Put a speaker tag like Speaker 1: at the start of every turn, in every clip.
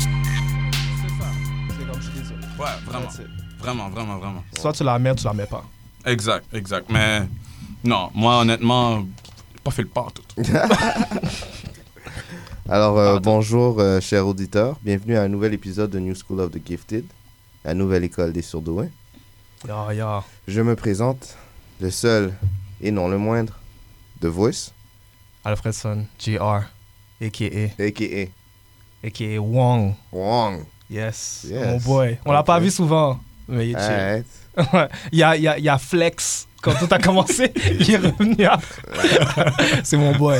Speaker 1: C'est ça. C'est comme je suis désolé.
Speaker 2: Ouais, vraiment. Vraiment, vraiment, vraiment.
Speaker 1: Soit tu la mets, tu la mets pas.
Speaker 2: Exact, exact. Mais non, moi, honnêtement, pas fait le pas tout.
Speaker 3: Alors, euh, bonjour, euh, chers auditeurs. Bienvenue à un nouvel épisode de New School of the Gifted, la nouvelle école des surdoués.
Speaker 1: Ya, ya.
Speaker 3: Je me présente, le seul et non le moindre, The Voice,
Speaker 1: Alfredson, JR, a.k.a.
Speaker 3: a.k.a.
Speaker 1: a.k.a. Wong.
Speaker 3: Wong.
Speaker 1: Yes.
Speaker 3: Yes.
Speaker 1: Mon boy. On l'a
Speaker 3: Ok.
Speaker 1: pas vu souvent, mais il est chill.
Speaker 3: Alright.
Speaker 1: Ouais. Il y a, il y a- il y a Flex. Quand tout a commencé, il est revenu après. C'est mon boy.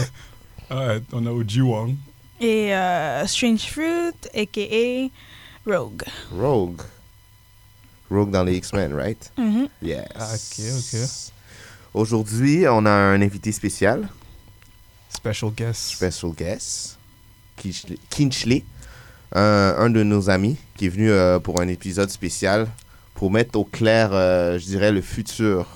Speaker 2: Ouais, on a OG Wong.
Speaker 4: et euh, Strange Fruit, a.k.a. Rogue.
Speaker 3: Rogue. Rogue dans les X-Men, right?
Speaker 4: Mhm.
Speaker 3: Yes.
Speaker 1: Ah, ok,
Speaker 3: Aujourd'hui, on a un invité spécial,
Speaker 1: Special guest.
Speaker 3: special guest, Kinchley- Kinchley, un, un de nos amis qui est venu euh, pour un épisode spécial pour mettre au clair, euh, je dirais, le futur.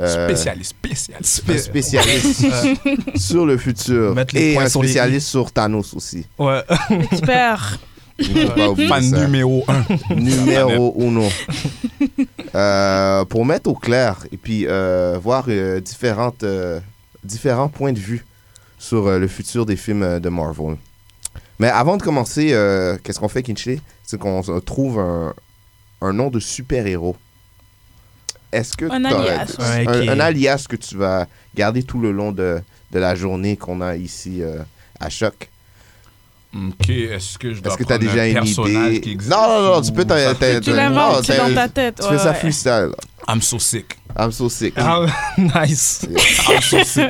Speaker 3: euh,
Speaker 2: Spécialiste, spécialiste.
Speaker 3: un spécialiste sur le futur
Speaker 1: Mettre les
Speaker 3: et
Speaker 1: points
Speaker 3: un
Speaker 1: sur les i.
Speaker 3: spécialiste sur Thanos aussi.
Speaker 1: Ouais.
Speaker 4: Expert.
Speaker 3: Il faut pas oublier
Speaker 2: Fan
Speaker 3: ça.
Speaker 2: numéro 1.
Speaker 3: numéro uno. Euh, pour mettre au clair et puis euh, voir euh, différentes, euh, différents points de vue sur euh, le futur des films euh, de Marvel. Mais avant de commencer, euh, qu'est-ce qu'on fait, Kinchi C'est qu'on se trouve un, un nom de super-héros. Est-ce que
Speaker 4: Un
Speaker 3: t'aurais-
Speaker 4: alias.
Speaker 1: Ouais,
Speaker 3: un,
Speaker 1: qui-
Speaker 3: un alias que tu vas garder tout le long de, de la journée qu'on a ici euh, à Choc
Speaker 2: Ok, est-ce que je dois
Speaker 3: Est-ce que
Speaker 2: prendre
Speaker 3: t'as déjà
Speaker 2: un
Speaker 3: une
Speaker 2: personnage
Speaker 3: idée
Speaker 2: qui existe
Speaker 3: Non, non, non, tu peux
Speaker 2: ou
Speaker 3: t'en-
Speaker 2: ça
Speaker 3: t'en-
Speaker 2: fait-
Speaker 4: Tu
Speaker 3: Euh, non,
Speaker 4: l'inventes, c'est
Speaker 3: t'as-
Speaker 4: dans ta tête.
Speaker 3: Tu
Speaker 4: ouais,
Speaker 3: fais ça
Speaker 4: ouais.
Speaker 3: freestyle. là.
Speaker 2: I'm so sick.
Speaker 3: I'm so sick.
Speaker 1: Ah, nice.
Speaker 2: I'm so sick.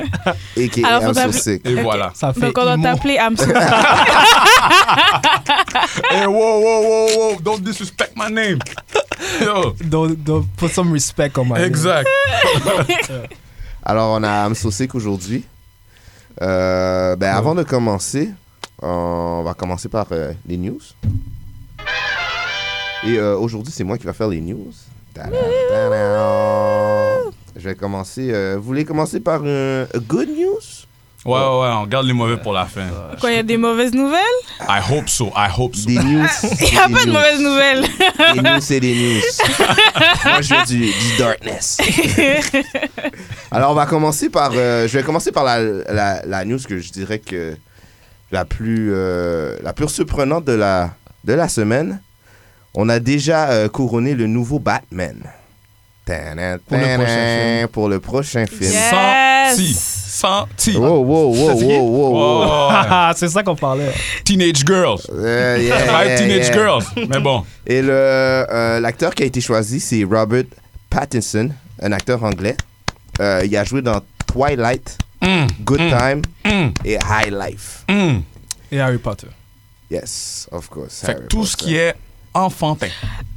Speaker 3: AKA
Speaker 4: Alors,
Speaker 3: I'm
Speaker 4: faut
Speaker 3: so
Speaker 4: t'appeler-
Speaker 3: sick.
Speaker 2: Et voilà.
Speaker 1: Ça fait
Speaker 4: Donc on doit
Speaker 1: immo-
Speaker 4: t'appeler Amso.
Speaker 2: Hey, wow, wow, wow, wow, don't disrespect my name. Yo,
Speaker 1: Don't- don't Put some respect on my name.
Speaker 2: exact.
Speaker 3: Alors, on a I'm so sick aujourd'hui. Euh, ben, avant de commencer, euh, on va commencer par euh, les news. Et euh, aujourd'hui, c'est moi qui va faire les news. Ta-da, ta-da. Je vais commencer. euh, vous voulez commencer par euh, a good news?
Speaker 2: Ouais, ouais, ouais, on garde les mauvais pour la fin.
Speaker 4: Quand il y a des mauvaises nouvelles,
Speaker 2: I hope so, I hope so.
Speaker 3: Des news.
Speaker 4: il n'y a pas de mauvaises nouvelles.
Speaker 3: Les news, c'est les news. Moi, je veux du, du darkness. Alors, on va commencer par. euh, je vais commencer par la, la, la news que je dirais que la plus, euh, la plus surprenante de la, de la semaine. On a déjà euh, couronné le nouveau Batman. Tadam,
Speaker 1: Pour le prochain
Speaker 3: tadam,
Speaker 1: film.
Speaker 3: Pour le prochain film.
Speaker 4: Yeah.
Speaker 2: Senti,
Speaker 4: Yes.
Speaker 2: senti.
Speaker 3: Wow, wow, wow, wow, wow, wow.
Speaker 1: Ah, c'est ça qu'on parlait.
Speaker 2: Teenage girls.
Speaker 3: Euh, yeah,
Speaker 2: Five
Speaker 3: yeah,
Speaker 2: teenage
Speaker 3: yeah.
Speaker 2: girls. Mais bon.
Speaker 3: Et le, euh, l'acteur qui a été choisi, c'est Robert Pattinson, un acteur anglais. Euh, il a joué dans Twilight,
Speaker 2: Mm,
Speaker 3: Good
Speaker 2: mm,
Speaker 3: Time
Speaker 2: mm,
Speaker 3: et High Life.
Speaker 2: mm.
Speaker 1: Et Harry Potter.
Speaker 3: Yes, of course.
Speaker 2: Fait que tout ce qui est enfantin.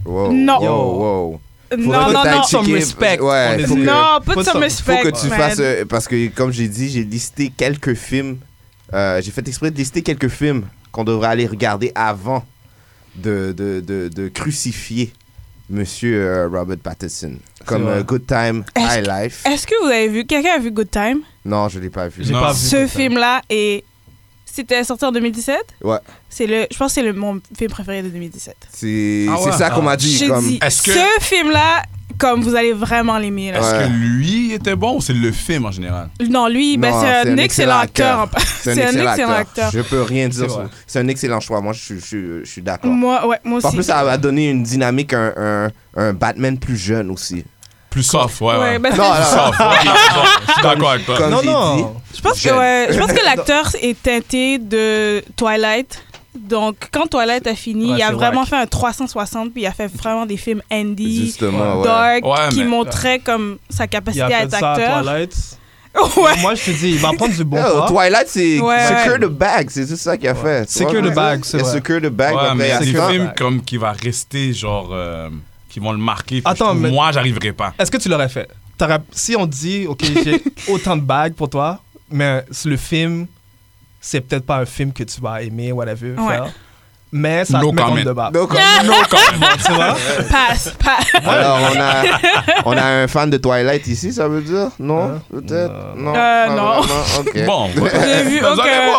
Speaker 4: Non.
Speaker 3: Wow, wow.
Speaker 4: Non,
Speaker 3: que
Speaker 4: non,
Speaker 3: t'ailles
Speaker 4: non.
Speaker 1: Some
Speaker 3: checker-
Speaker 1: respect.
Speaker 3: Ouais,
Speaker 1: On
Speaker 3: faut
Speaker 1: est-
Speaker 3: que-
Speaker 4: Non, pas
Speaker 1: Faut
Speaker 4: de
Speaker 1: que-
Speaker 4: some
Speaker 3: faut
Speaker 4: respect.
Speaker 3: que tu
Speaker 4: man.
Speaker 3: fasses. euh, parce que, comme j'ai dit, j'ai listé quelques films. euh, j'ai fait exprès de lister quelques films qu'on devrait aller regarder avant de, de, de, de crucifier Monsieur euh, Robert Pattinson. Comme
Speaker 1: vrai.
Speaker 3: euh, Good Time,
Speaker 4: Est-ce
Speaker 3: High Life.
Speaker 4: Est-ce que vous avez vu, quelqu'un a vu Good Time
Speaker 3: Non, je l'ai pas vu.
Speaker 1: J'ai
Speaker 2: Non.
Speaker 1: pas vu.
Speaker 4: Ce
Speaker 1: Good Time.
Speaker 4: film-là est. C'était sorti en 2017
Speaker 3: Ouais.
Speaker 4: C'est le, je pense que c'est le, mon film préféré de 2017.
Speaker 3: C'est
Speaker 2: Ah ouais.
Speaker 3: c'est ça qu'on m'a dit.
Speaker 4: J'ai
Speaker 3: Comme...
Speaker 4: dit,
Speaker 2: Est-ce que-
Speaker 4: ce film-là, comme vous allez vraiment l'aimer. là.
Speaker 2: Est-ce
Speaker 3: Ouais.
Speaker 2: que lui était bon ou c'est le film en général?
Speaker 4: Non, lui, ben,
Speaker 3: Non,
Speaker 4: c'est un, excellent acteur.
Speaker 3: C'est un excellent acteur. Je peux rien dire.
Speaker 1: C'est
Speaker 3: sur-
Speaker 1: vrai.
Speaker 3: C'est un excellent choix. Moi, je, suis- je, suis- je suis d'accord.
Speaker 4: Moi, ouais, moi aussi.
Speaker 3: En plus, ça va donner une dynamique, un, un, un Batman plus jeune aussi.
Speaker 2: Plus soft, ouais. ouais.
Speaker 4: Ouais, ben,
Speaker 3: Non, euh,
Speaker 2: Plus
Speaker 3: alors,
Speaker 2: soft. ouais, non, non, je suis d'accord avec toi.
Speaker 3: Comme-
Speaker 1: Non,
Speaker 3: j'ai
Speaker 1: non.
Speaker 4: je pense que,
Speaker 3: jeune.
Speaker 4: ouais, je pense que l'acteur est teinté de Twilight. Donc, quand Twilight a fini,
Speaker 1: Ouais,
Speaker 4: il a
Speaker 1: c'est
Speaker 4: vraiment
Speaker 1: wack.
Speaker 4: fait un 360, puis il a fait vraiment des films indie,
Speaker 3: justement, ouais.
Speaker 4: dark,
Speaker 2: Ouais,
Speaker 4: qui
Speaker 2: mais-
Speaker 4: montraient comme sa
Speaker 1: Il
Speaker 4: capacité
Speaker 1: a
Speaker 4: à
Speaker 1: fait
Speaker 4: être
Speaker 1: ça à
Speaker 4: acteur.
Speaker 1: Twilight.
Speaker 4: Ouais.
Speaker 1: Moi, je te dis, il va prendre du bon
Speaker 3: Yo,
Speaker 1: poids.
Speaker 3: Twilight, c'est
Speaker 4: Ouais,
Speaker 3: Secure
Speaker 1: ouais.
Speaker 3: the Bag, c'est juste ça qu'il a fait. tu
Speaker 1: Secure
Speaker 3: vois,
Speaker 1: the
Speaker 3: ouais.
Speaker 1: Bag,
Speaker 3: Il
Speaker 1: c'est
Speaker 3: y a
Speaker 1: vrai.
Speaker 3: Secure the Bag,
Speaker 2: Ouais,
Speaker 3: après,
Speaker 2: mais il y a des
Speaker 3: Secure-
Speaker 2: films comme qui va rester, genre, euh, qui vont le marquer. puis
Speaker 1: Attends,
Speaker 2: je trouve,
Speaker 1: mais-
Speaker 2: Moi, j'arriverai pas.
Speaker 1: Est-ce que tu l'aurais fait T'aurais- Si on dit, OK, j'ai autant de bagues pour toi, mais le film, c'est peut-être pas un film que tu vas aimer, whatever,
Speaker 4: Ouais.
Speaker 1: faire, mais ça
Speaker 2: No
Speaker 1: te met
Speaker 2: comment.
Speaker 1: contre de bagues.
Speaker 3: No comment.
Speaker 1: tu vois
Speaker 4: Passe, passe.
Speaker 3: Alors, on a, on a un fan de Twilight ici, ça veut dire Non Peut-être Non.
Speaker 4: Euh,
Speaker 3: pas
Speaker 4: non.
Speaker 3: vraiment, ok.
Speaker 2: Bon,
Speaker 4: J'ai vu,
Speaker 2: Vous allez voir,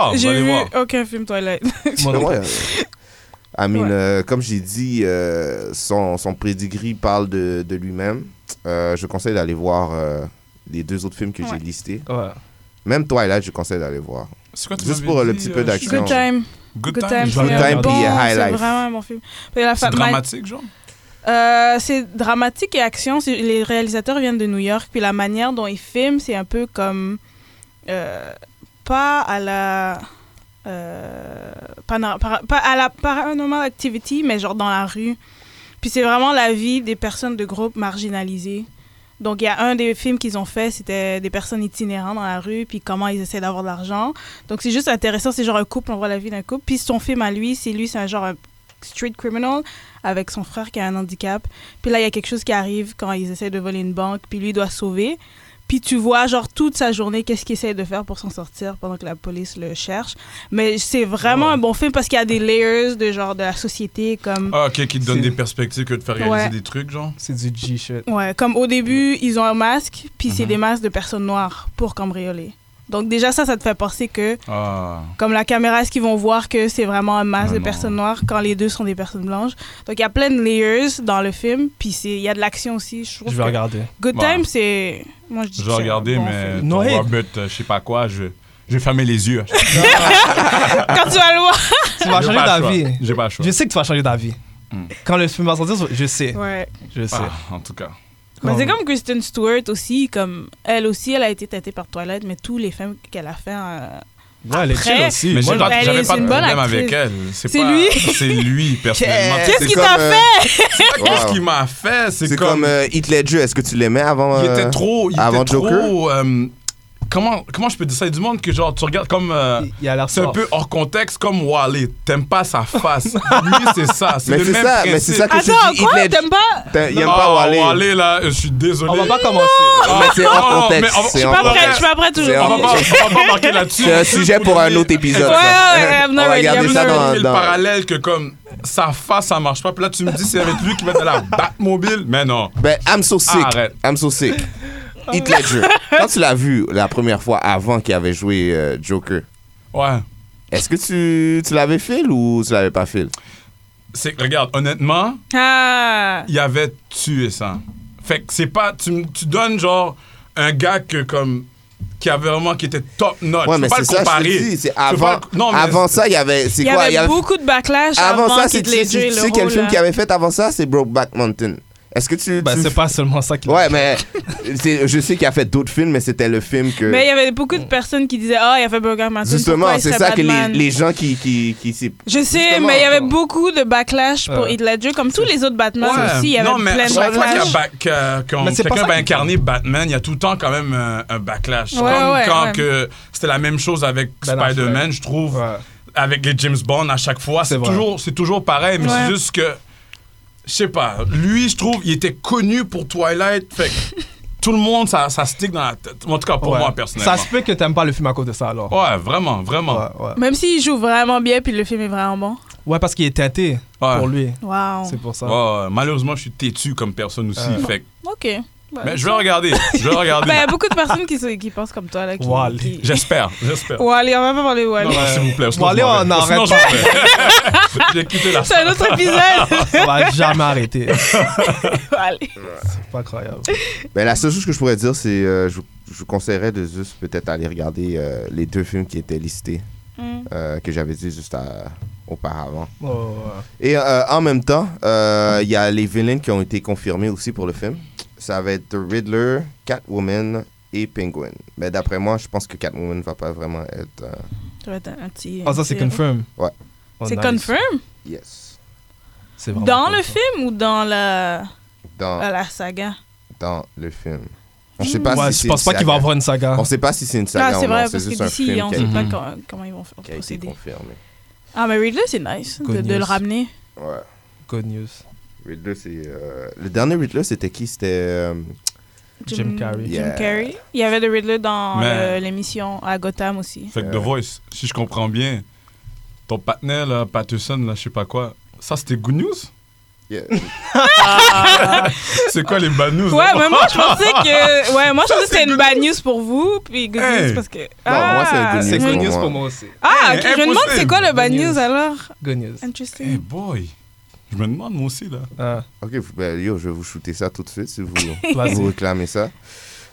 Speaker 4: aucun,
Speaker 2: vous
Speaker 4: j'ai
Speaker 2: allez
Speaker 4: vu
Speaker 2: voir.
Speaker 4: aucun film Twilight.
Speaker 1: Moi non plus.
Speaker 3: Ouais. I mean,
Speaker 4: Ouais.
Speaker 3: euh, comme j'ai dit, euh, son, son pedigree parle de, de lui-même. Euh, je conseille d'aller voir euh, les deux autres films que
Speaker 4: Ouais.
Speaker 3: j'ai listés.
Speaker 1: Ouais.
Speaker 3: Même Twilight, je conseille d'aller voir.
Speaker 2: c'est quoi tu
Speaker 3: Juste
Speaker 2: m'avais
Speaker 3: pour, euh, le
Speaker 2: dit,
Speaker 3: petit peu
Speaker 2: euh,
Speaker 3: d'action.
Speaker 4: Good Time.
Speaker 2: Good,
Speaker 4: Good
Speaker 2: Time.
Speaker 4: Time, c'est
Speaker 1: Good
Speaker 4: un
Speaker 1: Time,
Speaker 4: bon,
Speaker 3: puis High
Speaker 4: c'est
Speaker 3: Life.
Speaker 4: vraiment un bon film. Puis la
Speaker 2: C'est
Speaker 4: femme- Ma-
Speaker 2: dramatique, genre.
Speaker 4: Euh, c'est dramatique et action. C'est- Les réalisateurs viennent de New York, puis la manière dont ils filment, c'est un peu comme euh, pas à la euh, pana- para- pas à la paranormal activity, mais genre dans la rue. Puis c'est vraiment la vie des personnes de groupes marginalisés. Donc il y a un des films qu'ils ont fait, c'était des personnes itinérantes dans la rue, puis comment ils essaient d'avoir de l'argent. Donc c'est juste intéressant, c'est genre un couple, on voit la vie d'un couple. Puis son film à lui, c'est lui, c'est un genre un street criminal avec son frère qui a un handicap. Puis là, il y a quelque chose qui arrive quand ils essaient de voler une banque, puis lui il doit sauver. Puis tu vois, genre, toute sa journée, qu'est-ce qu'il essaie de faire pour s'en sortir pendant que la police le cherche. Mais c'est vraiment un bon film parce qu'il y a des layers de genre de la société, comme...
Speaker 2: Ah, ok, qui te donne
Speaker 1: C'est-
Speaker 2: des perspectives que de faire réaliser
Speaker 4: Ouais.
Speaker 2: des trucs, genre.
Speaker 1: C'est du G-shit.
Speaker 4: Ouais, comme au début, ils ont un masque, puis c'est
Speaker 2: Mhm.
Speaker 4: des masques de personnes noires pour cambrioler. Donc déjà, ça, ça te fait penser que,
Speaker 2: Ah.
Speaker 4: comme la caméra, est-ce qu'ils vont voir que c'est vraiment un masque
Speaker 2: Ah
Speaker 4: de
Speaker 2: non.
Speaker 4: personnes noires quand les deux sont des personnes blanches. Donc il y a plein de layers dans le film, puis c'est- il y a de l'action aussi. Je trouve
Speaker 1: Je vais
Speaker 4: que
Speaker 1: regarder.
Speaker 4: Good
Speaker 2: Ouais.
Speaker 4: Time, c'est... Moi, je
Speaker 2: Bah. Je
Speaker 4: dis que
Speaker 2: vais
Speaker 4: c'est un
Speaker 2: regarder,
Speaker 4: bon
Speaker 2: mais
Speaker 4: film.
Speaker 2: ton
Speaker 1: No hate.
Speaker 2: Robert, euh, je sais pas quoi, je, je vais fermer les yeux.
Speaker 4: Quand tu vas le voir...
Speaker 1: Tu vas
Speaker 2: J'ai
Speaker 1: changer
Speaker 2: pas le
Speaker 1: d'avis.
Speaker 2: choix. J'ai pas le choix.
Speaker 1: Je sais que tu vas changer d'avis.
Speaker 2: Hmm.
Speaker 1: Quand le film va sortir, je sais.
Speaker 4: Ouais.
Speaker 1: Je sais.
Speaker 2: Ah, en tout cas.
Speaker 4: Mais c'est comme Kristen Stewart aussi, comme... Elle aussi, elle a été tentée par Twilight, mais tous les films qu'elle a fait... euh,
Speaker 1: Ouais, elle est
Speaker 4: Après-
Speaker 1: chill aussi.
Speaker 2: Mais
Speaker 1: Moi,
Speaker 2: j'ai
Speaker 4: j'en-
Speaker 2: pas-
Speaker 4: elle
Speaker 2: j'avais
Speaker 4: est
Speaker 2: pas de
Speaker 4: une bonne
Speaker 2: problème avec
Speaker 4: actrice.
Speaker 2: elle.
Speaker 4: C'est
Speaker 2: pas-
Speaker 4: lui.
Speaker 2: C'est lui, personnellement.
Speaker 3: Yeah.
Speaker 2: C'est
Speaker 4: Qu'est-ce qu'il
Speaker 3: comme,
Speaker 4: t'a
Speaker 3: euh,
Speaker 4: fait
Speaker 2: pas Qu'est-ce
Speaker 3: Wow.
Speaker 2: qu'il m'a fait? C'est
Speaker 3: C'est comme
Speaker 2: comme.
Speaker 3: euh, Heath Ledger, est-ce que tu l'aimais avant
Speaker 2: Il
Speaker 3: euh,
Speaker 2: était trop. Il
Speaker 3: avant
Speaker 2: était trop,
Speaker 3: Joker?
Speaker 2: euh, comment, comment je peux dire ça? Il y a du monde que genre, tu regardes comme. euh,
Speaker 1: il- il a l'air
Speaker 2: c'est un
Speaker 1: fort.
Speaker 2: peu hors contexte, comme Wally. T'aimes pas sa face. Lui, c'est ça. C'est
Speaker 3: Mais
Speaker 2: le
Speaker 3: c'est
Speaker 2: même
Speaker 3: ça, mais
Speaker 2: principe.
Speaker 3: c'est ça que je
Speaker 4: Attends,
Speaker 3: dis. Heath
Speaker 4: quoi
Speaker 3: Ledger,
Speaker 4: T'aimes pas
Speaker 3: t'aimes- il aime
Speaker 2: Ah,
Speaker 3: pas Wally.
Speaker 2: Wally, là, je suis désolé.
Speaker 1: On va pas commencer.
Speaker 2: Ah,
Speaker 3: Mais c'est
Speaker 2: non,
Speaker 3: hors
Speaker 2: non,
Speaker 3: contexte,
Speaker 2: mais on
Speaker 3: c'est
Speaker 2: va- je
Speaker 4: Je
Speaker 2: suis
Speaker 4: suis pas
Speaker 3: On va
Speaker 4: prête,
Speaker 3: faire-
Speaker 4: je suis pas prête
Speaker 3: c'est
Speaker 2: On
Speaker 4: toujours.
Speaker 2: va pas, on va pas marquer là-dessus.
Speaker 3: Ah, C'est un sujet pour un autre épisode.
Speaker 4: Ouais,
Speaker 3: ça.
Speaker 4: ouais, I'm not
Speaker 3: On va
Speaker 4: ready,
Speaker 3: garder
Speaker 4: I'm
Speaker 3: ça
Speaker 4: not
Speaker 3: dans-
Speaker 2: C'est le
Speaker 3: dans,
Speaker 2: parallèle que comme sa face, ça marche pas. Puis là, tu me dis c'est avec lui qui va de la Batmobile. Mais non.
Speaker 3: Ben, I'm so sick.
Speaker 2: Arrête.
Speaker 3: I'm so sick. Heath Ledger. Quand tu l'as vu la première fois avant qu'il avait joué euh, Joker,
Speaker 2: Ouais.
Speaker 3: est-ce que tu, tu l'avais fait ou tu l'avais pas fait?
Speaker 2: Ah, C'est que, regarde, honnêtement,
Speaker 4: Ah
Speaker 2: il avait tué ça. Fait que c'est pas. Tu, me- tu donnes genre un gars que comme. Qui avait vraiment. Qui était top notch.
Speaker 3: Ouais,
Speaker 2: tu peux
Speaker 3: mais
Speaker 2: pas
Speaker 3: c'est
Speaker 2: le
Speaker 3: ça, je
Speaker 2: comparer.
Speaker 3: te dis. C'est
Speaker 2: Tu peux
Speaker 3: avant,
Speaker 2: pas le- non, mais
Speaker 3: avant ça, il y avait. C'est
Speaker 4: Il y
Speaker 3: quoi?
Speaker 4: avait beaucoup de backlash
Speaker 3: Avant ça, c'est
Speaker 4: Heath
Speaker 3: tu sais-
Speaker 4: Ledger ait
Speaker 3: tu
Speaker 4: le
Speaker 3: sais quel
Speaker 4: rôle,
Speaker 3: film
Speaker 4: là.
Speaker 3: qu'il avait fait avant ça? C'est Brokeback Mountain. Est-ce que tu.
Speaker 2: Bah,
Speaker 1: Ben,
Speaker 3: tu-
Speaker 1: c'est pas seulement ça qu'il
Speaker 3: Ouais, mais c'est- je sais qu'il a fait d'autres films, mais c'était le film que.
Speaker 4: Mais il y avait beaucoup de personnes qui disaient Ah, il a fait Burger Mountain.
Speaker 3: Justement,
Speaker 4: pourquoi il
Speaker 3: c'est
Speaker 4: serait
Speaker 3: ça que les,
Speaker 4: Batman?
Speaker 3: les gens qui, qui, qui s'y-
Speaker 4: Je sais,
Speaker 3: Justement,
Speaker 4: mais il y avait
Speaker 3: attends.
Speaker 4: beaucoup de backlash pour
Speaker 1: Ouais.
Speaker 4: Heath Ledger, comme tous les autres Batman
Speaker 2: Ouais.
Speaker 4: aussi. Il y avait
Speaker 2: non, mais à
Speaker 4: plein de
Speaker 2: chaque fois qu'il y a
Speaker 4: backlash.
Speaker 2: ba- que- quand
Speaker 1: Mais c'est pas
Speaker 2: quelqu'un
Speaker 1: ça
Speaker 2: va
Speaker 1: qui-
Speaker 2: incarner Batman, il y a tout le temps quand même euh, un, un backlash.
Speaker 4: Ouais,
Speaker 2: Comme
Speaker 4: ouais,
Speaker 2: quand
Speaker 4: ouais.
Speaker 2: que c'était la même chose avec
Speaker 1: Ben Affleck.
Speaker 2: Spider-Man, je trouve,
Speaker 1: Ouais.
Speaker 2: avec les James Bond à chaque fois.
Speaker 1: C'est
Speaker 2: C'est
Speaker 1: vrai.
Speaker 2: toujours, c'est toujours pareil, mais
Speaker 4: Ouais.
Speaker 2: c'est juste que, je sais pas, lui, je trouve, il était connu pour Twilight. Fait que tout le monde, ça, ça stick dans la tête. En tout cas, pour
Speaker 1: Ouais.
Speaker 2: moi, personnellement.
Speaker 1: Ça se peut que t'aimes pas le film à cause de ça alors.
Speaker 2: Ouais, vraiment, vraiment.
Speaker 1: Ouais, ouais.
Speaker 4: Même s'il joue vraiment bien, puis le film est vraiment bon.
Speaker 1: Ouais, parce qu'il est teinté
Speaker 2: Ouais.
Speaker 1: pour lui.
Speaker 4: Wow.
Speaker 1: C'est pour ça.
Speaker 2: Ouais, ouais. malheureusement, je suis têtu comme personne aussi.
Speaker 1: Euh.
Speaker 2: Fait que-
Speaker 4: Ok. Bah,
Speaker 2: mais je vais regarder. Je vais regarder.
Speaker 4: Ben, il y a beaucoup de personnes qui, sont- qui pensent comme toi. Là, qui,
Speaker 1: Wally.
Speaker 4: qui-
Speaker 2: J'espère, j'espère.
Speaker 4: Wally, on va pas parler de
Speaker 2: Non,
Speaker 4: Wally.
Speaker 2: non, s'il vous plaît.
Speaker 1: Bon, allez,
Speaker 2: je m'en
Speaker 1: on
Speaker 2: vais.
Speaker 1: arrête
Speaker 2: Sinon, je m'en
Speaker 1: pas.
Speaker 2: vais. J'ai quitté la
Speaker 4: C'est un autre épisode.
Speaker 1: On va jamais arrêter.
Speaker 4: Wally.
Speaker 1: C'est pas incroyable.
Speaker 3: Ben, la seule chose que je pourrais dire, c'est euh, je, vous- je vous conseillerais de juste peut-être aller regarder euh, les deux films qui étaient listés,
Speaker 4: Mm.
Speaker 3: euh, que j'avais dit juste à- auparavant.
Speaker 1: Ouais, ouais, ouais.
Speaker 3: Et euh, en même temps, euh, il y a les villains qui ont été confirmés aussi pour le film. Ça va être The Riddler, Catwoman et Penguin. Mais d'après moi, je pense que Catwoman va pas vraiment être... euh,
Speaker 4: Ça va être un petit-
Speaker 1: Ah, ça, c'est
Speaker 4: petit-
Speaker 1: confirm.
Speaker 3: Ouais.
Speaker 1: Oh,
Speaker 4: C'est
Speaker 1: nice.
Speaker 4: confirm?
Speaker 3: yes.
Speaker 1: C'est vraiment
Speaker 4: Dans le
Speaker 1: confirm.
Speaker 3: Ah.
Speaker 4: film ou dans la,
Speaker 3: Dans,
Speaker 4: la saga?
Speaker 3: dans le film. On sait pas
Speaker 1: Ouais,
Speaker 3: si
Speaker 1: je
Speaker 3: c'est
Speaker 1: pense
Speaker 3: une
Speaker 1: pas qu'il va
Speaker 3: saga.
Speaker 1: avoir une saga.
Speaker 3: On sait pas si c'est une
Speaker 4: Mm. Ah,
Speaker 3: saga
Speaker 4: c'est
Speaker 3: ou
Speaker 4: vrai,
Speaker 3: non, c'est
Speaker 4: parce que
Speaker 3: juste un
Speaker 4: d'ici,
Speaker 3: film
Speaker 4: on
Speaker 3: qui a-
Speaker 4: sait pas
Speaker 1: Mhm.
Speaker 4: quand- comment ils vont faire-
Speaker 3: qui a été
Speaker 4: procéder.
Speaker 3: confirmé.
Speaker 4: Ah, mais Riddler, c'est nice de,
Speaker 1: Good
Speaker 4: de le
Speaker 1: news.
Speaker 4: ramener.
Speaker 3: Ouais.
Speaker 1: Good news.
Speaker 3: Riddler, c'est. euh, Le dernier Riddler, c'était qui C'était. euh,
Speaker 1: Jim Carrey.
Speaker 3: Yeah.
Speaker 4: Jim Carrey. Il y avait le Riddler dans
Speaker 2: Mais-
Speaker 4: euh, l'émission à Gotham aussi.
Speaker 2: Fait que The
Speaker 3: Euh.
Speaker 2: Voice, si je comprends bien, ton partenaire, là, Patterson, là, je sais pas quoi, ça c'était good news?
Speaker 3: yeah.
Speaker 2: C'est quoi les bad news?
Speaker 4: Ouais,
Speaker 2: là?
Speaker 4: mais moi je pensais que. Ouais, moi je
Speaker 2: Ça,
Speaker 4: pensais que
Speaker 2: c'est
Speaker 4: c'était
Speaker 2: good
Speaker 4: une bad news pour vous, puis good
Speaker 2: Hey.
Speaker 4: news parce que.
Speaker 3: moi, c'est
Speaker 4: Ah,
Speaker 3: good
Speaker 1: C'est
Speaker 3: News
Speaker 1: good
Speaker 3: pour
Speaker 1: news
Speaker 3: moi.
Speaker 1: pour moi aussi.
Speaker 4: Ah,
Speaker 2: Hey,
Speaker 4: ok, je me demande
Speaker 2: impossible.
Speaker 4: c'est quoi le bad
Speaker 1: Good
Speaker 4: news
Speaker 1: news.
Speaker 4: alors
Speaker 1: Good news.
Speaker 2: Hey
Speaker 4: Interesting.
Speaker 2: boy! Je me demande moi aussi, là.
Speaker 1: Ah,
Speaker 3: Ok, vous- ben, yo, je vais vous shooter ça tout de suite si vous,
Speaker 1: Vas-y.
Speaker 3: vous réclamez ça.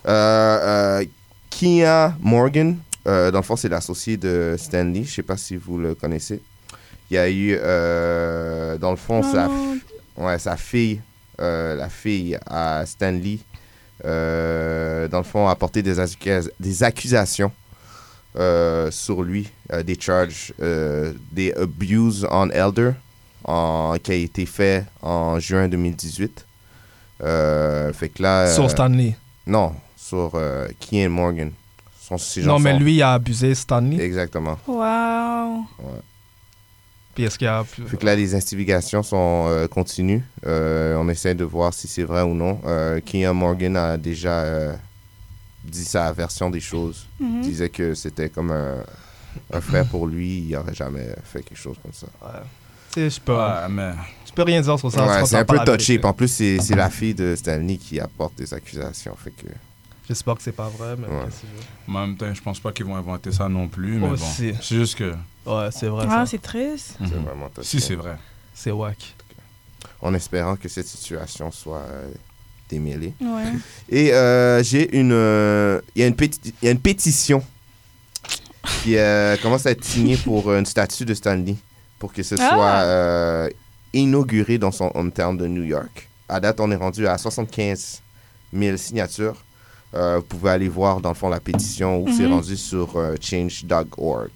Speaker 3: Euh, euh, Kia Morgan, euh, dans le fond, c'est l'associé de Stanley. Je sais pas si vous le connaissez. Il y a eu, euh, dans le fond,
Speaker 4: Non,
Speaker 3: sa,
Speaker 4: non.
Speaker 3: ouais, sa fille, euh, la fille à Stanley, euh, dans le fond, a porté des, accu- des accusations euh, sur lui, euh, des charges, euh, des abuse on elder, en- qui a été fait en juin 2018. Euh, fait que là. euh,
Speaker 1: Sur Stanley.
Speaker 3: Non, sur euh, Kian Morgan. Son, ses gens
Speaker 1: Non, mais
Speaker 3: sont-
Speaker 1: lui, il a abusé Stanley.
Speaker 3: Exactement.
Speaker 4: Wow.
Speaker 1: Puis est-ce qu'il a. abusé-
Speaker 3: Fait que là, les investigations sont euh, continues. Euh, on essaie de voir si c'est vrai ou non. Euh, Kian Morgan a déjà euh, dit sa version des choses.
Speaker 4: Mhm.
Speaker 3: Il disait que c'était comme un, un frère pour lui. Il n'aurait jamais fait quelque chose comme ça.
Speaker 1: Tu sais, je peux,
Speaker 2: Ouais, mais.
Speaker 1: je peux rien dire sur ça.
Speaker 3: Ouais,
Speaker 1: parce qu'on
Speaker 3: c'est un
Speaker 1: t'en
Speaker 3: peu
Speaker 1: parle avec-
Speaker 3: touché. Puis En plus, c'est c'est la fille de Stanley qui apporte des accusations. Fait que...
Speaker 1: J'espère que c'est pas vrai, mais.
Speaker 3: Ouais.
Speaker 1: qu'est-ce que tu veux.
Speaker 2: mais En même temps, je pense pas qu'ils vont inventer ça non plus, mais
Speaker 1: Aussi.
Speaker 2: bon. C'est juste que.
Speaker 1: Ouais, c'est vrai.
Speaker 4: Ah,
Speaker 1: ça.
Speaker 4: c'est triste.
Speaker 3: C'est
Speaker 2: Mhm.
Speaker 3: vraiment touché.
Speaker 2: Si c'est vrai.
Speaker 1: C'est wack.
Speaker 3: En espérant que cette situation soit euh, démêlée.
Speaker 4: Ouais.
Speaker 3: Et euh, j'ai une. euh, Il y, a une péti- il y a une pétition qui euh, commence à être signée pour euh, une statue de Stanley pour que ce
Speaker 4: Ah.
Speaker 3: soit euh, inauguré dans son hometown de New York. À date, on est rendu à 75 000 signatures. Euh, vous pouvez aller voir dans le fond la pétition où c'est
Speaker 4: Mhm.
Speaker 3: rendu sur euh, change.org.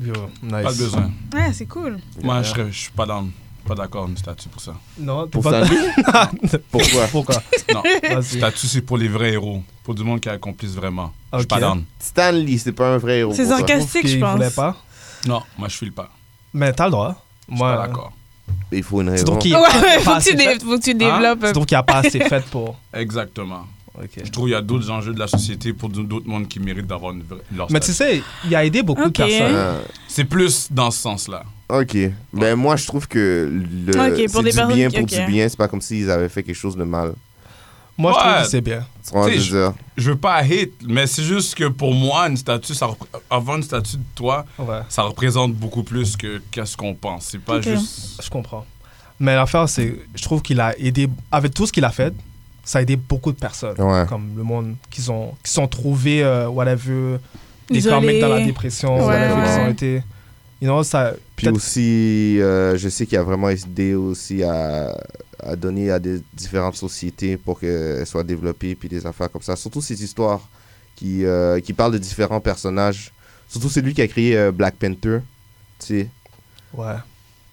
Speaker 1: Yo, nice.
Speaker 2: Pas besoin.
Speaker 4: Ouais, c'est cool.
Speaker 2: Moi, je serais- je suis pas dans. Pas d'accord, une statue pour ça.
Speaker 1: Non, t'es
Speaker 3: Pour
Speaker 1: pas.
Speaker 3: Stanley Pourquoi
Speaker 1: Pourquoi
Speaker 2: Non.
Speaker 1: Vas-y.
Speaker 2: statue, c'est pour les vrais héros. Pour du monde qui accomplisse vraiment. Je suis
Speaker 1: Ok.
Speaker 2: pas down.
Speaker 3: Stanley, c'est pas un vrai héros.
Speaker 4: C'est
Speaker 3: pour toi.
Speaker 4: sarcastique.
Speaker 1: Sauf qu'il
Speaker 4: je pense.
Speaker 1: voulait pas.
Speaker 2: Non, moi, je file pas.
Speaker 1: Mais t'as le droit.
Speaker 2: Je suis pas
Speaker 1: Moi,
Speaker 2: d'accord.
Speaker 3: Il faut une
Speaker 1: tu
Speaker 3: raison.
Speaker 1: trouves qu'il
Speaker 4: Ouais,
Speaker 1: il
Speaker 4: ouais,
Speaker 1: a
Speaker 4: faut
Speaker 1: pas
Speaker 4: que tu,
Speaker 1: assez
Speaker 4: dé-
Speaker 1: fait-
Speaker 4: faut que tu développes.
Speaker 1: tu trouves qu'il n'y a pas assez fait pour.
Speaker 2: Exactement. Je trouve qu'il y a d'autres enjeux de la société pour d'autres mondes qui méritent d'avoir une vraie- leur
Speaker 1: Mais tu
Speaker 2: statut.
Speaker 1: sais, il a aidé beaucoup de
Speaker 4: Ok.
Speaker 1: personnes.
Speaker 3: Ah.
Speaker 2: C'est plus dans ce sens-là.
Speaker 3: Ok. Ben moi, je trouve que le
Speaker 4: Ok, pour
Speaker 3: c'est
Speaker 4: des
Speaker 3: du
Speaker 4: personnes
Speaker 3: bien
Speaker 4: qui-
Speaker 3: pour
Speaker 4: ok.
Speaker 3: du bien. C'est pas comme s'ils avaient fait quelque chose de mal.
Speaker 1: Moi, je
Speaker 2: Ouais.
Speaker 1: trouve que c'est bien.
Speaker 3: Tu vois,
Speaker 2: Tu sais,
Speaker 3: je veux dire,
Speaker 2: Je veux pas hate, mais c'est juste que pour moi, une statue, ça repré- avoir une statue de toi,
Speaker 1: Ouais,
Speaker 2: ça représente beaucoup plus que qu'est-ce qu'on pense. C'est pas
Speaker 4: Ok.
Speaker 2: juste.
Speaker 1: je comprends. Mais l'affaire, c'est. Je trouve qu'il a aidé. Avec tout ce qu'il a fait, ça a aidé beaucoup de personnes.
Speaker 3: Ouais.
Speaker 1: Comme le monde qui ont, qui sont trouvés, euh, whatever, des
Speaker 4: Isolés.
Speaker 1: comics dans la dépression,
Speaker 4: Ouais,
Speaker 1: whatever, qui
Speaker 3: ouais.
Speaker 1: ont été. You know, ça.
Speaker 3: Puis
Speaker 1: peut-être-
Speaker 3: aussi, euh, je sais qu'il a vraiment aidé aussi à, à donner à des différentes sociétés pour qu'elles soient développées, puis des affaires comme ça. Surtout ces histoires qui, euh, qui parlent de différents personnages. Surtout c'est lui qui a créé euh, Black Panther. Tu sais.
Speaker 1: Ouais.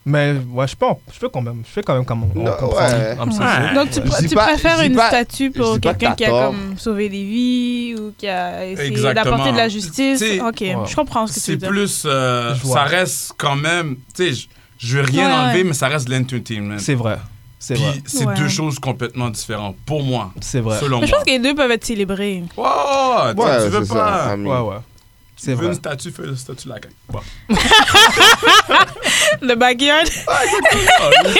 Speaker 1: Mais ouais, je pense. Je peux quand même. Je peux quand même comme. on
Speaker 3: Non,
Speaker 1: comprend.
Speaker 3: ouais.
Speaker 2: I'm so Ouais. sorry.
Speaker 4: Donc, tu,
Speaker 3: Je
Speaker 4: pr-
Speaker 3: dis
Speaker 4: tu
Speaker 3: pas-
Speaker 4: préfères
Speaker 3: je dis
Speaker 4: une
Speaker 3: pas-
Speaker 4: statue
Speaker 3: je
Speaker 4: pour
Speaker 3: dis pas que
Speaker 4: quelqu'un
Speaker 3: t'as
Speaker 4: qui a
Speaker 3: tort.
Speaker 4: comme sauvé des vies ou qui a essayé
Speaker 2: Exactement.
Speaker 4: d'apporter de la justice.
Speaker 2: Tu sais,
Speaker 4: ok,
Speaker 1: ouais.
Speaker 4: je comprends ce que tu
Speaker 2: C'est
Speaker 4: veux dire.
Speaker 2: plus. euh,
Speaker 1: Je vois.
Speaker 2: ça reste quand même. Tu sais, je- je veux rien
Speaker 4: Ouais,
Speaker 2: enlever,
Speaker 4: ouais.
Speaker 2: mais ça reste de l'entertainment.
Speaker 1: C'est vrai. C'est
Speaker 2: Puis
Speaker 1: vrai.
Speaker 2: c'est
Speaker 4: Ouais.
Speaker 2: deux choses complètement différentes pour moi,
Speaker 1: C'est vrai.
Speaker 2: selon
Speaker 4: Mais je
Speaker 2: moi.
Speaker 4: pense que les deux peuvent être célébrés.
Speaker 2: Ouais, ouais, ouais, tu
Speaker 3: c'est
Speaker 2: veux
Speaker 3: ça,
Speaker 2: pas.
Speaker 3: ami.
Speaker 1: Ouais, ouais.
Speaker 2: Tu
Speaker 1: C'est
Speaker 2: veux
Speaker 1: vrai.
Speaker 2: une statue, fais la statue la gagne. Bon.
Speaker 4: Le backyard.
Speaker 2: Ah,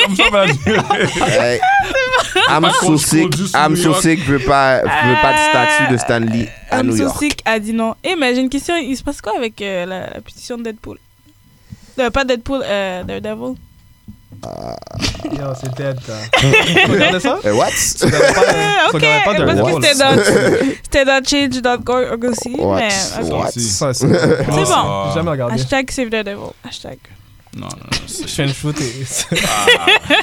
Speaker 2: comme ça, voilà.
Speaker 3: Hey. I'm
Speaker 2: Par
Speaker 3: so
Speaker 2: contre, je
Speaker 3: sick.
Speaker 2: conduis sur
Speaker 3: I'm
Speaker 2: New
Speaker 3: so
Speaker 2: York.
Speaker 3: sick. Veut pas, veut pas de statue de Stanley à New
Speaker 4: Anne
Speaker 3: York.
Speaker 4: Sosik a dit non. Eh, mais j'ai une question. Il se passe quoi avec euh, la, la pétition de Deadpool Euh, Pas Deadpool, euh, Daredevil.
Speaker 1: Yo, c'est dead. ça. tu regardais ça?
Speaker 3: Euh, what?
Speaker 1: Tu regardais pas,
Speaker 4: Euh,
Speaker 1: tu
Speaker 4: ok,
Speaker 1: regardais pas
Speaker 4: parce
Speaker 1: Daredevil?
Speaker 4: que c'était dans, c'était dans change.org aussi.
Speaker 3: What?
Speaker 4: Mais, ok.
Speaker 3: What?
Speaker 1: Ça, c'est J'ai
Speaker 4: C'est bon.
Speaker 2: Ah,
Speaker 1: jamais regardé.
Speaker 4: Hashtag save Daredevil. Hashtag.
Speaker 2: Non, non, non.
Speaker 1: Je
Speaker 2: c'est-
Speaker 1: fais une foot et.
Speaker 2: Ah.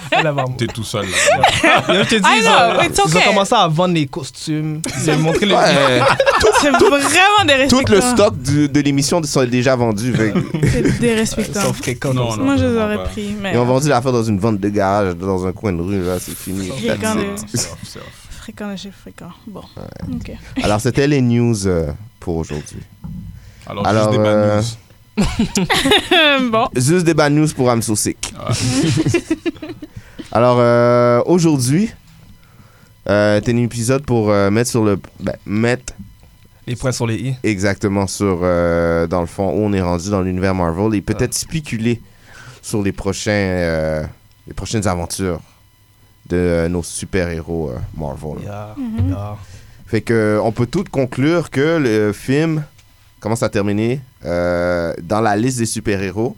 Speaker 1: Elle a vraiment-
Speaker 2: T'es tout seul là.
Speaker 1: Yo, Je te dis,
Speaker 4: I
Speaker 1: ils
Speaker 4: know,
Speaker 1: ont-
Speaker 4: it's
Speaker 1: ils ont
Speaker 4: okay.
Speaker 1: commencé à vendre les costumes. Ils ont montré les.
Speaker 3: Ouais. Ah,
Speaker 4: C'est vraiment dérespectant.
Speaker 3: Tout le stock du- de l'émission sont déjà vendus. fait que-
Speaker 4: C'est
Speaker 1: Ils
Speaker 4: dérespectant.
Speaker 1: sont fréquents
Speaker 2: Non,
Speaker 1: comme ça.
Speaker 2: non.
Speaker 4: Moi, je les
Speaker 2: bah.
Speaker 4: aurais pris, mais... euh,
Speaker 3: Ils ont vendu l'affaire dans une vente de garage, dans un coin de rue, là, c'est fini.
Speaker 4: Fréquent
Speaker 3: That's
Speaker 4: de-
Speaker 3: it.
Speaker 2: C'est off, c'est off.
Speaker 4: fréquent, j'ai fréquent. Bon, ok.
Speaker 3: Alors, c'était les news euh, pour aujourd'hui.
Speaker 2: Alors,
Speaker 3: Alors,
Speaker 2: juste des bad
Speaker 3: euh,
Speaker 2: news.
Speaker 4: bon,
Speaker 3: Juste des bad news pour Amso Sick. Alors, euh, aujourd'hui, euh, t'as un épisode pour euh, mettre sur le. ben, mettre
Speaker 1: Les points sur les i.
Speaker 3: exactement sur, euh, dans le fond, où on est rendu dans l'univers Marvel et peut-être
Speaker 1: Ah.
Speaker 3: spéculer sur les, prochains, euh, les prochaines aventures de euh, nos super-héros euh, Marvel.
Speaker 1: Yeah,
Speaker 2: Mm-hmm.
Speaker 4: Mhm.
Speaker 1: yeah.
Speaker 3: Fait que euh, on peut tout conclure que le film commence à terminer euh, dans la liste des super-héros.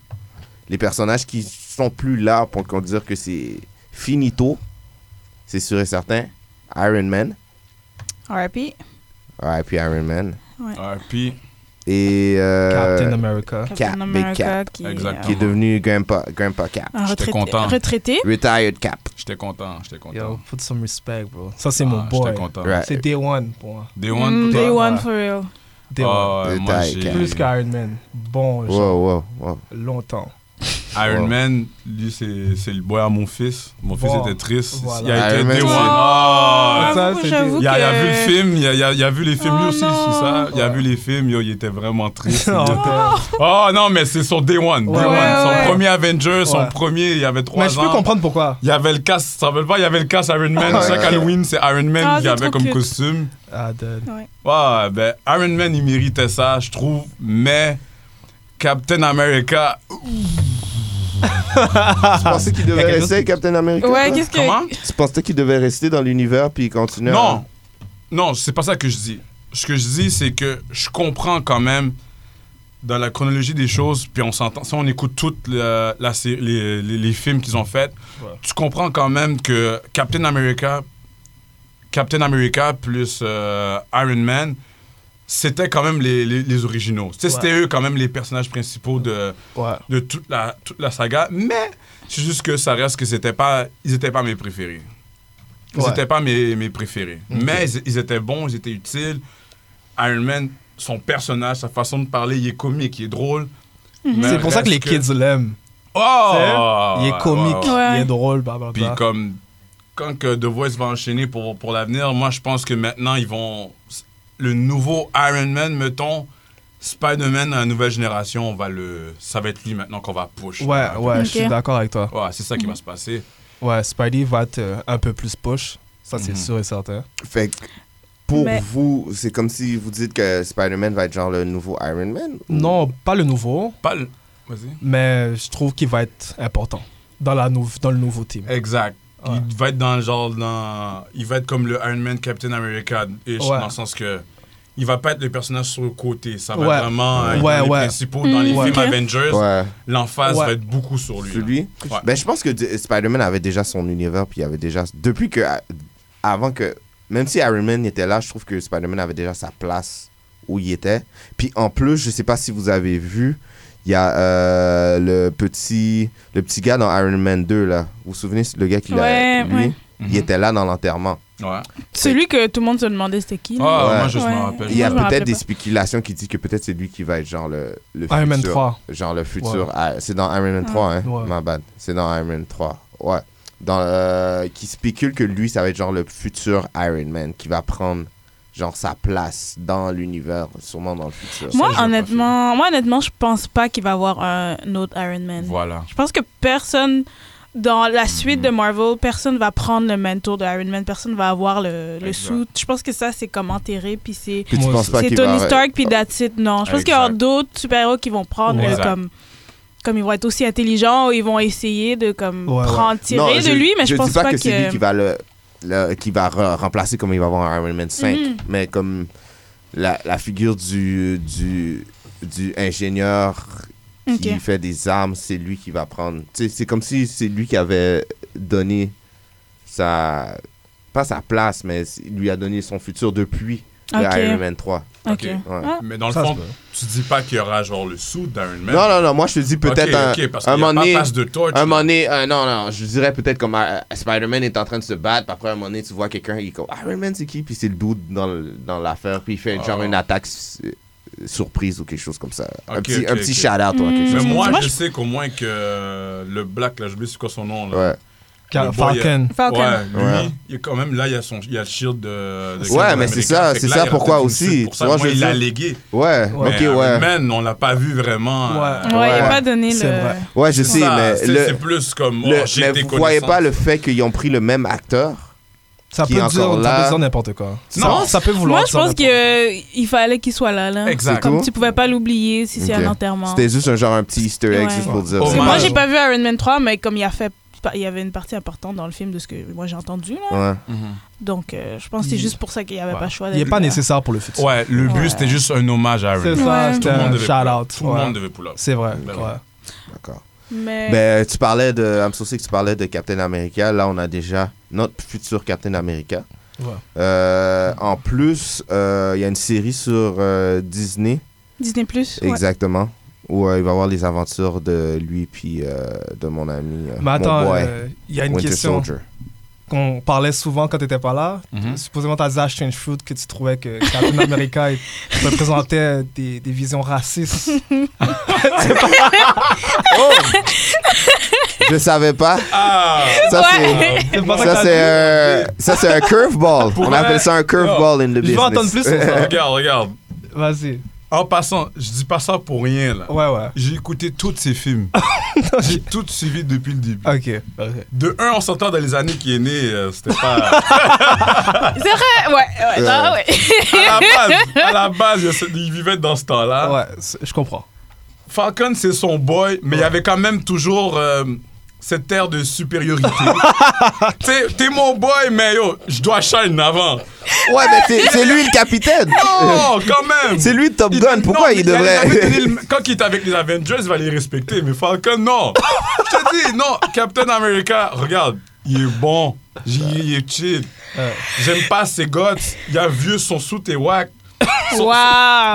Speaker 3: Les personnages qui sont plus là pour qu'on dire que c'est finito, c'est sûr et certain. Iron Man,
Speaker 4: RIP.
Speaker 3: ouais, puis Iron Man
Speaker 2: Ouais, puis,
Speaker 3: et euh,
Speaker 1: Captain America.
Speaker 3: Cap,
Speaker 4: Captain
Speaker 3: big
Speaker 4: America
Speaker 3: cap.
Speaker 4: qui euh,
Speaker 2: Exact.
Speaker 3: qui est devenu Grandpa, Grandpa Cap,
Speaker 4: un
Speaker 2: J'étais
Speaker 4: retraité.
Speaker 2: content.
Speaker 4: retraité.
Speaker 3: retired Cap.
Speaker 2: j'étais content, j'étais content.
Speaker 1: Yo, put some respect, bro. Ça, c'est
Speaker 2: Ah,
Speaker 1: mon boy.
Speaker 2: J'étais content.
Speaker 3: Right.
Speaker 1: C'est Day One pour moi.
Speaker 2: Day
Speaker 4: Mm,
Speaker 2: one, bah.
Speaker 4: day
Speaker 2: pour
Speaker 1: toi,
Speaker 4: one
Speaker 1: ouais.
Speaker 4: for real.
Speaker 1: Day One.
Speaker 2: toi? Ah,
Speaker 3: Day
Speaker 2: moi,
Speaker 3: one.
Speaker 2: j'ai-
Speaker 1: Plus qu'Iron Man. Bon,
Speaker 3: Wow,
Speaker 1: genre,
Speaker 3: wow, wow.
Speaker 1: longtemps.
Speaker 2: Iron
Speaker 3: Wow.
Speaker 2: Man, lui, c'est c'est le boy à mon fils. Mon fils
Speaker 1: Wow.
Speaker 2: était triste.
Speaker 1: Voilà.
Speaker 2: Il a
Speaker 3: Iron
Speaker 2: été
Speaker 3: Man,
Speaker 2: Day
Speaker 3: c'est-
Speaker 2: One.
Speaker 1: Ah,
Speaker 2: Ah,
Speaker 1: ça,
Speaker 4: Oh, J'avoue,
Speaker 1: c'est-
Speaker 4: j'avoue
Speaker 2: Il a, il a
Speaker 4: que-
Speaker 2: vu le film, il a, il a- il a vu les films, lui
Speaker 4: Oh
Speaker 2: aussi, c'est
Speaker 4: non.
Speaker 2: ça. Il a
Speaker 1: Ouais.
Speaker 2: vu les films, yo, il était vraiment triste.
Speaker 1: Non, t'as-
Speaker 2: oh non, mais c'est son Day One.
Speaker 1: Ouais,
Speaker 2: Day One.
Speaker 1: ouais,
Speaker 2: son
Speaker 4: ouais.
Speaker 2: premier Avenger, son
Speaker 1: Ouais.
Speaker 2: premier, il y avait trois
Speaker 1: Mais je peux
Speaker 2: ans.
Speaker 1: comprendre pourquoi.
Speaker 2: Il y avait le casse, tu te rappelles pas, il y avait le casse Iron Man.
Speaker 3: Ah,
Speaker 2: Chaque
Speaker 3: ouais.
Speaker 2: Halloween, c'est Iron Man
Speaker 4: Ah,
Speaker 2: qu'il
Speaker 4: c'est
Speaker 2: avait
Speaker 4: trop
Speaker 2: comme
Speaker 4: cute.
Speaker 2: costume.
Speaker 1: Ah, dude.
Speaker 2: Ouais, ben Iron Man, il méritait ça, je trouve, mais Captain America.
Speaker 3: Tu pensais qu'il devait
Speaker 1: quelque chose
Speaker 3: rester Captain America
Speaker 4: Ouais,
Speaker 3: toi?
Speaker 4: qu'est-ce que.
Speaker 2: Comment
Speaker 3: Tu pensais qu'il devait rester dans l'univers puis continuer à-
Speaker 2: Non, non, c'est pas ça que je dis. Ce que je dis, c'est que je comprends quand même dans la chronologie des choses, puis on s'entend, si on écoute toutes la, la sé- les, les- les films qu'ils ont faits,
Speaker 1: Ouais.
Speaker 2: tu comprends quand même que Captain America, Captain America plus euh, Iron Man, c'était quand même les, les- les originaux. Tu sais, C'était eux quand même les personnages principaux de,
Speaker 1: Ouais.
Speaker 2: de toute la, toute la saga, mais c'est juste que ça reste que c'était pas, ils étaient pas mes préférés. Ils
Speaker 1: Ouais.
Speaker 2: étaient pas mes, mes préférés. Mais ils, ils étaient bons, ils étaient utiles. Iron Man, son personnage, sa façon de parler, il est comique, il est drôle. Mais
Speaker 1: Mhm. C'est pour ça que les
Speaker 2: reste
Speaker 1: kids l'aiment.
Speaker 2: Oh!
Speaker 1: Il
Speaker 2: Ouais,
Speaker 1: est comique,
Speaker 2: ouais, ouais.
Speaker 4: ouais.
Speaker 1: il est drôle, blablabla.
Speaker 2: Puis comme quand que The Voice va enchaîner pour, pour l'avenir, moi je pense que maintenant ils vont le nouveau Iron Man, mettons Spider-Man, la nouvelle génération, on va le, ça va être lui maintenant qu'on va push.
Speaker 1: Ouais, ouais,
Speaker 4: Ok.
Speaker 1: je suis d'accord avec toi.
Speaker 2: Ouais, c'est ça
Speaker 1: Mhm.
Speaker 2: qui va se passer.
Speaker 1: Ouais, Spidey va être euh, un peu plus push. Ça, c'est
Speaker 2: Mhm.
Speaker 1: sûr et certain.
Speaker 3: Fait que pour
Speaker 4: Mais-
Speaker 3: vous, c'est comme si vous dites que Spider-Man va être genre le nouveau Iron Man ou-
Speaker 1: Non, pas le nouveau,
Speaker 2: Pas le... Vas-y.
Speaker 1: mais je trouve qu'il va être important dans, la nou- dans le nouveau team.
Speaker 2: Exact.
Speaker 1: Ouais.
Speaker 2: Il va être dans le genre dans... Il va être comme le Iron Man Captain America et
Speaker 1: Ouais.
Speaker 2: dans le sens que il va pas être le personnage sur le côté. Ça va
Speaker 1: Ouais.
Speaker 2: être vraiment euh,
Speaker 1: Ouais,
Speaker 2: dans les
Speaker 1: ouais. Mhm.
Speaker 2: principaux dans les
Speaker 4: Mm,
Speaker 2: films
Speaker 4: ok.
Speaker 2: Avengers.
Speaker 3: Ouais,
Speaker 2: L'emphase
Speaker 1: Ouais.
Speaker 2: va être beaucoup sur lui.
Speaker 3: celui.
Speaker 2: hein. Ouais.
Speaker 3: Ben, je pense que d- Spider-Man avait déjà son univers, puis il avait déjà. Depuis que. Avant que. Même si Iron Man était là, je trouve que Spider-Man avait déjà sa place où il était. Puis en plus, je sais pas si vous avez vu, il y a euh, le, petit, le petit gars dans Iron Man 2, là. Vous vous souvenez, le gars qui l'a.
Speaker 4: Ouais,
Speaker 3: lui,
Speaker 4: ouais.
Speaker 2: Mhm.
Speaker 3: il était là dans l'enterrement.
Speaker 2: Ouais.
Speaker 4: Celui que tout le monde se demandait c'était qui. là.
Speaker 2: Ah,
Speaker 3: Ouais.
Speaker 2: moi, je
Speaker 4: Ouais.
Speaker 2: me rappelle.
Speaker 3: Il y a
Speaker 4: Moi, je me
Speaker 3: peut-être
Speaker 4: rappelais
Speaker 3: des
Speaker 4: pas.
Speaker 3: spéculations qui disent que peut-être c'est lui qui va être genre le, le
Speaker 1: Iron Man
Speaker 3: futur.
Speaker 1: 3.
Speaker 3: Genre le futur. ah, c'est dans Iron Man 3, hein?
Speaker 1: Ouais.
Speaker 3: My bad. C'est dans Iron Man 3. Ouais. Dans, euh, qui spécule que lui, ça va être genre le futur Iron Man qui va prendre genre sa place dans l'univers, sûrement dans le futur.
Speaker 4: Moi,
Speaker 2: je l'ai pas
Speaker 4: honnêtement, moi, honnêtement, je pense pas qu'il va y avoir un autre Iron
Speaker 1: Mhm.
Speaker 4: Man.
Speaker 2: Voilà.
Speaker 4: Je pense que personne, dans la suite
Speaker 2: Mm.
Speaker 4: de Marvel, personne va prendre le manteau de Iron Man, personne va avoir le, le
Speaker 2: Exact.
Speaker 4: suit. Je pense que ça, c'est comme enterré, puis c'est.
Speaker 3: Puis tu
Speaker 1: Moi
Speaker 3: penses
Speaker 1: aussi.
Speaker 3: pas
Speaker 4: C'est
Speaker 3: qu'il
Speaker 4: Tony
Speaker 3: va-
Speaker 4: Stark, puis that's it. Non, je pense qu'il y aura
Speaker 2: Exact.
Speaker 4: d'autres super-héros qui vont prendre
Speaker 1: Ouais.
Speaker 4: euh,
Speaker 2: Exact.
Speaker 4: comme. Comme ils vont être aussi intelligents, ou ils vont essayer de comme
Speaker 1: Ouais, ouais.
Speaker 4: prendre tirer
Speaker 3: Non,
Speaker 4: de
Speaker 3: je-
Speaker 4: lui, mais
Speaker 3: je
Speaker 4: je, pense
Speaker 3: dis pas, que, c'est lui
Speaker 4: que.
Speaker 3: qui va le, le- qui va re- remplacer comme il va avoir un Iron Man 5,
Speaker 4: Mhm.
Speaker 3: mais comme la, la figure du, du, du ingénieur qui
Speaker 4: Ok.
Speaker 3: fait des armes, c'est lui qui va prendre. Tu sais, c'est comme si c'est lui qui avait donné sa pas sa place, mais c'est- il lui a donné son futur depuis le
Speaker 4: Ok.
Speaker 3: Iron Man 3.
Speaker 4: Ok.
Speaker 2: Ok.
Speaker 3: Ouais.
Speaker 4: Ah.
Speaker 2: Mais dans le
Speaker 1: Ça,
Speaker 2: fond,
Speaker 1: c'est
Speaker 2: tu dis pas qu'il y aura genre le sou d'Iron Man.
Speaker 3: Non, non, non, moi je te dis peut-être
Speaker 2: Ok,
Speaker 3: un,
Speaker 2: ok, parce
Speaker 3: un
Speaker 2: qu'il y a
Speaker 3: moment
Speaker 2: pas
Speaker 3: donné-
Speaker 2: passe de torch,
Speaker 3: Un
Speaker 2: là.
Speaker 3: moment donné, euh, non, non, je dirais peut-être comme euh, Spider-Man est en train de se battre, puis après un moment donné, tu vois quelqu'un, il est comme Iron Man, c'est qui Puis c'est le dude dans, le- dans l'affaire, puis il fait
Speaker 2: Ah.
Speaker 3: genre une attaque s- euh, surprise ou quelque chose comme ça. un
Speaker 2: Ok,
Speaker 3: petit,
Speaker 2: ok,
Speaker 3: un petit
Speaker 2: ok.
Speaker 1: Mhm.
Speaker 3: shout-out ou quelque
Speaker 4: Mm.
Speaker 2: Mais
Speaker 3: chose.
Speaker 2: moi,
Speaker 4: Moi,
Speaker 2: je
Speaker 4: je-
Speaker 2: sais qu'au moins que le Black, là, je sais c'est quoi son nom, là.
Speaker 3: Ouais.
Speaker 1: Car-
Speaker 2: Le boy, euh,
Speaker 1: Falcon.
Speaker 4: Falcon.
Speaker 2: Ouais, lui,
Speaker 3: Ouais.
Speaker 2: il est quand même là, il y a, son, il y a le shield de. de
Speaker 3: Ouais,
Speaker 2: Captain
Speaker 3: mais c'est
Speaker 2: America.
Speaker 3: ça,
Speaker 2: Fait
Speaker 3: c'est
Speaker 2: que là,
Speaker 3: ça
Speaker 2: il y a
Speaker 3: pourquoi
Speaker 2: peut-être une
Speaker 3: aussi,
Speaker 2: cible Pour
Speaker 3: tu
Speaker 2: ça,
Speaker 3: vois,
Speaker 2: Moi,
Speaker 3: je veux
Speaker 2: il l'a
Speaker 3: dire.
Speaker 2: légué. euh,
Speaker 3: Ouais,
Speaker 1: Ouais.
Speaker 3: ok, ouais.
Speaker 2: Man, on l'a pas vu vraiment.
Speaker 1: Ouais.
Speaker 2: euh,
Speaker 4: Ouais, il
Speaker 3: Ouais.
Speaker 4: n'est pas donné
Speaker 1: C'est
Speaker 4: le.
Speaker 1: vrai.
Speaker 3: Ouais, je
Speaker 2: c'est
Speaker 3: sais,
Speaker 2: ça,
Speaker 3: mais,
Speaker 2: c'est-
Speaker 3: le,
Speaker 2: C'est plus comme.
Speaker 3: le-
Speaker 2: oh, j'ai
Speaker 3: mais
Speaker 2: des
Speaker 3: vous voyez
Speaker 2: connaissances.
Speaker 3: pas le fait qu'ils ont pris le même acteur
Speaker 1: Ça
Speaker 3: Qui
Speaker 1: peut,
Speaker 3: est
Speaker 1: dire,
Speaker 3: encore
Speaker 1: ça
Speaker 3: là.
Speaker 1: peut dire n'importe quoi.
Speaker 2: Non.
Speaker 3: Ah,
Speaker 1: ça, ça peut vouloir
Speaker 4: Moi, je
Speaker 1: dire
Speaker 4: pense
Speaker 1: n'importe
Speaker 4: qu'il fallait qu'il soit là. là.
Speaker 2: Exact.
Speaker 4: Comme
Speaker 3: Tout.
Speaker 4: tu pouvais pas l'oublier si c'est
Speaker 3: Ok.
Speaker 4: un enterrement.
Speaker 3: C'était juste un genre un petit Easter egg
Speaker 4: Ouais.
Speaker 3: juste pour dire.
Speaker 2: Oh,
Speaker 4: Parce
Speaker 3: ça.
Speaker 4: que Moi,
Speaker 2: Hommage.
Speaker 4: j'ai pas vu Iron Man 3, mais comme il a fait. Il y avait une partie importante dans le film de ce que moi j'ai entendu. Là.
Speaker 3: Ouais.
Speaker 2: Mhm.
Speaker 4: Donc, euh, je pense que c'est
Speaker 1: Il-
Speaker 4: juste pour ça qu'il n'y avait
Speaker 1: Ouais.
Speaker 4: pas le choix
Speaker 1: quoi. Il n'est
Speaker 4: d'être
Speaker 1: pas
Speaker 4: là.
Speaker 1: nécessaire pour le futur.
Speaker 2: Ouais, le but,
Speaker 4: Ouais.
Speaker 2: c'était juste un hommage à Iron
Speaker 1: C'est
Speaker 2: Man.
Speaker 1: ça,
Speaker 4: Ouais.
Speaker 1: c'était
Speaker 2: Tout le monde
Speaker 1: un
Speaker 2: devait
Speaker 1: shout-out.
Speaker 2: Tout le
Speaker 1: ouais.
Speaker 2: monde devait pull up.
Speaker 1: C'est vrai.
Speaker 2: Ben
Speaker 1: ouais.
Speaker 2: oui.
Speaker 3: D'accord.
Speaker 4: Mais...
Speaker 3: Ben, tu parlais de. I'm so sick, tu parlais de Captain America. Là, on a déjà notre futur Captain America.
Speaker 1: Ouais.
Speaker 3: Euh, en plus, euh, il y a une série sur euh, Disney,
Speaker 4: Disney Plus.
Speaker 3: exactement, où euh, il va y avoir les aventures de lui puis euh, de mon ami. euh,
Speaker 1: Mais attends,
Speaker 3: mon boy,
Speaker 1: euh, il y a une
Speaker 3: Winter
Speaker 1: question
Speaker 3: Soldier.
Speaker 1: qu'on parlait souvent quand tu n'étais pas là.
Speaker 2: Mhm.
Speaker 1: Supposément, tu as dit à Strange Fruit que tu trouvais que Captain America il représentait des, des visions racistes.
Speaker 3: Je savais pas.
Speaker 2: Ah!
Speaker 3: Ça,
Speaker 4: Ouais.
Speaker 3: c'est.
Speaker 1: C'est pas ça que
Speaker 3: Ça
Speaker 1: t'as
Speaker 3: c'est
Speaker 1: dit.
Speaker 3: un, ça c'est un curveball. On
Speaker 2: Pourquoi-
Speaker 3: appelle ça un curveball in the
Speaker 1: Je veux
Speaker 3: business.
Speaker 1: entendre plus sur ça.
Speaker 2: Regarde, regarde.
Speaker 1: Vas-y.
Speaker 2: En passant, je dis pas ça pour rien, là.
Speaker 1: Ouais, ouais.
Speaker 2: J'ai écouté tous ces films. J'ai tout suivi depuis le début.
Speaker 1: Ok.
Speaker 2: De un, on s'entend dans les années qui est né, euh, c'était pas.
Speaker 4: C'est vrai, ouais, ouais,
Speaker 3: Euh.
Speaker 4: ah ouais.
Speaker 2: À la base, à la base, il y a ce- il vivait dans ce temps-là.
Speaker 1: Ouais, c'est- je comprends.
Speaker 2: Falcon, c'est son boy, mais il y avait quand même toujours euh, cette air de supériorité. Tu sais, T'es mon boy, mais yo, je dois shine avant.
Speaker 3: Ouais, mais c'est- c'est lui le capitaine.
Speaker 2: Oh, quand même!
Speaker 3: C'est lui Top
Speaker 2: Il-
Speaker 3: Gun. Pourquoi
Speaker 2: non,
Speaker 3: il
Speaker 2: mais allait jamais
Speaker 3: devrait.
Speaker 2: donner le- Quand il est avec les Avengers, il va les respecter, mais Falcon, non! Je te dis, non, Captain America, regarde, il est bon, il il est chill.
Speaker 1: Ouais.
Speaker 2: J'aime pas ses gottes, il a vieux son soute et whack.
Speaker 4: Wow.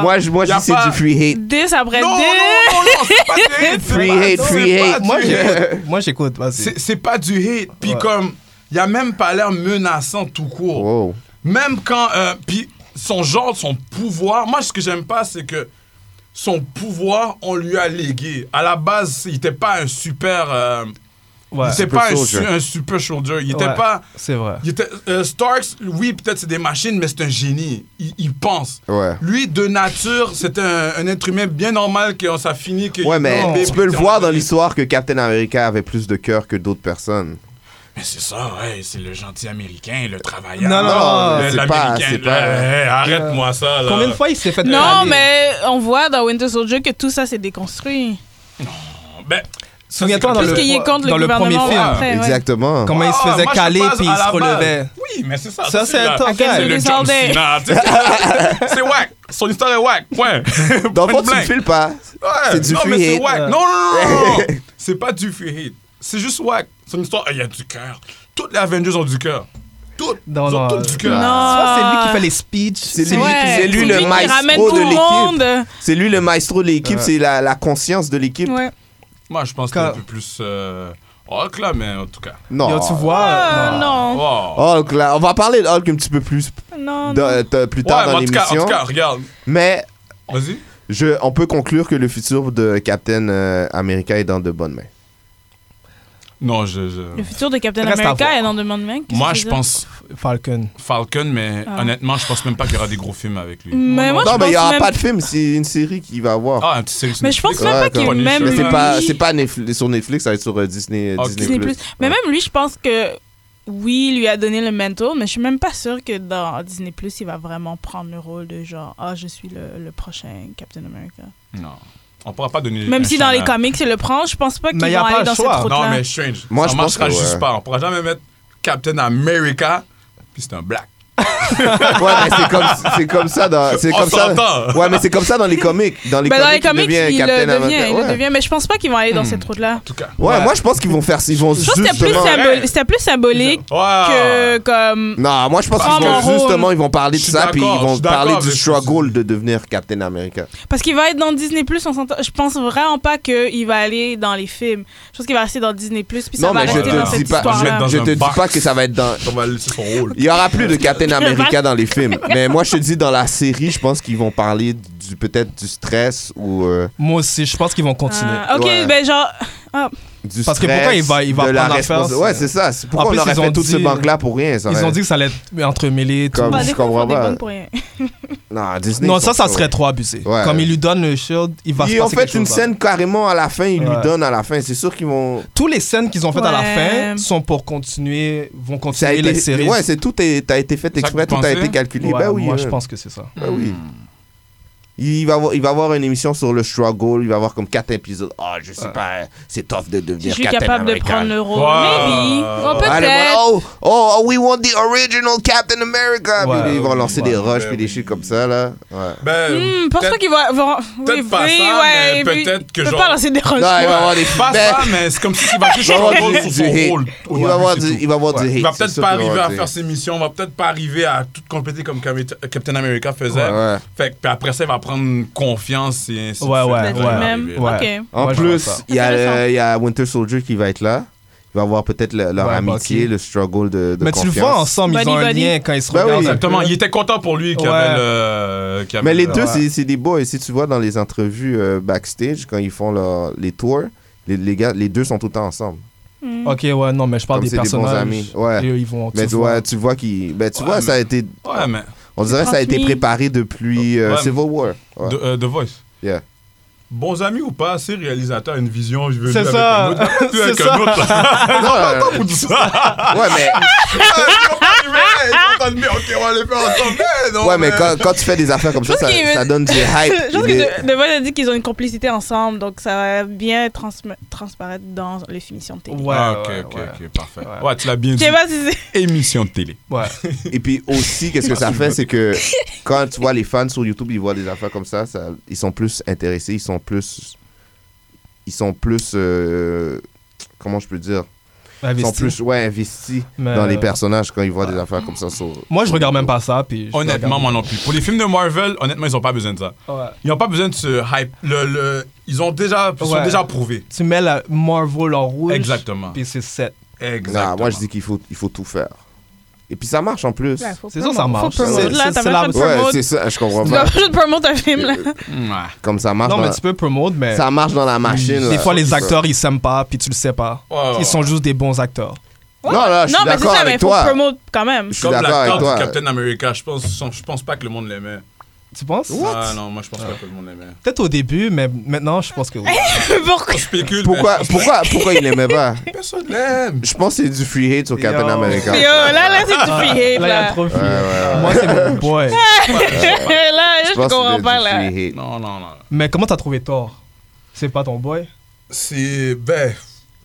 Speaker 3: Moi, je, moi,
Speaker 2: Ah. Y a
Speaker 3: je- c'est
Speaker 2: pas-
Speaker 3: du free hate.
Speaker 4: 10 après
Speaker 2: Non, non, non,
Speaker 4: 10.
Speaker 2: non, c'est pas du hate! c'est
Speaker 3: Free
Speaker 2: pas-
Speaker 3: hate,
Speaker 2: non,
Speaker 3: free
Speaker 2: c'est pas
Speaker 3: hate.
Speaker 2: du
Speaker 1: Moi, j'écoute. Moi, j'écoute. Vas-y.
Speaker 2: C'est c'est pas du hate, puis
Speaker 1: Ouais.
Speaker 2: comme, il a même pas l'air menaçant tout court.
Speaker 3: Wow.
Speaker 2: Même quand. euh, puis son genre, son pouvoir. Moi, ce que j'aime pas, c'est que son pouvoir, on lui a légué. À la base, il était pas un super. euh,
Speaker 1: Ouais.
Speaker 2: il était
Speaker 3: Super
Speaker 2: pas un,
Speaker 3: soldier.
Speaker 2: su- un super soldier. Il était
Speaker 1: Ouais.
Speaker 2: pas.
Speaker 1: C'est vrai.
Speaker 2: il était- euh, Starks, oui, peut-être c'est des machines, mais c'est un génie. Il, il pense.
Speaker 3: Ouais.
Speaker 2: Lui, de nature, c'est un, un être humain bien normal que ça finit. Que
Speaker 3: Ouais, mais
Speaker 2: Non,
Speaker 3: tu
Speaker 2: baby,
Speaker 3: peux le
Speaker 2: t'es
Speaker 3: voir dans
Speaker 2: enlevé.
Speaker 3: l'histoire que Captain America avait plus de cœur que d'autres personnes.
Speaker 2: Mais c'est ça, ouais, c'est le gentil américain, le travailleur.
Speaker 1: Non, non,
Speaker 3: Non,
Speaker 2: le-
Speaker 3: c'est pas-
Speaker 2: l'américain.
Speaker 3: c'est pas-
Speaker 2: là, hey, Arrête-moi ça. Là.
Speaker 1: Combien de fois il s'est fait
Speaker 4: Non,
Speaker 1: parler?
Speaker 4: mais on voit dans Winter Soldier que tout ça s'est déconstruit.
Speaker 2: Ben, ça,
Speaker 1: Souviens-toi
Speaker 2: c'est
Speaker 1: dans
Speaker 2: quelque
Speaker 1: le,
Speaker 4: Parce qu'il est contre le
Speaker 1: dans le premier
Speaker 4: gouvernement
Speaker 1: film.
Speaker 2: Eh
Speaker 4: après. Ouais, ouais.
Speaker 3: Exactement.
Speaker 1: Comment il se
Speaker 2: Ah,
Speaker 1: faisait
Speaker 2: moi, je
Speaker 1: caler
Speaker 2: pense
Speaker 1: puis
Speaker 2: à
Speaker 1: il se
Speaker 2: la
Speaker 1: relevait.
Speaker 2: base. Oui, mais c'est ça.
Speaker 1: Ça, c'est un
Speaker 2: la-
Speaker 1: top
Speaker 2: C'est
Speaker 1: guy.
Speaker 2: le
Speaker 4: Les
Speaker 2: John
Speaker 4: Anglais.
Speaker 2: Cena. tu sais, C'est c'est whack. Son histoire est whack. Point.
Speaker 3: Dans le fond,
Speaker 2: Point
Speaker 3: tu ne
Speaker 2: blank.
Speaker 3: files pas.
Speaker 2: Ouais,
Speaker 3: c'est du
Speaker 2: non, mais
Speaker 3: free
Speaker 2: c'est
Speaker 3: hate.
Speaker 2: whack.
Speaker 1: Ouais.
Speaker 2: Non, non, non, non, non. C'est pas du free hate. C'est juste whack. Son histoire, il y a du cœur. Toutes les Avengers ont du cœur. Toutes.
Speaker 1: Non,
Speaker 2: Ils ont
Speaker 1: non,
Speaker 3: euh,
Speaker 2: toutes du cœur.
Speaker 4: Non.
Speaker 1: Ça, c'est lui qui fait les speeches.
Speaker 3: C'est lui,
Speaker 4: Ouais,
Speaker 3: c'est lui le
Speaker 4: qui ramène
Speaker 3: maestro
Speaker 4: tout
Speaker 3: de
Speaker 4: le
Speaker 3: l'équipe.
Speaker 4: monde.
Speaker 3: C'est lui le maestro de l'équipe. C'est la, la conscience de l'équipe.
Speaker 4: Ouais.
Speaker 2: Moi, je pense qu'il est
Speaker 1: Quand-
Speaker 2: un peu plus euh, rock là, mais en tout cas.
Speaker 3: Non.
Speaker 1: Yo, tu vois.
Speaker 4: Ah,
Speaker 1: non.
Speaker 4: non.
Speaker 2: Wow.
Speaker 3: Hulk, là, on va parler de Hulk un petit peu plus,
Speaker 4: Non,
Speaker 3: dans-
Speaker 4: non.
Speaker 3: euh, plus
Speaker 2: Oh, Ouais,
Speaker 3: tard
Speaker 2: mais
Speaker 3: dans
Speaker 2: en tout, cas, en
Speaker 3: l'émission.
Speaker 2: tout cas, regarde.
Speaker 3: Mais
Speaker 2: Vas-y.
Speaker 3: je, on peut conclure que le futur de Captain euh, America est dans de bonnes mains.
Speaker 2: Non, je. je-
Speaker 4: Le futur de Captain
Speaker 1: Reste à
Speaker 4: America,
Speaker 1: voir.
Speaker 4: elle en demande même. Qu'est-ce
Speaker 2: Moi,
Speaker 4: que
Speaker 2: je
Speaker 4: c'est
Speaker 2: pense
Speaker 1: Falcon.
Speaker 2: Falcon, mais
Speaker 4: Ah.
Speaker 2: honnêtement, je pense même pas qu'il y aura des gros films avec
Speaker 4: ça?
Speaker 2: lui.
Speaker 4: Mais moi,
Speaker 3: non,
Speaker 4: je
Speaker 3: mais il n'y
Speaker 4: pense
Speaker 3: aura
Speaker 4: même...
Speaker 3: pas de film. C'est une série qui va avoir.
Speaker 2: Ah, un petit série sur
Speaker 4: Mais je pense
Speaker 2: Netflix.
Speaker 4: même pas
Speaker 3: Ouais,
Speaker 4: qu'il est
Speaker 2: attends.
Speaker 4: même
Speaker 3: Mais c'est
Speaker 2: Euh,
Speaker 3: pas,
Speaker 4: lui-
Speaker 3: c'est pas Netflix- sur Netflix, ça va être sur euh, Disney,
Speaker 2: Ok.
Speaker 3: Disney+.
Speaker 4: Disney+. Mais
Speaker 3: Ouais.
Speaker 4: même lui, je pense que oui, il lui a donné le mentor, mais je suis même pas sûre que dans Disney+, il va vraiment prendre le rôle de genre « Ah, je suis le, le prochain Captain America
Speaker 2: Non. On pourra pas donner. ».
Speaker 4: Même
Speaker 2: un
Speaker 4: si dans les
Speaker 2: shout-out.
Speaker 4: comics, il le prend, je pense pas qu'ils
Speaker 1: Mais y a
Speaker 4: vont
Speaker 1: pas
Speaker 4: aller
Speaker 1: le
Speaker 4: dans cette
Speaker 1: choix.
Speaker 4: route-là.
Speaker 2: Non, mais Strange.
Speaker 3: Moi,
Speaker 2: ça
Speaker 3: je pense
Speaker 2: marchera
Speaker 3: que, ouais.
Speaker 2: juste pas. On pourra jamais mettre Captain America, puis c'est un black.
Speaker 3: Ouais, mais c'est comme, c'est comme ça dans, c'est
Speaker 2: On
Speaker 3: comme ça.
Speaker 2: s'entend.
Speaker 3: Ouais, mais c'est comme ça dans les comics. Dans les
Speaker 4: Ben, dans les
Speaker 3: comics, il
Speaker 4: comics,
Speaker 3: devient
Speaker 4: il,
Speaker 3: Captain
Speaker 4: le devient,
Speaker 3: America.
Speaker 4: il
Speaker 3: Ouais.
Speaker 4: le devient, mais je pense pas qu'ils vont aller dans
Speaker 2: Hmm.
Speaker 4: cette route-là.
Speaker 2: En tout cas.
Speaker 3: Ouais,
Speaker 1: Ouais.
Speaker 3: moi je pense qu'ils vont faire, ils vont
Speaker 4: Je pense que c'était plus,
Speaker 3: justement.
Speaker 4: symboli- c'était plus symbolique que
Speaker 2: Ah. Ouais.
Speaker 4: comme...
Speaker 3: Non, moi je pense
Speaker 4: Prends
Speaker 3: qu'ils vont
Speaker 4: Oh, mon rôle.
Speaker 3: justement, ils vont parler de
Speaker 2: Je suis
Speaker 3: ça, puis ils
Speaker 2: d'accord, je
Speaker 3: vont
Speaker 2: suis d'accord
Speaker 3: parler du
Speaker 2: avec ce que tu
Speaker 3: struggle de devenir Captain America.
Speaker 4: Parce qu'il va être dans Disney+, on s'entend... Je pense vraiment pas qu'il va aller dans les films. Je pense qu'il va rester dans Disney+, puis ça
Speaker 3: Non,
Speaker 4: va
Speaker 3: mais je
Speaker 4: rester dans
Speaker 3: te dis
Speaker 4: cette
Speaker 3: pas,
Speaker 2: Je vais
Speaker 4: histoire-là.
Speaker 2: dans
Speaker 3: je
Speaker 2: un
Speaker 3: te dis
Speaker 2: box.
Speaker 3: pas que ça va être dans.
Speaker 2: On va laisser son rôle.
Speaker 3: Il y aura plus de Captain America dans les films. Mais moi je te dis dans la série, je pense qu'ils vont parler du peut-être du stress ou. euh,
Speaker 1: Moi aussi, je pense qu'ils vont continuer.
Speaker 4: Ah, ok,
Speaker 3: Ouais.
Speaker 4: ben genre. ah,
Speaker 3: du
Speaker 1: Parce que pourquoi
Speaker 3: stress,
Speaker 1: il va- il va
Speaker 3: de la
Speaker 1: prendre affaire,
Speaker 3: respons-
Speaker 1: c'est-
Speaker 3: Ouais, c'est ça. C'est Pourquoi
Speaker 1: En plus,
Speaker 3: on aurait
Speaker 1: ils ont
Speaker 3: fait toutes
Speaker 1: dit-
Speaker 3: ces banques-là pour rien ça
Speaker 1: Ils
Speaker 3: aurait-
Speaker 1: ont dit que ça allait être entremêlé. tout.
Speaker 3: Comme-
Speaker 4: Bah,
Speaker 3: je
Speaker 4: des fois, ils font
Speaker 3: comprends
Speaker 4: des
Speaker 3: pas.
Speaker 4: bonnes pour rien.
Speaker 3: Non, Disney,
Speaker 1: Non,
Speaker 3: ils
Speaker 1: ça,
Speaker 3: sont
Speaker 1: ça
Speaker 3: chauds.
Speaker 1: serait trop abusé.
Speaker 3: Ouais.
Speaker 1: Comme ils lui donnent le shield, il va se
Speaker 3: Ils ont
Speaker 1: passer
Speaker 3: fait
Speaker 1: quelque
Speaker 3: une
Speaker 1: chose, là.
Speaker 3: scène carrément à la fin, ils lui
Speaker 1: Ouais.
Speaker 3: donnent à la fin. C'est sûr qu'ils vont.
Speaker 1: Tous les scènes qu'ils ont faites à la
Speaker 4: Ouais.
Speaker 1: fin sont pour continuer,
Speaker 3: Ça
Speaker 1: vont
Speaker 3: a
Speaker 1: continuer
Speaker 3: été...
Speaker 1: la série.
Speaker 3: Ouais, c'est tout est- a été fait
Speaker 2: que
Speaker 3: exprès,
Speaker 2: vous
Speaker 3: tout a
Speaker 2: pensez?
Speaker 3: été calculé.
Speaker 1: Ouais,
Speaker 3: ben oui.
Speaker 1: moi, je
Speaker 3: ouais.
Speaker 1: pense que c'est ça.
Speaker 3: Ben oui. Il va, avoir, il va avoir une émission sur le struggle. Il va avoir comme quatre épisodes. Ah, je sais pas, c'est tough de
Speaker 4: Si je
Speaker 3: devenir
Speaker 4: suis
Speaker 3: Captain
Speaker 4: capable de
Speaker 3: America.
Speaker 4: prendre le rôle.
Speaker 2: Ouais.
Speaker 4: Maybe.
Speaker 2: Ouais.
Speaker 5: Oh,
Speaker 3: Ah, le-
Speaker 5: peut-être.
Speaker 3: oh, oh, oh, we want the original Captain America.
Speaker 1: Ouais,
Speaker 3: Puis ils vont lancer
Speaker 1: ouais,
Speaker 3: des rushs
Speaker 2: ben
Speaker 3: puis des
Speaker 2: oui.
Speaker 3: shit comme ça, là. Ouais.
Speaker 2: Ben,
Speaker 4: Hmm, pense pas
Speaker 2: peut-être-
Speaker 4: qu'ils vont. vont-
Speaker 2: peut-être
Speaker 4: oui,
Speaker 2: pas
Speaker 4: oui,
Speaker 2: ça,
Speaker 4: ouais,
Speaker 2: mais
Speaker 4: et puis,
Speaker 2: peut-être que
Speaker 4: il peut
Speaker 2: genre-
Speaker 4: pas lancer des rushs.
Speaker 3: Non, il va avoir des
Speaker 2: Pas
Speaker 3: ben,
Speaker 2: ça, hein, mais c'est comme s'il va toucher son
Speaker 3: Il va
Speaker 2: rôle
Speaker 3: avoir
Speaker 2: sur
Speaker 3: du-
Speaker 2: son
Speaker 3: du hate.
Speaker 2: rôle.
Speaker 3: Il va avoir du-
Speaker 2: c'est tout.
Speaker 3: il va avoir du hate,
Speaker 2: Il va
Speaker 3: c'est
Speaker 2: peut-être
Speaker 3: sûr
Speaker 2: pas
Speaker 3: qu'il va
Speaker 2: arriver
Speaker 3: avoir
Speaker 2: à
Speaker 3: du
Speaker 2: faire
Speaker 3: hate.
Speaker 2: ses missions, il va peut-être pas arriver à tout compléter comme Capit- Captain America faisait.
Speaker 3: Ouais.
Speaker 2: Fait que puis après ça, il va prendre confiance et ainsi de
Speaker 1: Ouais,
Speaker 2: suite. Il
Speaker 1: ouais,
Speaker 2: va
Speaker 4: Peut-être
Speaker 1: ouais.
Speaker 2: arriver.
Speaker 4: même.
Speaker 1: Ouais.
Speaker 4: Ok.
Speaker 3: En
Speaker 1: Moi, je
Speaker 3: plus,
Speaker 1: pense ça.
Speaker 3: il y, a,
Speaker 4: Intéressant.
Speaker 3: euh, il y a Winter Soldier qui va être là. Il va avoir peut-être le- leur
Speaker 1: Ouais,
Speaker 3: amitié,
Speaker 1: Bucky.
Speaker 3: le struggle de, de
Speaker 1: Mais tu le vois
Speaker 3: confiance.
Speaker 1: ensemble, ils ont
Speaker 4: Buddy,
Speaker 1: un
Speaker 4: buddy.
Speaker 1: lien quand ils se
Speaker 3: Ben oui.
Speaker 1: regardent. un peu.
Speaker 2: Exactement, il était content pour lui qu'il y
Speaker 1: Ouais.
Speaker 2: avait le. qu'il y avait
Speaker 3: Mais les
Speaker 2: le-
Speaker 3: deux,
Speaker 2: Ouais.
Speaker 3: c'est c'est des boys. Si tu vois dans les entrevues euh, backstage, quand ils font leur- les tours, les, les gars, les deux sont tout le temps ensemble.
Speaker 4: Hmm.
Speaker 1: Ok, ouais, non, mais je parle
Speaker 3: Comme
Speaker 1: des
Speaker 3: c'est des bons
Speaker 1: personnages.
Speaker 3: amis. Ouais.
Speaker 1: Et eux, ils vont.
Speaker 3: Mais
Speaker 1: se
Speaker 3: tu vois,
Speaker 1: voir.
Speaker 3: tu vois, qu'ils- ben, tu
Speaker 2: Ouais,
Speaker 3: vois
Speaker 2: mais-
Speaker 3: ça a été,
Speaker 2: Ouais, mais.
Speaker 3: on dirait que ça a été
Speaker 4: transmis.
Speaker 3: préparé depuis euh,
Speaker 2: Ouais, mais-
Speaker 3: Civil War. Ouais.
Speaker 2: The, euh, The Voice.
Speaker 3: Yeah.
Speaker 2: Bons amis ou pas, ces réalisateurs ont une vision, je veux
Speaker 1: C'est
Speaker 2: lui
Speaker 1: ça.
Speaker 2: avec un autre, lui
Speaker 1: C'est
Speaker 2: avec un
Speaker 1: ça.
Speaker 2: autre.
Speaker 3: Non, euh,
Speaker 2: Tout ça.
Speaker 3: ouais, mais,
Speaker 2: ok, on va les faire ensemble. Mais non,
Speaker 3: ouais, mais quand, quand tu fais des affaires comme ça,
Speaker 4: Je
Speaker 3: ça,
Speaker 4: pense qu'il-
Speaker 3: ça donne du hype.
Speaker 4: Je pense
Speaker 3: Il est-
Speaker 4: que Devon a dit qu'ils ont une complicité ensemble, donc ça va bien transm- transparaître dans les finitions de télé.
Speaker 1: Ouais,
Speaker 2: Ah, ok,
Speaker 1: ouais,
Speaker 2: ok,
Speaker 1: ouais.
Speaker 2: ok, parfait.
Speaker 1: Ouais.
Speaker 2: Ouais, tu l'as bien
Speaker 4: Je
Speaker 2: dit.
Speaker 4: sais pas si c'est.
Speaker 2: Émission de télé.
Speaker 1: Ouais.
Speaker 3: Et puis aussi, qu'est-ce que ça fait, c'est que quand tu vois les fans sur YouTube, ils voient des affaires comme ça, ça- ils sont plus intéressés, ils sont plus, ils sont plus, euh, comment je peux dire, ils sont
Speaker 1: Investi.
Speaker 3: plus ouais investis
Speaker 1: Mais- euh,
Speaker 3: dans les personnages quand ils voient des affaires comme ça. sur-
Speaker 1: Moi, je regarde même pas ça. Puis je
Speaker 2: Honnêtement, moi non plus. Pour les films de Marvel, honnêtement, ils ont pas besoin de ça.
Speaker 1: regarde. Ouais.
Speaker 2: Ils ont pas besoin de ce hype. Le, le- ils ont déjà, ils sont
Speaker 1: Ouais.
Speaker 2: déjà prouvés.
Speaker 1: Tu mets la Marvel en rouge.
Speaker 2: Exactement.
Speaker 1: Puis c'est 7.
Speaker 2: Exactement.
Speaker 3: Non, moi je dis qu'il faut, il faut tout faire. Et puis ça marche en plus.
Speaker 4: Ouais, faut
Speaker 1: C'est
Speaker 4: promo-
Speaker 1: sûr, ça marche.
Speaker 4: Faut promote,
Speaker 1: C'est-
Speaker 4: là,
Speaker 1: c'est-
Speaker 4: t'as
Speaker 1: c'est
Speaker 4: pas
Speaker 1: la-
Speaker 4: le choix de
Speaker 3: Ouais,
Speaker 4: promote.
Speaker 3: c'est ça, je comprends
Speaker 4: Tu dois
Speaker 3: pas.
Speaker 4: pas juste promote un film, là.
Speaker 2: Ouais.
Speaker 3: Comme ça marche,
Speaker 1: Non, mais
Speaker 3: dans-
Speaker 1: tu peux promote, mais.
Speaker 3: Ah, ça marche dans la machine.
Speaker 1: Des
Speaker 3: là.
Speaker 1: fois, les
Speaker 3: Ça-
Speaker 1: acteurs, ils s'aiment pas, puis tu le sais pas.
Speaker 2: Ouais.
Speaker 1: Ils sont juste des bons acteurs.
Speaker 3: Non, là, je suis
Speaker 4: Non, mais c'est
Speaker 3: d'accord
Speaker 4: ça, mais
Speaker 3: avec
Speaker 4: il faut
Speaker 3: toi.
Speaker 4: promote quand même.
Speaker 3: Je suis
Speaker 2: Comme
Speaker 3: d'accord avec
Speaker 2: l'acteur
Speaker 3: toi.
Speaker 2: du Captain America, je pense, je pense pas que le monde l'aimait.
Speaker 1: Tu penses
Speaker 2: Ah non, moi je pense pas que le monde l'aimait.
Speaker 1: Peut-être au début, mais maintenant, je pense que oui.
Speaker 4: Pourquoi
Speaker 2: Je spécule.
Speaker 3: Pourquoi,
Speaker 2: mais je pense
Speaker 3: pourquoi, pourquoi il l'aimait pas
Speaker 2: que Personne l'aime.
Speaker 3: Je pense que c'est du free hate sur Captain
Speaker 1: Yo.
Speaker 3: America.
Speaker 4: Yo, oh, là, là, c'est du free hate,
Speaker 1: Ah, Là, il y a
Speaker 4: là.
Speaker 1: trop de filles.
Speaker 3: ouais,
Speaker 1: Moi, c'est mon boy.
Speaker 4: Là, je
Speaker 3: Je pense que
Speaker 4: comprends
Speaker 3: c'est
Speaker 4: pas,
Speaker 3: du
Speaker 4: là.
Speaker 3: free hate.
Speaker 2: Non, non, non.
Speaker 1: Mais comment t'as trouvé Thor C'est pas ton boy
Speaker 2: C'est. Ben.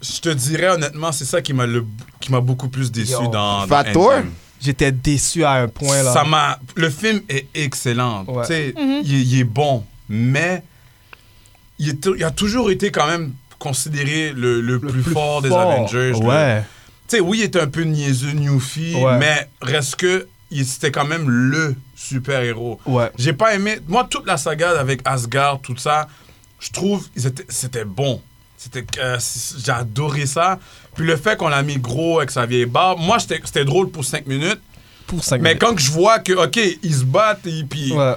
Speaker 2: Je te dirais honnêtement, c'est ça qui m'a le qui m'a beaucoup plus déçu
Speaker 1: Yo.
Speaker 2: dans.
Speaker 3: Fat
Speaker 2: dans
Speaker 3: Thor?
Speaker 2: Endgame.
Speaker 1: J'étais déçu à un point là.
Speaker 2: Ça m'a. Le film est excellent.
Speaker 1: Ouais.
Speaker 2: Tu sais, il, est- il est bon, mais il, est tou- il a toujours été quand même considéré le, le plus, fort, des Avengers. le-
Speaker 1: Ouais.
Speaker 2: Tu sais, oui, il était un peu niaiseux, Newfie,
Speaker 1: Ouais.
Speaker 2: mais reste que il- c'était quand même le super-héros.
Speaker 1: Ouais.
Speaker 2: J'ai pas aimé. Moi, toute la saga avec Asgard, tout ça, je trouve ils étaient- c'était bon. C'était euh, c- j'ai adoré ça. Puis le fait qu'on l'a mis gros avec sa vieille barbe, moi j'étais- c'était drôle pour 5 minutes.
Speaker 1: Pour 5
Speaker 2: Mais quand que je vois que ok ils se battent et puis
Speaker 1: Ouais.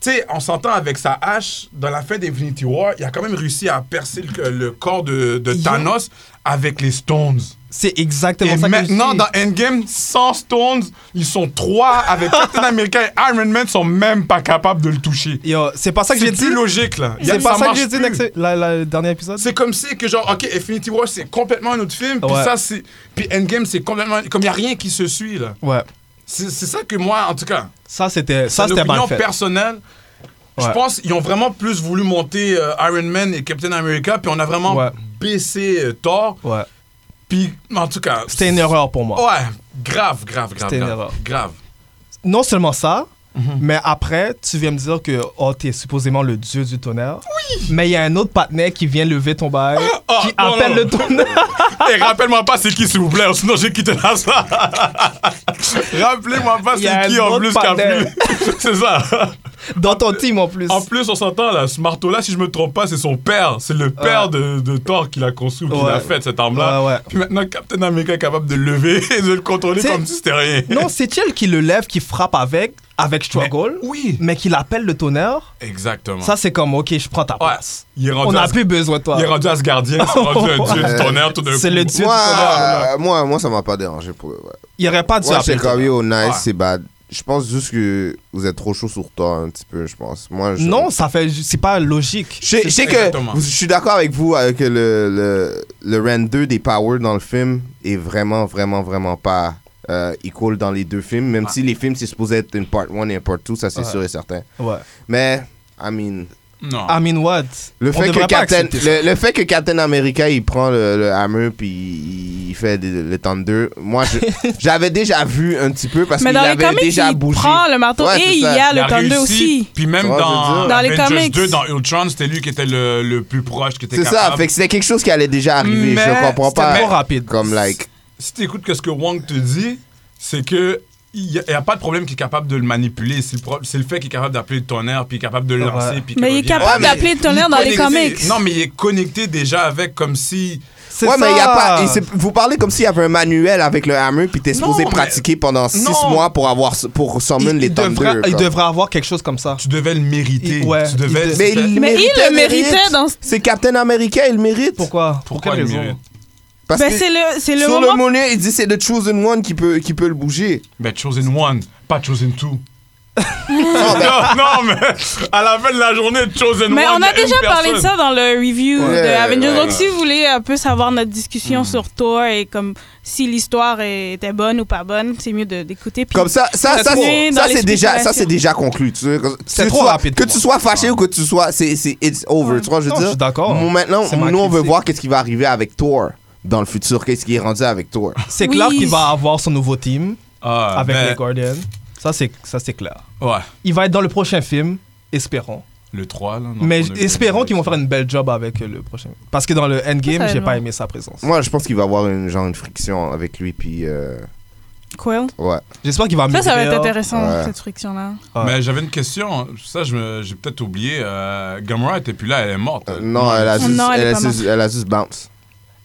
Speaker 2: tu sais on s'entend avec sa hache dans la fin d'Infinity War, il a quand même réussi à percer le, le corps de, de
Speaker 1: Yo.
Speaker 2: Thanos avec les Stones.
Speaker 1: C'est exactement
Speaker 2: Et
Speaker 1: ça que
Speaker 2: maintenant,
Speaker 1: je dis.
Speaker 2: dans Endgame, sans Stones, ils sont trois avec Captain America et Iron Man sont même pas capables de le toucher.
Speaker 1: Yo, c'est pas ça que j'ai
Speaker 2: C'est
Speaker 1: dit.
Speaker 2: plus logique, là. Y a-
Speaker 1: C'est pas ça que
Speaker 2: marche
Speaker 1: j'ai dit
Speaker 2: plus.
Speaker 1: next- la- la- le dernier épisode.
Speaker 2: C'est comme si que genre, OK, Infinity War, c'est complètement un autre film, puis
Speaker 1: Ouais.
Speaker 2: ça, c'est... Puis Endgame, c'est complètement... Comme il a rien qui se suit, là.
Speaker 1: Ouais.
Speaker 2: C'est c'est ça que moi, en tout cas,
Speaker 1: Ça c'était ça
Speaker 2: c'est
Speaker 1: c'était mal
Speaker 2: l'opinion
Speaker 1: fait.
Speaker 2: personnelle, je
Speaker 1: Ouais.
Speaker 2: pense qu'ils ont vraiment plus voulu monter euh, Iron Man et Captain America, puis on a vraiment
Speaker 1: Ouais.
Speaker 2: baissé euh, Thor,
Speaker 1: Ouais.
Speaker 2: puis en tout cas...
Speaker 1: C'était une erreur pour moi.
Speaker 2: Ouais, grave, grave, grave,
Speaker 1: C'était une
Speaker 2: grave,
Speaker 1: erreur.
Speaker 2: grave.
Speaker 1: Non seulement ça,
Speaker 2: Mhm.
Speaker 1: mais après tu viens me dire que oh t'es supposément le dieu du tonnerre. Oui. Mais il y a un autre partenaire qui vient lever ton bail,
Speaker 2: ah,
Speaker 1: qui
Speaker 2: non,
Speaker 1: appelle
Speaker 2: non.
Speaker 1: le tonnerre.
Speaker 2: Et rappelle-moi pas c'est qui, s'il vous plaît, sinon j'ai quitté la salle. Rappelez-moi pas
Speaker 1: Il y a
Speaker 2: c'est
Speaker 1: un
Speaker 2: qui en
Speaker 1: autre
Speaker 2: plus qui a
Speaker 1: panel.
Speaker 2: plus. C'est ça.
Speaker 1: Dans ton team en plus.
Speaker 2: En plus, on s'entend là, ce marteau-là, si je me trompe pas, c'est son père. C'est le père de, de Thor qui l'a construit ou qui
Speaker 1: Ouais.
Speaker 2: l'a fait, cette arme-là.
Speaker 1: Ouais, ouais.
Speaker 2: Puis maintenant, Captain America est capable de le lever et de le contrôler
Speaker 1: C'est-
Speaker 2: comme si c'était rien.
Speaker 1: Non, c'est elle qui le lève, qui frappe avec, avec Struggle,
Speaker 2: Oui.
Speaker 1: mais qui l'appelle le tonnerre.
Speaker 2: Exactement.
Speaker 1: Ça, c'est comme, ok, je prends ta
Speaker 2: ouais.
Speaker 1: place.
Speaker 2: Il est rendu,
Speaker 1: On
Speaker 2: à,
Speaker 1: n'a plus besoin de toi.
Speaker 2: il est rendu à ce gardien, c'est rendu un dieu du tonnerre tout d'un coup.
Speaker 1: C'est le dieu
Speaker 3: moi,
Speaker 1: du tonnerre.
Speaker 3: euh, moi, moi, ça m'a pas dérangé pour le. ouais.
Speaker 1: Il aurait pas dû
Speaker 3: Ouais,
Speaker 1: appeler
Speaker 3: c'est
Speaker 1: le
Speaker 3: comme
Speaker 1: tonnerre.
Speaker 3: yo, nice,
Speaker 2: Ouais.
Speaker 3: c'est bad. Je pense juste que vous êtes trop chaud sur toi un petit peu, je pense. Moi, je...
Speaker 1: Non, ça fait, ju- c'est pas logique.
Speaker 3: Je sais- je sais que
Speaker 2: Exactement.
Speaker 3: vous- je suis d'accord avec vous euh, que le, le, le rend 2 des Power dans le film est vraiment, vraiment, vraiment pas euh, equal dans les deux films, même si les films c'est supposé être une part 1 et une part 2, ça c'est
Speaker 1: Ouais.
Speaker 3: sûr et certain.
Speaker 1: Ouais.
Speaker 3: Mais, I mean,
Speaker 2: Non.
Speaker 1: I mean what?
Speaker 3: le
Speaker 1: On
Speaker 3: fait, que
Speaker 1: devrait pas
Speaker 3: Captain,
Speaker 1: accepter ça.
Speaker 3: le, le fait que Captain America il prend le, le hammer puis il fait le, le Thunder, moi je- j'avais déjà vu un petit peu parce
Speaker 4: Mais
Speaker 3: qu'il
Speaker 4: dans les
Speaker 3: avait
Speaker 4: comics,
Speaker 3: déjà
Speaker 4: il
Speaker 3: bougé.
Speaker 4: prend le marteau
Speaker 3: Ouais,
Speaker 4: et
Speaker 3: c'est
Speaker 4: il y
Speaker 3: ça.
Speaker 4: a
Speaker 2: Il
Speaker 4: Ah, le
Speaker 2: a
Speaker 4: Thunder
Speaker 2: réussi,
Speaker 4: aussi.
Speaker 2: Puis même
Speaker 3: Ouais, je veux
Speaker 2: dans,
Speaker 3: dire.
Speaker 4: Dans les
Speaker 2: Avengers
Speaker 4: comics.
Speaker 2: 2, dans Ultron, c'était lui qui était le, le plus proche, qui était
Speaker 3: C'est ça,
Speaker 2: capable.
Speaker 3: fait que c'était quelque chose qui allait déjà arriver. je
Speaker 1: Mais
Speaker 3: comprends
Speaker 1: c'était
Speaker 3: pas.
Speaker 1: trop rapide.
Speaker 3: Comme like.
Speaker 2: si tu écoutes que ce que Wong te dit, c'est que il n'y a, pas de problème qu'il est capable de le manipuler. C'est le, pro- c'est le fait qu'il est capable d'appeler le tonnerre, puis il est capable de le
Speaker 1: Ouais.
Speaker 2: lancer. puis qu'il
Speaker 4: Mais il est
Speaker 2: revient.
Speaker 3: Ouais,
Speaker 4: capable
Speaker 3: mais-
Speaker 4: d'appeler le tonnerre dans les
Speaker 2: Connecté.
Speaker 4: comics.
Speaker 2: Non, mais il est connecté déjà avec comme si.
Speaker 1: C'est
Speaker 3: ouais, mais il y a
Speaker 1: ça.
Speaker 3: pas. et c'est- vous parlez comme s'il y avait un manuel avec le hammer, puis t'es
Speaker 2: Non,
Speaker 3: supposé
Speaker 2: mais-
Speaker 3: pratiquer pendant 6
Speaker 2: Non.
Speaker 3: mois pour avoir pour summon
Speaker 1: il,
Speaker 3: les
Speaker 1: il devra-
Speaker 3: Thunder.
Speaker 1: il
Speaker 3: comme.
Speaker 1: devrait avoir quelque chose comme ça.
Speaker 2: Tu devais le mériter.
Speaker 1: Il- ouais,
Speaker 2: tu devais.
Speaker 1: il de-
Speaker 3: Mais il,
Speaker 2: c'était-
Speaker 3: le
Speaker 4: Mais il
Speaker 3: méritait,
Speaker 4: le méritait dans ce-
Speaker 3: C'est Captain America, il le mérite.
Speaker 1: Pourquoi? Pour
Speaker 2: Pourquoi
Speaker 1: quelle
Speaker 2: il
Speaker 1: raison?
Speaker 2: mérite?
Speaker 3: Parce
Speaker 4: Ben,
Speaker 3: que
Speaker 4: c'est le, c'est le
Speaker 3: sur
Speaker 4: moment.
Speaker 3: le monnaie, il dit c'est le chosen one qui peut, qui peut le bouger.
Speaker 2: Mais Ben, Chosen One, pas Chosen Two. non, non, mais à la fin de la journée, Chosen
Speaker 4: mais
Speaker 2: One.
Speaker 4: on a
Speaker 2: il y
Speaker 4: déjà
Speaker 2: une
Speaker 4: parlé de
Speaker 2: personne.
Speaker 4: ça dans le review
Speaker 3: Ouais,
Speaker 4: de Avengers.
Speaker 3: ouais, Hmm.
Speaker 4: Donc,
Speaker 3: ouais.
Speaker 4: si vous voulez un peu savoir notre discussion sur Thor et comme si l'histoire était bonne ou pas bonne, c'est mieux de- d'écouter. puis-
Speaker 3: Comme ça, ça, ça,
Speaker 4: Ça se met
Speaker 3: ça,
Speaker 4: dans les
Speaker 3: c'est déjà, ça
Speaker 4: spéculations.
Speaker 3: c'est déjà conclu. Tu sais, que-
Speaker 1: C'est
Speaker 3: que
Speaker 1: trop
Speaker 3: tu sois-
Speaker 1: rapide
Speaker 3: Que
Speaker 1: pour
Speaker 3: tu
Speaker 1: moi.
Speaker 3: sois fâché ou que tu sois, c'est, c'est, it's over. Tu vois, je veux
Speaker 1: Non,
Speaker 3: dire.
Speaker 1: je suis d'accord.
Speaker 3: Nous, Maintenant,
Speaker 1: C'est ma
Speaker 3: nous on veut
Speaker 1: critique.
Speaker 3: voir qu'est-ce qui va arriver avec Thor dans le futur, qu'est-ce qui est rendu avec Thor.
Speaker 1: C'est
Speaker 4: Oui.
Speaker 1: clair qu'il va avoir son nouveau team
Speaker 2: Ah,
Speaker 1: avec
Speaker 2: ben,
Speaker 1: les Guardians. Ça, c'est ça, c'est clair.
Speaker 2: Ouais,
Speaker 1: Il va être dans le prochain film, espérons.
Speaker 2: le 3, là. non,
Speaker 1: Mais
Speaker 2: on a-
Speaker 1: espérons qu'ils vont faire une belle job avec euh, le prochain. Parce que dans le Endgame,
Speaker 4: Ça, ça
Speaker 1: j'ai
Speaker 4: va.
Speaker 1: pas aimé sa présence.
Speaker 3: Moi, je pense qu'il va avoir une genre une friction avec lui, puis euh,
Speaker 4: Quill.
Speaker 3: ouais.
Speaker 1: J'espère qu'il va
Speaker 4: Ça,
Speaker 1: améliorer.
Speaker 4: ça va être intéressant,
Speaker 3: Ouais.
Speaker 4: cette friction-là.
Speaker 1: Ouais.
Speaker 2: Mais j'avais une question, hein. ça je me- j'ai peut-être oublié. Euh, Gamora était plus là, elle est morte.
Speaker 3: Euh, non, elle a
Speaker 1: Mm.
Speaker 3: juste,
Speaker 4: Non, elle
Speaker 3: elle,
Speaker 4: est
Speaker 3: a
Speaker 4: pas
Speaker 3: juste, elle a juste bounce.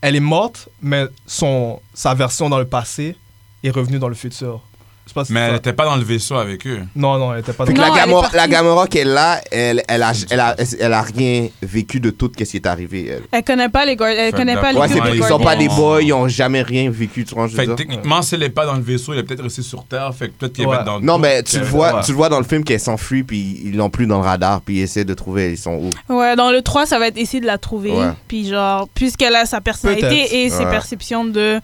Speaker 1: Elle est morte, mais son, sa version dans le passé est revenue dans le futur. Je sais pas si
Speaker 2: Mais
Speaker 1: c'est
Speaker 2: elle
Speaker 1: ça.
Speaker 2: n'était pas dans le vaisseau avec eux.
Speaker 1: Non, non, elle était pas
Speaker 3: Fait
Speaker 1: dans
Speaker 3: que la,
Speaker 4: Non, elle est
Speaker 3: Gamora,
Speaker 4: partie.
Speaker 3: la Gamora qu'elle a, elle, elle a, elle a, elle a rien vécu de tout ce qui est arrivé. Elle.
Speaker 4: Elle connaît pas les Guardians. Elle
Speaker 2: Fait
Speaker 4: connaît pas
Speaker 2: d'accord.
Speaker 3: Ouais, c'est,
Speaker 4: les
Speaker 2: Ouais,
Speaker 4: Guardians.
Speaker 3: ils sont pas des
Speaker 2: bon.
Speaker 3: boys, ils ont jamais rien vécu, tu vois, je veux
Speaker 2: Fait que
Speaker 3: dire.
Speaker 2: techniquement, si elle n'est pas dans le vaisseau, elle est peut-être restée sur Terre. Fait que peut-être qu'elle
Speaker 1: Ouais.
Speaker 2: va être dans le
Speaker 3: Non,
Speaker 2: trou,
Speaker 3: mais
Speaker 2: puis
Speaker 3: tu le
Speaker 2: elle-
Speaker 3: vois,
Speaker 1: ouais.
Speaker 3: tu le vois dans le film qu'elle s'enfuit, puis ils l'ont plus dans le radar, puis ils essaient de trouver, ils sont où.
Speaker 4: Ouais, dans le 3, ça va être essayer de la trouver.
Speaker 3: Ouais.
Speaker 4: Puis genre, puisqu'elle a sa
Speaker 1: Peut-être.
Speaker 4: personnalité et ses
Speaker 3: Ouais.
Speaker 4: perceptions de,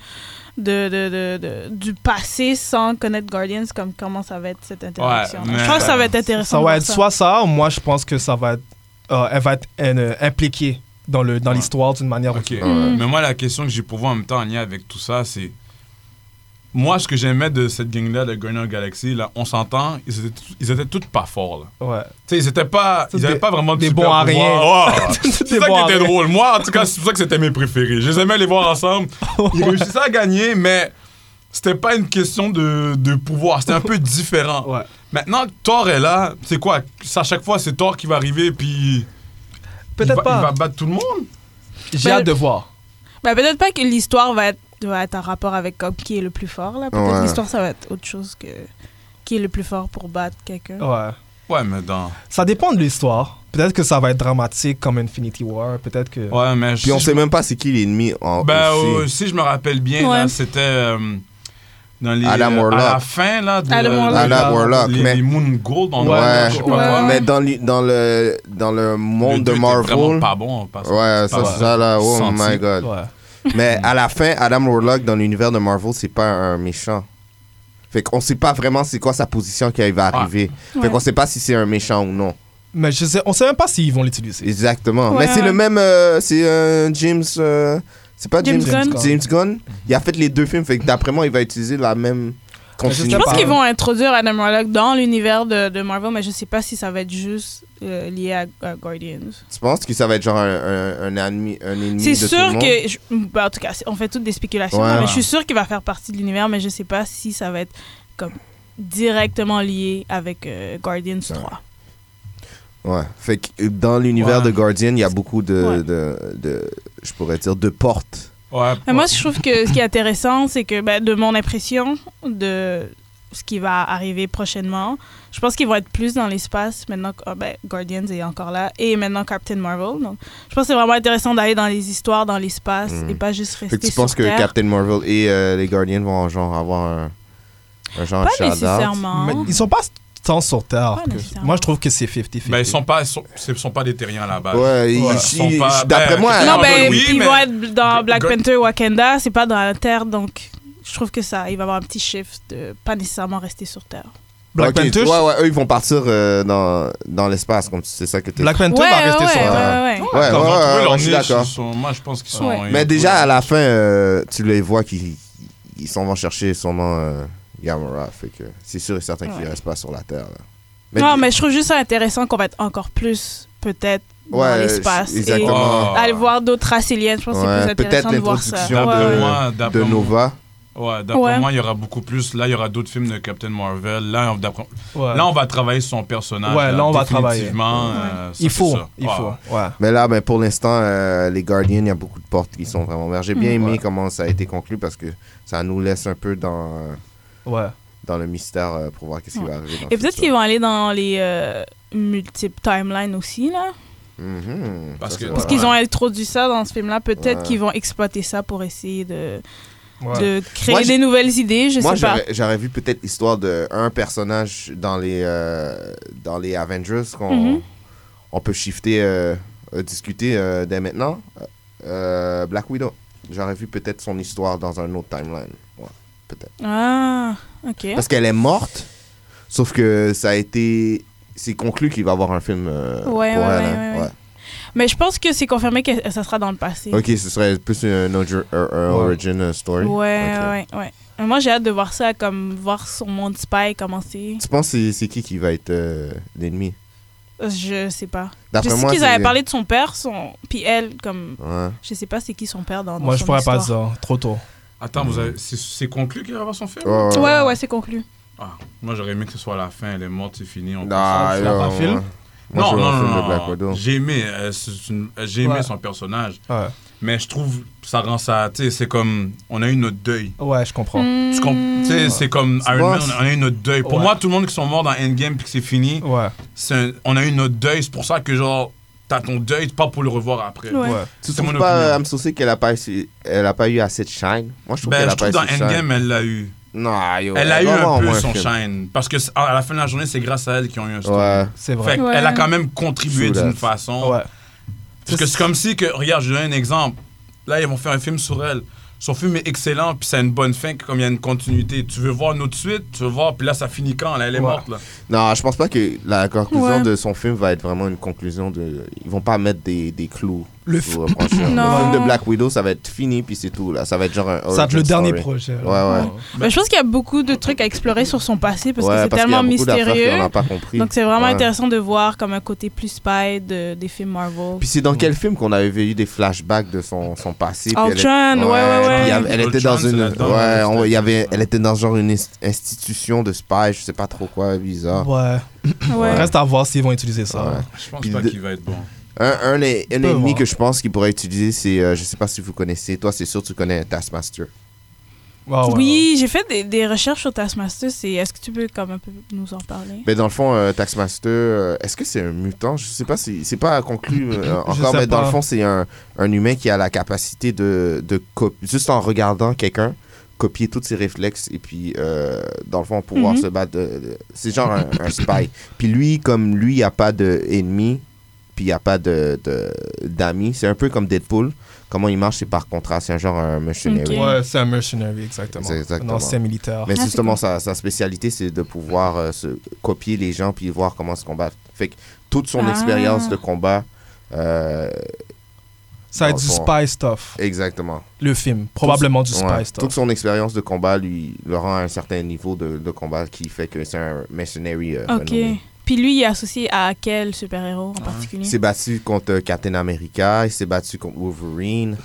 Speaker 4: de, de, de- de- du passé sans connaître Guardians, comme comment ça va être cette interaction.
Speaker 2: mais-
Speaker 4: Je pense que ça va être intéressant.
Speaker 1: Ça
Speaker 4: de
Speaker 1: va
Speaker 4: voir
Speaker 1: être
Speaker 4: ça.
Speaker 1: soit ça, ou moi je pense que ça va être. euh, elle va être euh, impliquée dans le dans
Speaker 2: Ouais.
Speaker 1: l'histoire d'une manière. ou
Speaker 2: Ok.
Speaker 1: d'une autre.
Speaker 4: Mm.
Speaker 2: Mais moi, la question que j'ai pour vous en même temps en lien avec tout ça, c'est. Moi, ce que j'aimais de cette gang-là, de Guardian Galaxy, là, on s'entend, ils étaient, tous- ils étaient tous pas forts. Là.
Speaker 1: Ouais.
Speaker 2: Tu sais, ils étaient pas.
Speaker 1: C'est
Speaker 2: Ils avaient
Speaker 1: des-
Speaker 2: pas vraiment de
Speaker 1: des
Speaker 2: super
Speaker 1: bons à
Speaker 2: pouvoirs. Ouais.
Speaker 1: Des
Speaker 2: C'est ça
Speaker 1: bons à
Speaker 2: qui était
Speaker 1: rien.
Speaker 2: drôle. Moi, en tout cas, c'est pour ça que c'était mes préférés. Je les aimais les voir ensemble. Ils réussissaient à gagner, mais c'était pas une question de, de pouvoir. C'était un peu différent.
Speaker 1: Ouais.
Speaker 2: Maintenant, Thor est là. C'est quoi C'est À chaque fois, c'est Thor qui va arriver, puis. il
Speaker 1: Peut-être
Speaker 2: va- Il va
Speaker 1: pas.
Speaker 2: battre tout le monde.
Speaker 1: J'ai
Speaker 4: Mais-
Speaker 1: hâte de voir.
Speaker 4: Mais Ben, peut-être pas que l'histoire va être, va être en rapport avec comme qui est le plus fort. là. Peut-être
Speaker 3: Ouais.
Speaker 4: que l'histoire, ça va être autre chose que qui est le plus fort pour battre quelqu'un.
Speaker 1: Ouais.
Speaker 2: Ouais, mais dans.
Speaker 1: Ça dépend de l'histoire. Peut-être que ça va être dramatique comme Infinity War. Peut-être que.
Speaker 2: Ouais, mais.
Speaker 3: Puis on sait même pas c'est qui l'ennemi en
Speaker 2: Ben, euh,
Speaker 3: aussi.
Speaker 2: si je me rappelle bien,
Speaker 4: Ouais.
Speaker 2: là, c'était. euh, dans les, euh,
Speaker 3: Adam
Speaker 2: à la
Speaker 3: Warlock.
Speaker 2: fin, là. De,
Speaker 4: Adam Warlock.
Speaker 3: Adam Warlock,
Speaker 2: Les,
Speaker 3: mais-
Speaker 2: les Moon Gold, on
Speaker 1: Ouais,
Speaker 2: va- je sais pas
Speaker 4: ouais.
Speaker 2: quoi.
Speaker 4: Ouais.
Speaker 3: Mais dans, li- dans, le, dans le
Speaker 2: Le
Speaker 3: monde
Speaker 2: deux
Speaker 3: de
Speaker 2: était
Speaker 3: Marvel.
Speaker 2: vraiment pas bon en passant.
Speaker 3: Ouais, Ah, ça,
Speaker 2: pas
Speaker 3: c'est ça là, oh
Speaker 2: Ah, senti.
Speaker 3: my god.
Speaker 1: Ouais.
Speaker 3: Mais à la fin, Adam Warlock dans l'univers de Marvel, c'est pas un méchant. Fait qu'on sait pas vraiment c'est quoi sa position qui va arriver. Fait
Speaker 4: Ouais.
Speaker 3: qu'on sait pas si c'est un méchant ou non.
Speaker 1: Mais je sais, on sait même pas s'ils vont l'utiliser.
Speaker 3: Exactement.
Speaker 4: Ouais,
Speaker 3: Mais c'est
Speaker 4: ouais.
Speaker 3: le même. euh, c'est euh, James. euh, c'est pas James,
Speaker 4: James
Speaker 1: Gunn.
Speaker 3: James Gunn. Il a fait les deux films. Fait que d'après moi, il va utiliser la même
Speaker 1: Je
Speaker 4: Je
Speaker 3: continuité.
Speaker 4: pense
Speaker 1: Pas-
Speaker 4: qu'ils vont introduire Adam Warlock dans l'univers de, de Marvel, mais je sais pas si ça va être juste euh, lié à, à Guardians.
Speaker 3: Tu penses que ça va être genre un, un, un ennemi, un ennemi
Speaker 4: C'est
Speaker 3: de tout
Speaker 4: sûr
Speaker 3: le monde?
Speaker 4: que. je- bah, en tout cas, c'est- on fait toutes des spéculations,
Speaker 3: Ouais.
Speaker 4: mais je suis sûr qu'il va faire partie de l'univers, mais je sais pas si ça va être comme directement lié avec euh, Guardians 3.
Speaker 3: Ouais. Fait que euh, dans l'univers
Speaker 2: Ouais.
Speaker 3: de Guardian, il y a beaucoup de,
Speaker 4: Ouais.
Speaker 3: de, de- je pourrais dire, de portes.
Speaker 2: Ouais.
Speaker 4: Mais Moi, je trouve que ce qui est intéressant, c'est que ben, de mon impression de ce qui va arriver prochainement, je pense qu'ils vont être plus dans l'espace maintenant que ah, ben, Guardians est encore là et maintenant Captain Marvel. Donc, je pense que c'est vraiment intéressant d'aller dans les histoires, dans l'espace
Speaker 3: Mhm.
Speaker 4: et pas juste rester
Speaker 3: Fait que tu
Speaker 4: sur
Speaker 3: penses que
Speaker 4: Terre.
Speaker 3: Captain Marvel et euh, les Guardians vont genre avoir un, un genre
Speaker 4: Pas
Speaker 3: de shout-out?
Speaker 4: nécessairement.
Speaker 1: Mais ils sont pas tant sur Terre.
Speaker 4: Pas
Speaker 1: que-
Speaker 4: nécessairement.
Speaker 1: Moi, je trouve que c'est 50-50.
Speaker 2: Ben, ils sont pas, sont, ce sont pas des terriens là-bas.
Speaker 3: Ouais, ils-
Speaker 2: Ils sont
Speaker 3: ils-
Speaker 2: pas-
Speaker 3: d'après
Speaker 2: ben,
Speaker 3: moi,
Speaker 4: Non,
Speaker 2: Ah,
Speaker 4: ben,
Speaker 2: ben oui,
Speaker 4: ils
Speaker 2: mais-
Speaker 4: vont être dans
Speaker 2: Gu-
Speaker 4: Black
Speaker 2: Gu-
Speaker 4: Panther Wakanda, c'est pas dans la Terre, donc je trouve que ça, il va y avoir un petit shift de pas nécessairement rester sur Terre.
Speaker 1: Black
Speaker 3: ok,
Speaker 1: Panther,
Speaker 3: ouais, ouais, eux ils vont partir euh, dans, dans l'espace, comme tu- c'est ça que tu
Speaker 1: Black Panther
Speaker 4: ouais,
Speaker 1: va rester
Speaker 4: ouais,
Speaker 1: sur
Speaker 4: ouais,
Speaker 1: Terre.
Speaker 4: ouais,
Speaker 3: Ouais, ouais,
Speaker 4: ouais.
Speaker 2: Ils ont
Speaker 3: ouais,
Speaker 2: trouvé
Speaker 3: ouais,
Speaker 2: leur
Speaker 3: je suis
Speaker 2: niche,
Speaker 3: d'accord.
Speaker 2: ils sont- Moi, je pense qu'ils sont.
Speaker 4: Ouais.
Speaker 2: ils
Speaker 3: Mais
Speaker 2: ont
Speaker 3: déjà
Speaker 2: trouvé-
Speaker 3: à la fin, euh, tu les vois qu'ils ils s'en vont chercher sûrement euh, Gamora. Fait que c'est sûr et certain qu'ils
Speaker 4: Ouais.
Speaker 3: restent pas sur la Terre. là.
Speaker 4: non, mais je trouve juste ça intéressant qu'on va être encore plus, peut-être, dans
Speaker 3: Ouais,
Speaker 4: l'espace.
Speaker 3: c'est- Exactement.
Speaker 4: Et aller voir d'autres races aliens, je pense que
Speaker 3: Ouais,
Speaker 4: c'est plus
Speaker 3: peut-être
Speaker 4: intéressant de voir ça.
Speaker 3: l'introduction
Speaker 4: Ouais,
Speaker 2: D'après
Speaker 4: ouais.
Speaker 2: moi, d'après
Speaker 3: de
Speaker 2: moi-
Speaker 3: Nova.
Speaker 2: Ouais, d'après
Speaker 4: Ouais.
Speaker 2: moi, il y aura beaucoup plus. Là, il y aura d'autres films de Captain Marvel. Là, on, d'après-
Speaker 1: Ouais.
Speaker 2: là, on va travailler sur son personnage.
Speaker 1: Ouais, là, on va
Speaker 2: définitivement, euh, ça,
Speaker 1: il
Speaker 2: c'est
Speaker 1: faut,
Speaker 2: ça. Ah,
Speaker 1: il
Speaker 2: Ouais.
Speaker 1: faut. Ouais.
Speaker 3: Mais là, ben, pour l'instant, euh, les Guardians, il y a beaucoup de portes qui sont vraiment ouvertes. J'ai
Speaker 4: Mm.
Speaker 3: bien aimé
Speaker 1: Ouais.
Speaker 3: comment ça a été conclu parce que ça nous laisse un peu dans, euh,
Speaker 1: Ouais.
Speaker 3: dans le mystère euh, pour voir qu'est-ce qui
Speaker 4: Ouais.
Speaker 3: va arriver. dans le
Speaker 4: Et peut-être qu'ils
Speaker 3: futur.
Speaker 4: vont aller dans les euh, multiples timelines aussi, là.
Speaker 3: Mhm,
Speaker 2: Parce
Speaker 3: ça,
Speaker 2: que-
Speaker 3: c'est
Speaker 4: Parce
Speaker 3: vrai.
Speaker 4: qu'ils ont introduit ça dans ce film-là. Peut-être
Speaker 3: Ouais.
Speaker 4: qu'ils vont exploiter ça pour essayer de,
Speaker 1: Ouais.
Speaker 4: de créer
Speaker 3: Moi, j'ai-
Speaker 4: des nouvelles idées, je
Speaker 3: Moi,
Speaker 4: sais pas.
Speaker 3: j'aurais j'aurais vu peut-être l'histoire d'un personnage dans les, euh, dans les Avengers qu'on
Speaker 4: Mhm.
Speaker 3: on peut shifter, euh, euh, discuter euh, dès maintenant. Euh, Black Widow. J'aurais vu peut-être son histoire dans un autre timeline. Ouais.
Speaker 4: Ah, ok.
Speaker 3: Parce qu'elle est morte, sauf que ça a été. C'est conclu qu'il va y avoir un film euh, pour
Speaker 4: Ouais,
Speaker 3: elle.
Speaker 4: ouais,
Speaker 3: hein.
Speaker 4: ouais, ouais, Mais je pense que c'est confirmé que ça sera dans le passé.
Speaker 3: Ok, ce serait plus une orgi- euh, euh,
Speaker 1: Ouais.
Speaker 3: origin euh, story.
Speaker 4: Ouais,
Speaker 3: Ok.
Speaker 4: ouais, ouais. Mais Moi, j'ai hâte de voir ça, comme voir son monde spy commencer.
Speaker 3: Tu penses que c'est- c'est qui qui va être euh, l'ennemi
Speaker 4: Je sais pas. Je
Speaker 3: D'après
Speaker 4: sais
Speaker 3: moi,
Speaker 4: qu'ils
Speaker 3: c'est-
Speaker 4: avaient parlé de son père, son... puis elle, comme.
Speaker 3: Ouais.
Speaker 4: Je sais pas c'est qui son père dans. dans
Speaker 1: Moi, je
Speaker 4: son
Speaker 1: pourrais pas
Speaker 4: histoire.
Speaker 1: dire. Trop tôt.
Speaker 2: Attends, vous avez- c'est- c'est conclu qu'il va y avoir son film
Speaker 3: Ouais, ouais,
Speaker 4: Ouais, ouais, ouais, c'est conclu.
Speaker 2: Ah, Moi, j'aurais aimé que ce soit à la fin. Elle est morte, c'est fini. On
Speaker 3: Ah,
Speaker 2: passe
Speaker 1: l'as
Speaker 3: là,
Speaker 1: pas
Speaker 3: ouais.
Speaker 1: film
Speaker 3: Moi, je
Speaker 2: non,
Speaker 3: veux
Speaker 2: non,
Speaker 3: un
Speaker 2: non,
Speaker 3: film de
Speaker 2: non,
Speaker 3: Black Widow.
Speaker 2: J'ai aimé, euh, c'est une- euh, j'ai aimé
Speaker 1: Ouais.
Speaker 2: son personnage,
Speaker 1: Ouais.
Speaker 2: mais je trouve ça rend ça, tu sais, c'est comme on a eu notre deuil.
Speaker 1: Ouais, je comprends.
Speaker 4: Mm.
Speaker 2: Tu comp- tu sais, c'est comme
Speaker 3: C'est
Speaker 2: Iron
Speaker 3: bon,
Speaker 2: Man,
Speaker 3: c'est-
Speaker 2: on a eu notre deuil. Pour
Speaker 1: Ouais.
Speaker 2: moi, tout le monde qui sont morts dans Endgame puis que c'est fini,
Speaker 1: Ouais.
Speaker 2: c'est un- on a eu notre deuil. C'est pour ça que genre t'as ton deuil, c'est pas pour le revoir après.
Speaker 4: Ouais.
Speaker 1: Ouais.
Speaker 3: Tu
Speaker 2: C'est
Speaker 3: trouves
Speaker 2: mon
Speaker 3: pas
Speaker 2: opinion.
Speaker 3: Am Saucy qu'elle a pas, assez- elle a pas eu assez de shine Moi, je trouve
Speaker 2: Ben,
Speaker 3: qu'elle
Speaker 2: je
Speaker 3: a pas
Speaker 2: trouve
Speaker 3: assez
Speaker 2: dans
Speaker 3: de shine.
Speaker 2: Endgame, elle l'a eu.
Speaker 3: Non, yo,
Speaker 2: Elle a
Speaker 3: doit
Speaker 2: eu
Speaker 3: avoir
Speaker 2: un
Speaker 3: au
Speaker 2: peu
Speaker 3: moins
Speaker 2: son
Speaker 3: film.
Speaker 2: shine. Parce que c'est- à la fin de la journée, c'est grâce à elle qu'ils ont eu un story.
Speaker 3: Ouais.
Speaker 1: C'est
Speaker 2: Fait
Speaker 1: vrai.
Speaker 4: Ouais.
Speaker 2: qu'elle a quand même contribué
Speaker 3: Sous la-
Speaker 2: d'une façon.
Speaker 1: Ouais.
Speaker 2: Parce que c'est comme si, que, regarde, je donne un exemple. Là, ils vont faire un film sur elle. Son film est excellent, puis ça a une bonne fin, comme il y a une continuité. Tu veux voir une autre suite, tu veux voir, puis là, ça finit quand là, Elle est
Speaker 1: Ouais.
Speaker 2: morte, là.
Speaker 3: Non, je pense pas que la conclusion
Speaker 4: Ouais.
Speaker 3: de son film va être vraiment une conclusion de. Ils vont pas mettre des, des clous.
Speaker 1: Le
Speaker 3: pour, euh, franchir. Le
Speaker 4: Non.
Speaker 3: film de Black Widow, ça va être fini, puis c'est tout. Là. Ça va être genre un.
Speaker 1: Ça va être
Speaker 3: origin
Speaker 1: le dernier
Speaker 3: Oh, story.
Speaker 1: projet.
Speaker 3: Ouais, Ah ouais.
Speaker 4: Hmm. Mais je pense qu'il y a beaucoup de trucs à explorer sur son passé parce
Speaker 3: Ouais,
Speaker 4: que c'est
Speaker 3: qu'il y a
Speaker 4: tellement
Speaker 3: beaucoup d'affaires
Speaker 4: mystérieux.
Speaker 3: qu'on n'a pas compris.
Speaker 4: Donc c'est vraiment
Speaker 3: Ouais.
Speaker 4: intéressant de voir comme un côté plus spy de, des films Marvel.
Speaker 3: Puis c'est
Speaker 2: Mm.
Speaker 3: dans quel film qu'on avait eu des flashbacks de son, son passé
Speaker 4: Oh,
Speaker 3: puis elle est-
Speaker 4: Ultron, ouais, ouais, ouais.
Speaker 3: Puis il y avait- Elle était
Speaker 2: Ultron,
Speaker 3: dans
Speaker 2: c'est
Speaker 3: une.
Speaker 2: là-dedans,
Speaker 3: Ouais,
Speaker 2: là,
Speaker 3: on-
Speaker 2: c'était-
Speaker 3: il y avait, elle était dans genre une inst- institution de spy, je sais pas trop quoi, bizarre.
Speaker 1: Ouais.
Speaker 4: Ouais.
Speaker 1: Reste à voir s'ils vont utiliser ça.
Speaker 3: Ouais.
Speaker 2: Je pense
Speaker 3: Puis
Speaker 2: pas
Speaker 3: de-
Speaker 2: qu'il va être bon.
Speaker 3: Un, un, des- un
Speaker 1: peux
Speaker 3: ennemi
Speaker 1: voir.
Speaker 3: que je pense qu'il pourrait utiliser, c'est. euh, je sais pas si vous connaissez. Toi, c'est sûr, tu connais Taskmaster.
Speaker 1: Ah Ouais, ouais,
Speaker 4: oui, j'ai fait des, des recherches sur Taskmaster. c'est- Est-ce que tu peux comme un peu nous en parler
Speaker 3: Mais dans le fond, euh, Taskmaster, euh, est-ce que c'est un mutant Je sais pas, si- c'est pas conclu euh, encore,
Speaker 1: sais
Speaker 3: mais dans
Speaker 1: pas.
Speaker 3: le fond, c'est un, un humain qui a la capacité de. de cop- juste en regardant quelqu'un, copier tous ses réflexes et puis, euh, dans le fond, pouvoir
Speaker 4: Mhm.
Speaker 3: se battre. de- de- c'est genre un, un spy. Puis lui, comme lui, il n'y a pas d'ennemi, puis il n'y a pas de de- d'amis, c'est un peu comme Deadpool. Comment il marche, c'est par contrat, c'est un genre un mercenary.
Speaker 4: Ok.
Speaker 1: ouais. Ouais, c'est un mercenary, exactement.
Speaker 3: C'est exactement.
Speaker 1: Un ancien militaire.
Speaker 3: Mais
Speaker 4: Ah, c'est
Speaker 3: justement,
Speaker 4: cool.
Speaker 3: sa, sa spécialité, c'est de pouvoir euh, se copier les gens puis voir comment se combattre. Fait que toute son
Speaker 4: Ah.
Speaker 3: expérience de combat, euh,
Speaker 1: Ça va être
Speaker 3: Dans
Speaker 1: du
Speaker 3: le fond.
Speaker 1: spy stuff.
Speaker 3: exactement.
Speaker 1: Le film. Probablement du
Speaker 3: Tout-
Speaker 1: spy
Speaker 3: ouais,
Speaker 1: stuff.
Speaker 3: toute son expérience de combat lui le rend à un certain niveau de, de combat qui fait que c'est un mercenary. euh,
Speaker 4: Ok.
Speaker 3: renommé.
Speaker 4: Puis lui, il est associé à quel super-héros en particulier
Speaker 3: Il s'est battu contre euh, Captain America, il s'est battu contre Wolverine.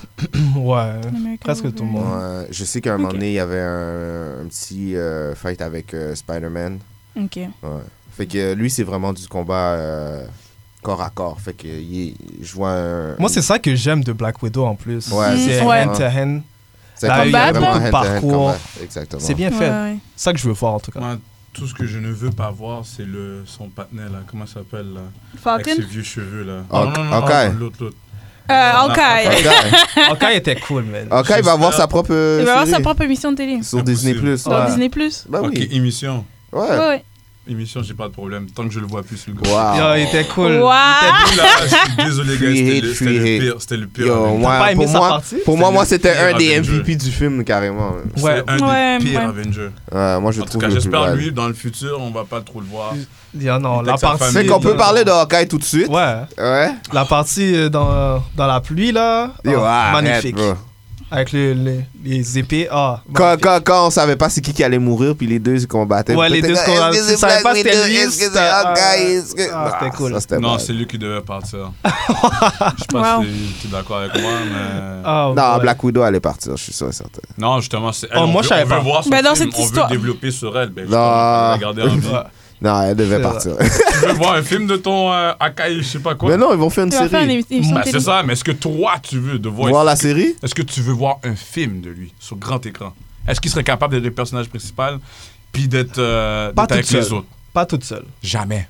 Speaker 1: Ouais.
Speaker 4: American
Speaker 1: presque tout le
Speaker 4: Wolverine.
Speaker 1: monde.
Speaker 3: Ouais, je sais qu'à un moment donné, il y avait un, un petit euh, fight avec euh, Spider-Man.
Speaker 4: Ok.
Speaker 3: Ouais. Fait que euh, lui, c'est vraiment du combat euh, corps à corps. Fait que il est- je vois un-
Speaker 1: Moi, c'est ça que j'aime de Black Widow en plus.
Speaker 3: Ouais,
Speaker 4: Mm,
Speaker 1: c'est
Speaker 4: ouais.
Speaker 1: hand-to-hand.
Speaker 3: c'est comme
Speaker 1: Là,
Speaker 4: Bah, il y a
Speaker 3: vraiment
Speaker 4: beaucoup
Speaker 1: de
Speaker 3: hand-to-hand
Speaker 1: parcours.
Speaker 3: combat. Exactement.
Speaker 1: C'est bien
Speaker 4: Ouais,
Speaker 1: fait.
Speaker 4: ouais.
Speaker 1: C'est ça que je veux voir en tout cas.
Speaker 2: Moi, tout ce que je ne veux pas voir, c'est le son partenaire, là. Comment ça s'appelle, là Avec
Speaker 4: Falcon?
Speaker 2: ses vieux cheveux, là.
Speaker 3: Ah,
Speaker 2: Non, non, non, non,
Speaker 3: ok.
Speaker 2: non, l'autre, l'autre.
Speaker 4: Euh,
Speaker 1: Ah,
Speaker 4: Hawkeye.
Speaker 3: Ok,
Speaker 1: Ok, était cool, man.
Speaker 3: Ok, il va avoir sa propre. euh,
Speaker 4: Il va avoir sa
Speaker 3: série.
Speaker 4: propre émission de télé.
Speaker 3: Sur Disney
Speaker 2: Impossible.
Speaker 3: Plus.
Speaker 4: Sur
Speaker 1: Ouais.
Speaker 4: Disney+. Plus.
Speaker 3: Bah
Speaker 2: Ok,
Speaker 3: oui.
Speaker 2: émission.
Speaker 4: Ouais,
Speaker 3: Ouais.
Speaker 4: ouais.
Speaker 2: Émission, j'ai pas de problème. Tant que je le vois plus, le gars.
Speaker 1: Yo,
Speaker 3: Wow.
Speaker 1: il était cool.
Speaker 4: Wow.
Speaker 1: Il était-
Speaker 2: Ouh là là, je suis désolé, gars. C'était
Speaker 3: Free
Speaker 2: le,
Speaker 3: hate,
Speaker 2: c'était le
Speaker 3: free hate.
Speaker 2: pire. C'était le pire.
Speaker 3: Yo,
Speaker 2: Avenger.
Speaker 3: moi,
Speaker 1: pas aimé
Speaker 3: pour
Speaker 1: sa
Speaker 3: moi,
Speaker 1: partie?
Speaker 3: pour moi,
Speaker 2: C'est
Speaker 3: moi,
Speaker 2: le
Speaker 3: c'était
Speaker 2: pire
Speaker 3: un des
Speaker 2: Avenger.
Speaker 3: MVP du film carrément.
Speaker 2: C'est
Speaker 1: Ouais.
Speaker 2: un
Speaker 4: Ouais,
Speaker 2: des pires
Speaker 4: ouais.
Speaker 2: Avengers.
Speaker 3: Ouais, moi, je
Speaker 2: En
Speaker 3: le
Speaker 2: tout
Speaker 3: trouve.
Speaker 2: cas,
Speaker 3: le plus
Speaker 2: j'espère
Speaker 3: bad.
Speaker 2: lui, dans le futur, on va pas trop le voir.
Speaker 1: Yo, non,
Speaker 2: Il était
Speaker 1: la
Speaker 2: avec sa
Speaker 1: partie.
Speaker 3: C'est
Speaker 2: famille.
Speaker 3: qu'on peut parler de Hawkeye tout de suite.
Speaker 1: euh, Ouais,
Speaker 3: Ouais.
Speaker 1: la partie euh, dans, dans la pluie là.
Speaker 3: Yo,
Speaker 1: Ah,
Speaker 3: arrête,
Speaker 1: magnifique.
Speaker 3: bro.
Speaker 1: Avec le- le- les épées. Ah,
Speaker 3: Quand,
Speaker 1: magnifique.
Speaker 3: quand, quand on savait pas c'est qui qui allait mourir, puis les deux se combattaient.
Speaker 1: Ouais,
Speaker 3: Peut-être
Speaker 1: les deux
Speaker 3: que,
Speaker 1: se
Speaker 3: est-ce que
Speaker 1: combattaient.
Speaker 3: c'est
Speaker 1: Tu savais
Speaker 3: Black
Speaker 1: pas c'était
Speaker 3: Widow?
Speaker 1: lui,
Speaker 3: Est-ce que
Speaker 1: c'était-
Speaker 3: c'est Hawkeye?
Speaker 1: ah,
Speaker 3: Est-ce que-
Speaker 1: ah, c'était cool.
Speaker 3: ça, c'était
Speaker 2: Non,
Speaker 3: bad.
Speaker 2: c'est lui qui devait partir. Je sais pas
Speaker 4: Wow.
Speaker 2: si tu es d'accord avec moi, mais.
Speaker 1: Ah,
Speaker 3: Non,
Speaker 1: ouais.
Speaker 3: Black Widow allait partir, je suis sûr et certain.
Speaker 2: Non, justement, c'est elle.
Speaker 1: Oh,
Speaker 2: on
Speaker 1: moi,
Speaker 2: veut,
Speaker 1: je savais
Speaker 2: on
Speaker 1: pas.
Speaker 2: veut voir son
Speaker 4: Ben, dans
Speaker 2: film,
Speaker 4: cette
Speaker 2: on
Speaker 4: histoire-
Speaker 2: veut développer sur elle. Ben,
Speaker 3: Non.
Speaker 2: justement, regarder un film.
Speaker 3: Non, elle devait
Speaker 1: C'est
Speaker 3: partir.
Speaker 2: tu veux voir un film de ton euh, Akai, je sais pas quoi.
Speaker 3: Mais non, ils vont faire une
Speaker 4: Il va faire une
Speaker 3: série.
Speaker 4: émi- émission
Speaker 2: Ben,
Speaker 1: Bah,
Speaker 4: de
Speaker 2: c'est
Speaker 4: télé.
Speaker 2: ça, mais est-ce que toi, tu veux de voir.
Speaker 3: Voir la série?
Speaker 2: Est-ce que tu veux voir un film de lui sur grand écran Est-ce qu'il serait capable d'être le personnage principal puis d'être euh,
Speaker 1: Pas
Speaker 2: d'être avec
Speaker 1: tout
Speaker 2: les
Speaker 1: seul.
Speaker 2: autres
Speaker 1: Pas toute seule.
Speaker 2: Jamais.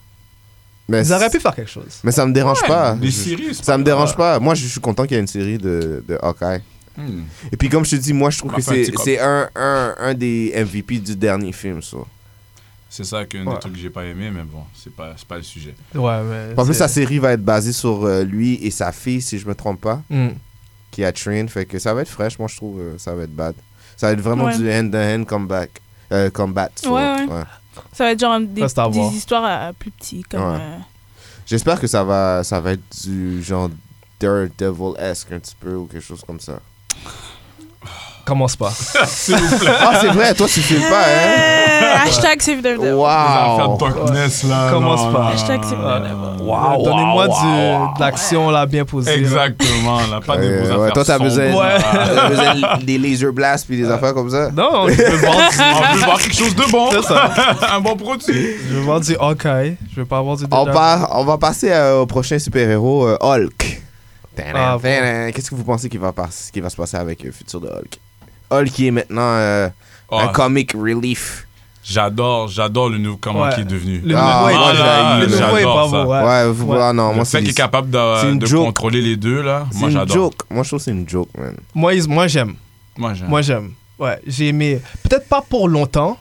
Speaker 3: Mais
Speaker 1: Ils auraient pu faire quelque chose.
Speaker 3: Mais ça me dérange pas.
Speaker 2: Les
Speaker 3: Ah, Je-
Speaker 2: séries, c'est
Speaker 3: Ça me
Speaker 2: pas-
Speaker 3: dérange pas. Moi, je suis content qu'il y ait une série de, de Hawkeye.
Speaker 2: Hmm.
Speaker 3: Et puis, comme je te dis, moi, je trouve
Speaker 2: On
Speaker 3: que
Speaker 2: va faire un
Speaker 3: c'est
Speaker 2: petit cop.
Speaker 3: c'est un, un, un des MVP du dernier film, ça.
Speaker 2: C'est ça qu'un
Speaker 1: Ouais.
Speaker 2: des trucs que j'ai pas aimé, mais bon, c'est pas, c'est pas le sujet.
Speaker 1: Ouais, mais.
Speaker 3: En plus,
Speaker 1: c'est-
Speaker 3: sa série va être basée sur euh, lui et sa fille, si je me trompe pas,
Speaker 1: Hmm.
Speaker 3: qui a train. Fait que ça va être fraîche. Moi, je trouve euh, ça va être bad. Ça va être vraiment
Speaker 4: Ouais.
Speaker 3: du hand-to-hand comeback. euh, combat. so,
Speaker 4: Ouais, ouais. Ça va être genre des,
Speaker 1: Ça, c'est à
Speaker 4: des
Speaker 1: voir.
Speaker 4: histoires euh, plus petites. Comme,
Speaker 3: Ouais.
Speaker 4: euh,
Speaker 3: J'espère que ça va, ça va être du genre Daredevil-esque un petit peu ou quelque chose comme ça.
Speaker 1: Commence pas.
Speaker 2: S'il vous plaît.
Speaker 3: Ah, c'est vrai, toi, tu filmes pas, hein?
Speaker 4: Euh, hashtag Save the Devil.
Speaker 1: Ah,
Speaker 2: Wow.
Speaker 1: oh.
Speaker 3: Wow!
Speaker 2: darkness, là.
Speaker 1: Commence
Speaker 2: non,
Speaker 1: pas.
Speaker 2: non,
Speaker 4: Hashtag c'est-
Speaker 1: Ah,
Speaker 2: non, non.
Speaker 1: Wow, Donnez-moi du- de l'action là, bien posée. là.
Speaker 2: Exactement, là. Pas des
Speaker 3: Euh,
Speaker 2: beaux
Speaker 3: ouais,
Speaker 2: affaires
Speaker 3: toi, t'as
Speaker 2: sombres,
Speaker 3: besoin-
Speaker 2: là.
Speaker 3: T'as besoin des laser blasts puis des affaires comme ça?
Speaker 1: Non, je veux voir du.
Speaker 2: On veut voir quelque chose de bon.
Speaker 1: C'est ça.
Speaker 2: Un bon produit.
Speaker 1: Je veux voir du Hawkeye. Je veux pas avoir du.
Speaker 3: On,
Speaker 1: Daredevil.
Speaker 3: part- on va passer euh, au prochain super-héros, euh, Hulk.
Speaker 1: Ah, bon.
Speaker 3: Tadam, Qu'est-ce que vous pensez qui va, pas- qui va se passer avec le futur de Hulk? Hulk qui est maintenant euh,
Speaker 2: Oh,
Speaker 3: un comic relief.
Speaker 2: j'adore, j'adore le nouveau comment
Speaker 1: Ouais.
Speaker 2: qu'il est devenu.
Speaker 1: Le
Speaker 3: Ah,
Speaker 1: nouveau est
Speaker 3: moi,
Speaker 1: pas-
Speaker 3: j'haïs,
Speaker 1: le nouveau
Speaker 2: j'adore
Speaker 1: est
Speaker 2: ça.
Speaker 1: pas beau.
Speaker 3: Ouais,
Speaker 1: ouais.
Speaker 3: vous,
Speaker 1: Ouais.
Speaker 3: ah non,
Speaker 2: le
Speaker 3: moi
Speaker 2: fait
Speaker 3: c'est
Speaker 2: qu'il est
Speaker 3: c'est
Speaker 2: capable
Speaker 3: c'est
Speaker 2: de,
Speaker 3: une
Speaker 2: de
Speaker 3: joke.
Speaker 2: contrôler les deux, là, moi
Speaker 3: une
Speaker 2: j'adore.
Speaker 3: joke. Moi je trouve que c'est une joke, man.
Speaker 1: Moi, ils- moi j'aime.
Speaker 2: Moi
Speaker 3: Ah.
Speaker 2: j'aime.
Speaker 1: Moi, j'aime. Ouais, j'ai aimé. Peut-être pas pour longtemps.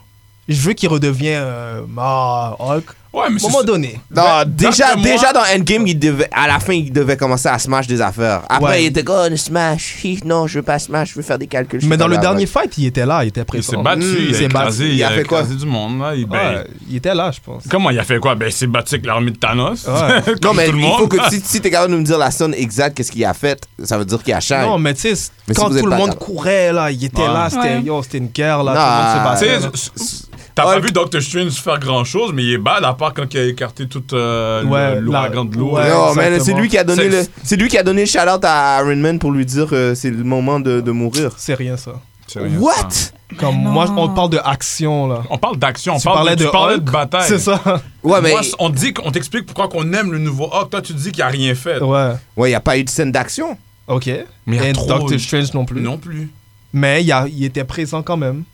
Speaker 1: Je veux qu'il redevienne euh, ah, Hulk.
Speaker 2: Ouais, mais
Speaker 1: À un
Speaker 2: c'est-
Speaker 1: moment donné.
Speaker 3: Non,
Speaker 2: Ben,
Speaker 3: déjà,
Speaker 2: d'après moi-
Speaker 3: déjà dans Endgame, il devait, à la fin, il devait commencer à smash des affaires. Après,
Speaker 1: Ouais.
Speaker 3: il était comme, oh, smash. Hi, Non, je veux pas smash, je veux faire des calculs.
Speaker 1: Mais dans le
Speaker 3: Là,
Speaker 1: dernier
Speaker 3: ouais.
Speaker 1: fight, il était là, il était
Speaker 2: il
Speaker 1: présent.
Speaker 2: s'est battu,
Speaker 3: Mmh,
Speaker 2: il,
Speaker 1: il
Speaker 2: a
Speaker 1: s'est
Speaker 2: écrasé,
Speaker 3: battu.
Speaker 2: il a fait quoi du monde, là. Il, ben,
Speaker 1: Ouais, il était là, je pense.
Speaker 2: Comment il a fait quoi Ben, il s'est battu avec l'armée de Thanos.
Speaker 1: Ouais.
Speaker 2: Comme
Speaker 3: Non, mais
Speaker 2: tout le
Speaker 3: il
Speaker 2: monde.
Speaker 3: faut que si, si t'es capable de nous dire la somme exacte, qu'est-ce qu'il a fait, ça veut dire qu'il a changé.
Speaker 1: Non, mais tu sais,
Speaker 3: Mais si
Speaker 1: quand
Speaker 3: vous êtes
Speaker 1: tout le
Speaker 3: pas
Speaker 1: monde
Speaker 3: capable.
Speaker 1: courait, là, il était
Speaker 2: Ouais.
Speaker 1: là, c'était
Speaker 4: Ouais.
Speaker 1: yo, c'était une guerre, là,
Speaker 3: Non.
Speaker 1: tout le monde se battait. là.
Speaker 2: Tu sais, T'as pas
Speaker 3: Hulk.
Speaker 2: vu Doctor Strange faire grand chose, mais il est bad à part quand il a écarté toute euh, le-
Speaker 1: Ouais,
Speaker 2: l'ouragan
Speaker 1: la-
Speaker 2: de l'eau.
Speaker 1: ouais.
Speaker 2: là.
Speaker 3: Non, mais
Speaker 1: exactement.
Speaker 3: c'est lui qui a donné le,
Speaker 2: C'est-
Speaker 3: c'est lui qui a donné le shout-out à Iron Man pour lui dire que c'est le moment de, de mourir.
Speaker 1: C'est rien, ça.
Speaker 2: C'est rien,
Speaker 3: What?
Speaker 2: ça.
Speaker 1: Comme
Speaker 4: non.
Speaker 1: moi, on parle de action, là.
Speaker 2: On parle d'action, on
Speaker 1: Tu
Speaker 2: parle
Speaker 1: parlais
Speaker 2: de,
Speaker 1: de
Speaker 2: tu parlais
Speaker 1: Hulk?
Speaker 2: de bataille.
Speaker 1: C'est ça.
Speaker 3: Ouais, mais
Speaker 2: Moi, on dit qu'on t'explique pourquoi qu'on aime le nouveau Hulk. Toi, tu dis qu'il a rien fait.
Speaker 1: ouais.
Speaker 3: ouais, il n'y a pas eu de scène d'action.
Speaker 1: Ok.
Speaker 2: Mais il y a
Speaker 1: Et
Speaker 2: trop-
Speaker 1: Doctor Strange non plus.
Speaker 2: Non plus.
Speaker 1: Mais il, y a- il était présent quand même. Mm.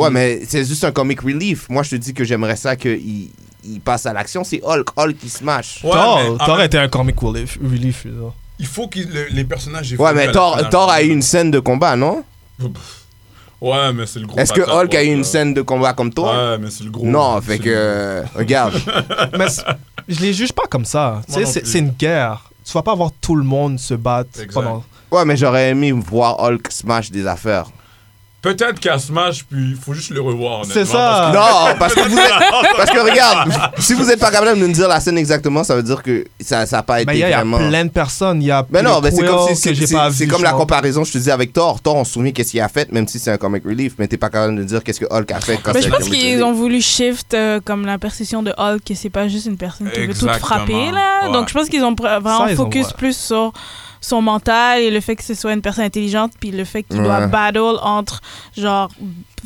Speaker 3: Ouais, mais c'est juste un comic relief. Moi, je te dis que j'aimerais ça qu'il il passe à l'action. C'est Hulk, Hulk qui smash.
Speaker 2: Ouais, mais
Speaker 1: Thor,
Speaker 2: en
Speaker 1: Thor
Speaker 2: même-
Speaker 1: était un comic relief. relief là.
Speaker 2: Il faut que le- les personnages
Speaker 3: Ouais,
Speaker 2: évoluent à
Speaker 3: mais
Speaker 2: la
Speaker 3: Thor,
Speaker 2: fin d'un
Speaker 3: Thor a eu
Speaker 2: film.
Speaker 3: une scène de combat, non
Speaker 2: Ouais, mais c'est le gros.
Speaker 3: Est-ce que
Speaker 2: bâtard,
Speaker 3: Hulk a eu
Speaker 2: quoi,
Speaker 3: une
Speaker 2: ça.
Speaker 3: scène de combat comme toi
Speaker 2: euh, Ouais, mais c'est le gros.
Speaker 3: Non,
Speaker 2: c'est
Speaker 3: fait que.
Speaker 2: le-
Speaker 3: euh, regarde.
Speaker 1: Mais c- je les juge pas comme ça. Tu
Speaker 2: Moi
Speaker 1: sais,
Speaker 2: non
Speaker 1: c'est
Speaker 2: plus.
Speaker 1: c'est une guerre. Tu vas pas voir tout le monde se battre
Speaker 2: Exact.
Speaker 1: pendant.
Speaker 3: Ouais, mais j'aurais aimé voir Hulk smash des affaires.
Speaker 2: Peut-être qu'à Smash, puis il faut juste le revoir. honnêtement,
Speaker 1: C'est ça.
Speaker 3: Non, parce que vous êtes. Parce que regarde, si vous n'êtes pas capable de nous dire la scène exactement, ça veut dire que ça n'a pas été
Speaker 1: Mais Bah, il y a, il y a
Speaker 3: vraiment.
Speaker 1: plein de personnes. Il y a.
Speaker 3: Mais non, mais
Speaker 1: Peter
Speaker 3: c'est comme si
Speaker 1: Quill que
Speaker 3: c'est-
Speaker 1: j'ai
Speaker 3: c'est-
Speaker 1: pas
Speaker 3: c'est
Speaker 1: vu,
Speaker 3: comme
Speaker 1: je
Speaker 3: la
Speaker 1: pense.
Speaker 3: comparaison, je te dis avec Thor. Thor, on se souvient qu'est-ce qu'il a fait, même si c'est un comic relief, mais t'es pas capable de nous dire qu'est-ce que Hulk a fait quand
Speaker 4: Mais
Speaker 3: c'est
Speaker 4: je
Speaker 3: un
Speaker 4: pense
Speaker 3: comic
Speaker 4: qu'ils
Speaker 3: relief.
Speaker 4: ont voulu shift euh, comme la perception de Hulk, que c'est pas juste une personne qui veut tout
Speaker 2: Exactement.
Speaker 4: frapper là.
Speaker 2: Ouais.
Speaker 4: Donc je pense qu'ils ont pr- vraiment
Speaker 1: ils ont-
Speaker 4: focus
Speaker 1: ouais.
Speaker 4: plus sur son mental et le fait que ce soit une personne intelligente, puis le fait qu'il doit
Speaker 3: Ouais.
Speaker 4: battle entre, genre,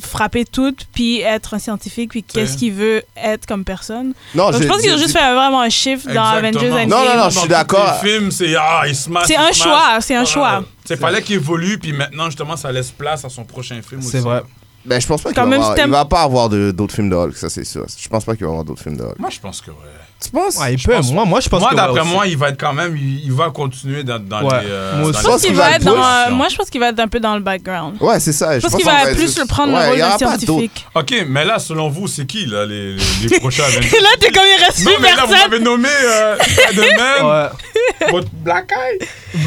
Speaker 4: frapper tout, puis être un scientifique, puis qu'est-ce qu'il veut être comme personne.
Speaker 1: Ah,
Speaker 3: Non,
Speaker 4: Donc, je pense qu'ils ont
Speaker 3: je-
Speaker 4: juste fait vraiment un shift
Speaker 2: Exactement.
Speaker 4: dans Avengers Endgame.
Speaker 3: Non, non, non, je suis
Speaker 2: Dans tous
Speaker 3: d'accord.
Speaker 2: Les films, c'est ah, il se masse,
Speaker 4: C'est
Speaker 2: il
Speaker 4: un
Speaker 2: se masse.
Speaker 4: choix, c'est un
Speaker 2: Ah,
Speaker 4: choix.
Speaker 2: C'est fallait qu'il évolue, puis maintenant, justement, ça laisse place à son prochain film aussi.
Speaker 1: C'est vrai.
Speaker 3: Ben, je pense pas qu'il
Speaker 4: Quand
Speaker 3: va,
Speaker 4: même,
Speaker 3: avoir-
Speaker 4: c'est un-
Speaker 3: il va pas avoir de- d'autres films de Hulk, ça c'est sûr. Je pense pas qu'il va avoir d'autres films de Hulk.
Speaker 2: Moi, je pense que ouais.
Speaker 3: Tu penses
Speaker 1: Ouais, il
Speaker 2: Je
Speaker 1: peut.
Speaker 2: pense-
Speaker 1: Moi, moi, je pense
Speaker 2: Moi,
Speaker 1: que
Speaker 2: d'après
Speaker 1: ouais,
Speaker 2: moi, il va être quand même, il, il va continuer dans, dans
Speaker 1: Ouais.
Speaker 2: les. euh,
Speaker 1: Moi
Speaker 2: dans
Speaker 1: aussi.
Speaker 4: Je
Speaker 2: les-
Speaker 4: pense qu'il va être
Speaker 3: le
Speaker 4: dans,
Speaker 3: push,
Speaker 4: euh, moi, je pense qu'il va être un peu dans le background.
Speaker 3: Ouais, c'est ça.
Speaker 4: Je pense
Speaker 3: pense
Speaker 4: qu'il
Speaker 3: qu'on
Speaker 4: va
Speaker 3: être
Speaker 4: plus
Speaker 3: juste-
Speaker 4: le prendre
Speaker 3: Ouais,
Speaker 4: le rôle
Speaker 3: il y aura
Speaker 4: d'un
Speaker 3: pas d'autres.
Speaker 4: scientifique.
Speaker 2: Ok, mais là, selon vous, c'est qui, là, les, les, les prochains Avengers
Speaker 4: là, t'es comme il reste
Speaker 2: Non,
Speaker 4: huit
Speaker 2: mais là, vous
Speaker 4: personnes.
Speaker 2: m'avez nommé euh, Spider-Man,
Speaker 1: Ouais.
Speaker 2: votre Black Eye.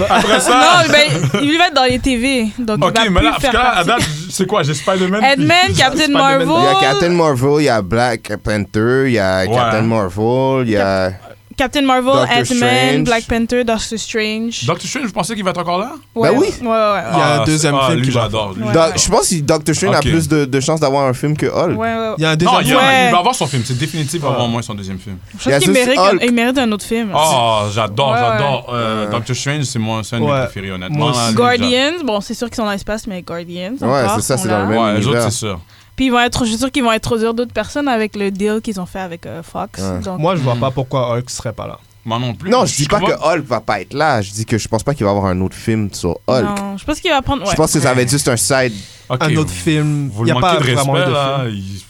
Speaker 2: Après ça.
Speaker 4: Non, ben, il va être dans les TV. Donc,
Speaker 2: Ok,
Speaker 4: il va
Speaker 2: mais là,
Speaker 4: plus
Speaker 2: parce
Speaker 4: faire
Speaker 2: que là, à
Speaker 4: partie.
Speaker 2: date, c'est quoi J'ai Spider-Man. puis-
Speaker 4: Edmund, Captain
Speaker 1: Spider-Man.
Speaker 4: Marvel.
Speaker 3: Il y a Captain Marvel, il y a Black Panther, il y a
Speaker 2: Ouais.
Speaker 3: Captain Marvel, il y a.
Speaker 4: Captain Marvel,
Speaker 3: Doctor
Speaker 4: Ant-Man,
Speaker 3: Strange.
Speaker 4: Black Panther, Doctor Strange.
Speaker 2: Doctor Strange, vous pensez qu'il va être encore là
Speaker 4: ouais.
Speaker 3: Ben oui.
Speaker 4: Ouais,
Speaker 1: Il
Speaker 4: ouais, ouais.
Speaker 1: y a un
Speaker 2: Ah, c'est-
Speaker 1: deuxième film
Speaker 2: lui,
Speaker 1: que
Speaker 2: j'adore. lui,
Speaker 3: Da-
Speaker 4: Ouais.
Speaker 2: j'adore.
Speaker 3: Je pense que Doctor Strange
Speaker 2: Ok.
Speaker 3: a plus de, de chances d'avoir un film que Hulk.
Speaker 4: Ouais, ouais, ouais.
Speaker 1: Il y a un
Speaker 2: Non,
Speaker 1: deuxième
Speaker 2: il,
Speaker 1: film.
Speaker 2: va-
Speaker 4: Ouais.
Speaker 2: il va avoir son film. C'est définitif, il va avoir au moins son deuxième film.
Speaker 4: Je
Speaker 3: Il y a
Speaker 4: pense qu'il
Speaker 3: juste
Speaker 4: mérite,
Speaker 3: Hulk.
Speaker 4: il mérite un autre film.
Speaker 2: Oh, j'adore,
Speaker 4: Ouais,
Speaker 2: j'adore. Euh, Doctor Strange, c'est mon c'est un de mes
Speaker 1: Ouais.
Speaker 2: préférés, honnêtement. Ah,
Speaker 1: Moi
Speaker 2: là,
Speaker 1: aussi.
Speaker 2: déjà.
Speaker 4: Guardians, bon, c'est sûr qu'ils sont dans l'espace, mais Guardians.
Speaker 3: Ouais,
Speaker 4: encore,
Speaker 3: c'est ça,
Speaker 4: sont
Speaker 3: c'est dans
Speaker 4: là.
Speaker 3: le même-
Speaker 2: Ouais, les autres,
Speaker 3: univers.
Speaker 2: c'est sûr.
Speaker 4: Puis ils vont être, je suis sûr qu'ils vont introduire d'autres personnes avec le deal qu'ils ont fait avec euh, Fox.
Speaker 3: Ouais.
Speaker 4: Donc,
Speaker 1: Moi, je vois
Speaker 2: Mm.
Speaker 1: pas pourquoi Hulk serait pas là.
Speaker 2: Moi non plus.
Speaker 3: Non, je dis pas
Speaker 2: comprends-
Speaker 3: que Hulk va pas être là. Je dis que je pense pas qu'il va avoir un autre film sur Hulk.
Speaker 4: non, je pense qu'il va prendre.
Speaker 3: Je
Speaker 4: ouais.
Speaker 3: pense que ça va être juste un side.
Speaker 2: Ok,
Speaker 1: Un autre film.
Speaker 2: Vous
Speaker 1: Il y
Speaker 2: le
Speaker 1: a pas
Speaker 2: manquez de
Speaker 1: vraiment
Speaker 2: respect,
Speaker 1: de
Speaker 2: là.
Speaker 1: film.
Speaker 2: il-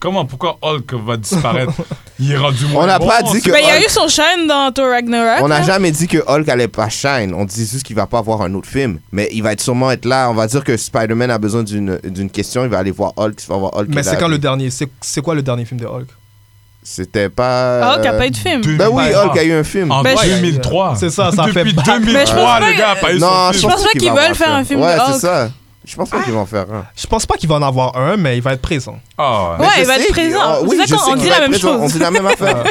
Speaker 2: Comment, pourquoi Hulk va disparaître Il est rendu moins
Speaker 3: On n'a
Speaker 2: bon,
Speaker 3: pas dit
Speaker 2: c'est-
Speaker 3: que
Speaker 4: Ben, il y a
Speaker 3: Hulk-
Speaker 4: eu son chaîne dans Thor Ragnarok.
Speaker 3: On n'a
Speaker 4: là.
Speaker 3: jamais dit que Hulk allait pas shine. On dit juste qu'il va pas avoir un autre film. Mais il va être sûrement être là. On va dire que Spider-Man a besoin d'une d'une question. Il va aller voir Hulk. Il va voir Hulk.
Speaker 1: Mais
Speaker 3: Il
Speaker 1: c'est
Speaker 3: a-
Speaker 1: quand le dernier C'est c'est quoi le dernier film de Hulk
Speaker 3: C'était pas.
Speaker 4: Ah, Hulk a pas eu de film.
Speaker 2: deux-
Speaker 3: Ben oui,
Speaker 1: Ouais.
Speaker 3: Hulk a eu un film.
Speaker 2: En
Speaker 4: Ben, je-
Speaker 2: 2003.
Speaker 1: C'est ça, ça fait
Speaker 2: Depuis
Speaker 1: pas-
Speaker 2: 2003,
Speaker 4: Mais je pense
Speaker 2: le gars a pas eu
Speaker 3: Non,
Speaker 2: son
Speaker 4: je
Speaker 2: film.
Speaker 4: pense pas
Speaker 3: qu'il
Speaker 4: qu'ils
Speaker 3: va avoir
Speaker 4: veulent faire un film
Speaker 3: Ouais,
Speaker 4: de Hulk.
Speaker 3: c'est ça. Je pense pas qu'ils vont en faire un.
Speaker 1: Je pense pas qu'il va en avoir un, mais il va être présent.
Speaker 2: Ah, ouais.
Speaker 4: Ouais,
Speaker 3: Mais
Speaker 4: il
Speaker 3: je
Speaker 4: va être
Speaker 3: sais,
Speaker 4: présent.
Speaker 3: oh,
Speaker 4: C'est
Speaker 3: oui,
Speaker 4: ça
Speaker 3: je
Speaker 4: qu'on-
Speaker 3: sais
Speaker 4: on
Speaker 3: qu'il
Speaker 4: dit
Speaker 3: va
Speaker 4: la
Speaker 3: être
Speaker 4: même
Speaker 3: présent. On
Speaker 4: chose.
Speaker 3: dit la même affaire.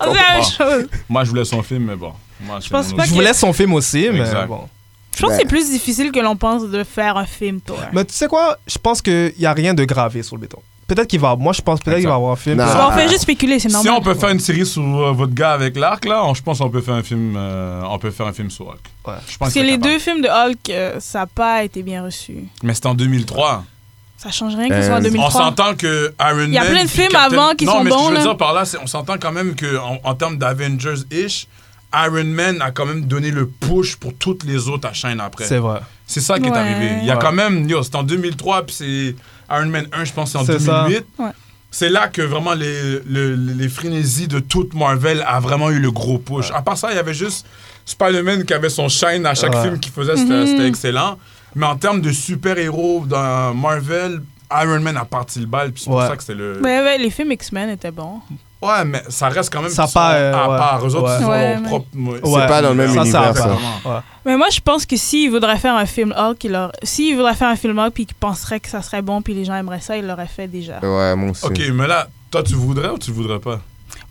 Speaker 4: On dit
Speaker 2: Ah.
Speaker 4: la même chose.
Speaker 2: Moi, je voulais son film, mais bon. Moi, c'est
Speaker 4: pense
Speaker 2: mon
Speaker 4: pas
Speaker 2: autre-
Speaker 1: Je vous
Speaker 4: que-
Speaker 1: laisse son film aussi, mais
Speaker 2: Exact.
Speaker 1: bon.
Speaker 4: Je pense
Speaker 3: Ben.
Speaker 4: que c'est plus difficile que l'on pense de faire un film, Thor.
Speaker 1: Mais tu sais quoi Je pense qu'il y a rien de gravé sur le béton. Peut-être qu'il va. Moi, je pense peut-être qu'il va avoir un film.
Speaker 3: Non.
Speaker 4: Bon,
Speaker 1: Peut-être-
Speaker 4: on fait juste spéculer, c'est
Speaker 2: Si
Speaker 4: normal.
Speaker 2: on peut faire une série sur euh, votre gars avec l'arc, là, on- je pense qu'on peut faire un film. euh, on peut faire un film sur Hulk.
Speaker 1: Ouais.
Speaker 2: Je pense
Speaker 4: Parce que
Speaker 2: qu'il est
Speaker 4: les
Speaker 2: capable.
Speaker 4: deux films de Hulk, euh, ça n'a pas été bien reçu.
Speaker 2: Mais c'était en 2003.
Speaker 4: Ça change rien que ce soit en
Speaker 3: Euh,
Speaker 2: On
Speaker 4: 2003.
Speaker 2: s'entend que Iron Man.
Speaker 4: Il y a plein de
Speaker 2: puis
Speaker 4: films
Speaker 2: Captain-
Speaker 4: avant qui
Speaker 2: non,
Speaker 4: sont
Speaker 2: mais Ce
Speaker 4: bons,
Speaker 2: que je veux
Speaker 4: là.
Speaker 2: dire par là, c'est on s'entend quand même que en, en termes d'Avengers ish, Iron Man a quand même donné le push pour toutes les autres à chaîne après.
Speaker 1: C'est vrai.
Speaker 2: C'est ça qui est
Speaker 4: Ouais.
Speaker 2: arrivé. Il y a
Speaker 1: Ouais.
Speaker 2: quand même, yo, c'est en 2003 puis c'est Iron Man 1, je pense, c'est en
Speaker 1: C'est ça.
Speaker 2: 2008.
Speaker 4: Ouais.
Speaker 2: C'est là que vraiment les, le- les frénésies de toute Marvel a vraiment eu le gros push. À part ça, il y avait juste Spider-Man qui avait son shine à chaque
Speaker 1: Ouais.
Speaker 2: film qu'il faisait,
Speaker 4: Mm-hmm.
Speaker 2: c'était c'était excellent. Mais en termes de super-héros dans Marvel, Iron Man a parti le bal, puis c'est pour
Speaker 1: Ouais.
Speaker 2: ça que c'est le.
Speaker 4: Ouais, ouais, les films X-Men étaient bons.
Speaker 2: Ouais, mais ça reste quand même.
Speaker 1: Ça
Speaker 2: qu'ils
Speaker 1: pas,
Speaker 2: sont
Speaker 1: euh,
Speaker 2: à
Speaker 1: ouais.
Speaker 2: part. Eux autres,
Speaker 1: Ouais.
Speaker 2: ils ont
Speaker 4: Ouais,
Speaker 2: leur
Speaker 4: mais-
Speaker 2: propre. ouais,
Speaker 1: Ouais.
Speaker 3: pas dans le même
Speaker 1: ça,
Speaker 3: univers,
Speaker 1: Ça,
Speaker 2: ça.
Speaker 1: Ouais.
Speaker 4: Mais moi, je pense que s'ils voudraient faire un film Hulk, ils leur... s'ils voudraient faire un film Hulk puis qu'ils penseraient que ça serait bon puis les gens aimeraient ça, ils l'auraient fait déjà.
Speaker 3: Ouais, moi aussi.
Speaker 2: c'est- Ok, mais là, toi, tu voudrais ou tu voudrais pas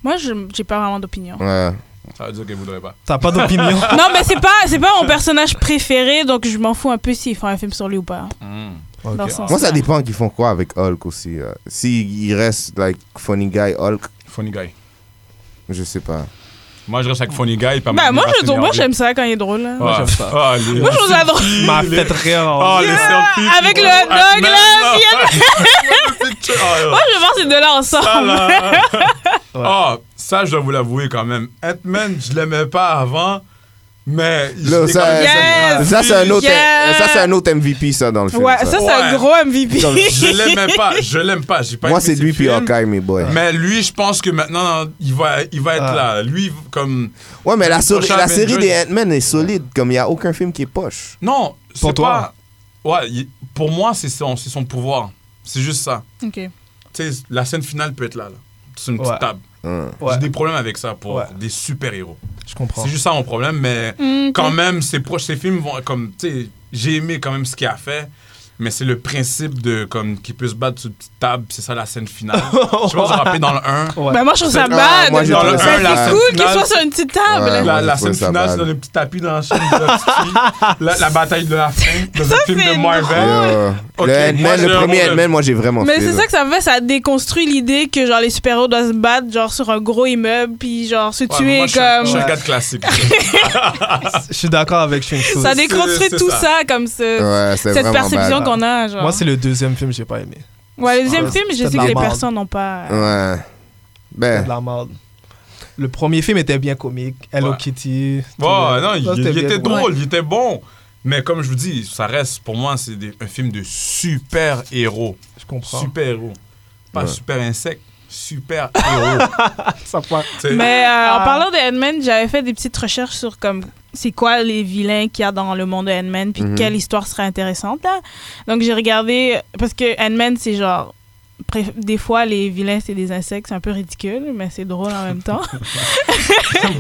Speaker 4: Moi, je j'ai pas vraiment d'opinion.
Speaker 3: Ouais.
Speaker 2: Ça veut dire qu'ils voudraient pas.
Speaker 1: T'as pas d'opinion
Speaker 4: non, mais c'est pas, c'est pas mon personnage préféré, donc je m'en fous un peu s'ils font un film sur lui ou pas.
Speaker 1: Ok.
Speaker 4: Dans ce sens-là.
Speaker 3: Moi, ça dépend qu'ils font quoi avec Hulk aussi. euh. S'il reste, like, Funny Guy Hulk,
Speaker 2: Funny guy.
Speaker 3: je sais pas.
Speaker 2: Moi, je reste avec Funny Guy. Pas
Speaker 4: Ben,
Speaker 2: mal
Speaker 4: moi,
Speaker 2: de
Speaker 4: je trouve, moi,
Speaker 2: racines
Speaker 4: j'aime ça quand il est drôle. là.
Speaker 2: Ouais.
Speaker 1: j'aime ça.
Speaker 2: Ah, les-
Speaker 4: Moi, je trouve ça drôle.
Speaker 1: m'a fait rire.
Speaker 2: Ah,
Speaker 1: en-
Speaker 2: les selfies.
Speaker 4: Avec
Speaker 2: qui
Speaker 4: le
Speaker 2: vont
Speaker 4: hot
Speaker 2: à
Speaker 4: dog,
Speaker 2: Smash,
Speaker 4: là,
Speaker 2: Le picture. Ah, là.
Speaker 4: Moi, je vais voir ces deux-là
Speaker 2: Ah,
Speaker 4: ensemble.
Speaker 2: là.
Speaker 1: Ouais.
Speaker 2: Ah, ça, je dois vous l'avouer quand même. Ant-Man, je l'aimais pas avant, mais je
Speaker 3: Là,
Speaker 2: l'ai
Speaker 3: ça,
Speaker 2: quand même-
Speaker 3: ça-
Speaker 4: Yes!
Speaker 3: ça, c'est un autre,
Speaker 4: Yes!
Speaker 3: ça, c'est un autre MVP, ça, dans le film.
Speaker 4: Ouais,
Speaker 3: ça.
Speaker 4: ça, c'est un
Speaker 2: Ouais.
Speaker 4: gros MVP.
Speaker 2: je l'aimais pas, je l'aime pas. j'ai pas
Speaker 3: Moi,
Speaker 2: aimé
Speaker 3: c'est
Speaker 2: ses
Speaker 3: lui puis
Speaker 2: films.
Speaker 3: Hawkeye, mes boys.
Speaker 2: Mais lui, je pense que maintenant, il va, il va être
Speaker 1: Ah.
Speaker 2: là. Lui, comme.
Speaker 3: Ouais, mais la, série-
Speaker 2: Prochain
Speaker 3: la série
Speaker 2: Avengers.
Speaker 3: des Ant-Man est solide. Comme il n'y a aucun film qui est poche.
Speaker 2: Non, c'est
Speaker 1: Pour toi.
Speaker 2: pas- Ouais, il- pour moi, c'est son, c'est son pouvoir. C'est juste ça.
Speaker 4: Ok.
Speaker 2: Tu sais, la scène finale peut être là. là. C'est une petite
Speaker 1: Ouais.
Speaker 2: table.
Speaker 3: Hein.
Speaker 1: Ouais,
Speaker 2: J'ai des problèmes avec ça pour
Speaker 1: Ouais.
Speaker 2: des super-héros.
Speaker 1: je comprends.
Speaker 2: C'est juste ça mon problème, mais
Speaker 4: Mm,
Speaker 2: quand
Speaker 4: ok.
Speaker 2: même, ces, pro- ces films vont comme. Tu sais, j'ai aimé quand même ce qu'il a fait, mais c'est le principe de comme qu'il peut se battre sur une petite table, puis c'est ça la scène finale. Je pense que vous vous rappelez dans le 1.
Speaker 1: Ouais.
Speaker 4: Ben, moi, je trouve ça
Speaker 3: Ah,
Speaker 4: bad.
Speaker 3: moi, j'ai
Speaker 2: Dans le
Speaker 3: trouvé ça
Speaker 2: un, la
Speaker 3: bad.
Speaker 4: c'est
Speaker 2: scène
Speaker 4: cool qu'il
Speaker 2: finale.
Speaker 4: soit sur une petite table.
Speaker 3: Ouais, moi,
Speaker 2: La,
Speaker 3: j'ai
Speaker 2: la
Speaker 3: trouvé
Speaker 2: scène
Speaker 3: ça
Speaker 2: finale,
Speaker 3: bad.
Speaker 2: c'est dans le petit tapis dans la chaîne de la petite fille. La, la bataille de la fin, dans un film
Speaker 4: c'est
Speaker 2: de Marvel.
Speaker 4: drôle.
Speaker 3: Yo,
Speaker 2: Ok,
Speaker 3: le
Speaker 2: moi,
Speaker 3: Ant-Man,
Speaker 2: j'ai
Speaker 3: le
Speaker 2: un
Speaker 3: premier
Speaker 2: bon-
Speaker 3: Ant-Man, moi j'ai vraiment
Speaker 4: Mais
Speaker 3: filé,
Speaker 4: c'est
Speaker 3: là.
Speaker 4: ça que ça fait, ça déconstruit l'idée que genre les super-héros doivent se battre genre sur un gros immeuble puis genre se
Speaker 2: Ouais,
Speaker 4: tuer
Speaker 2: moi, je suis-
Speaker 4: comme
Speaker 2: Je suis un gars de classique.
Speaker 1: Je suis d'accord avec Shinsu.
Speaker 2: c'est-
Speaker 4: ça déconstruit
Speaker 2: c'est
Speaker 4: tout
Speaker 2: ça.
Speaker 4: ça, comme ce-
Speaker 3: Ouais, c'est
Speaker 4: cette
Speaker 3: vraiment
Speaker 4: perception
Speaker 3: bad.
Speaker 4: qu'on a genre.
Speaker 1: Moi, c'est le deuxième film que j'ai pas aimé.
Speaker 4: ouais, le deuxième
Speaker 1: Ouais,
Speaker 4: film,
Speaker 1: c'est
Speaker 4: je
Speaker 1: de
Speaker 4: sais
Speaker 1: la
Speaker 4: que les
Speaker 1: merde.
Speaker 4: personnes n'ont pas
Speaker 3: Ouais.
Speaker 1: C'est de
Speaker 3: Ben,
Speaker 1: la merde. Le premier film était bien comique. Hello
Speaker 2: Ouais.
Speaker 1: Kitty. tout
Speaker 2: Bon,
Speaker 1: le-
Speaker 2: non,
Speaker 1: ça,
Speaker 2: il, il
Speaker 1: bien
Speaker 2: était
Speaker 1: drôle.
Speaker 2: drôle, il était bon. Mais comme je vous dis, ça reste, pour moi, c'est des- un film de super-héros.
Speaker 1: Je comprends.
Speaker 2: Super-héros. Pas
Speaker 3: Ouais.
Speaker 2: super-insecte, super-héros.
Speaker 1: Ça part-
Speaker 2: Tu sais.
Speaker 4: Mais euh,
Speaker 3: Ah.
Speaker 4: en parlant de Ant-Man, j'avais fait des petites recherches sur comme c'est quoi les vilains qu'il y a dans le monde de Ant-Man, puis
Speaker 3: Mhm.
Speaker 4: quelle histoire serait intéressante là. Donc j'ai regardé parce que Ant-Man c'est genre pré- des fois les vilains c'est des insectes, c'est un peu ridicule, mais c'est drôle en même temps.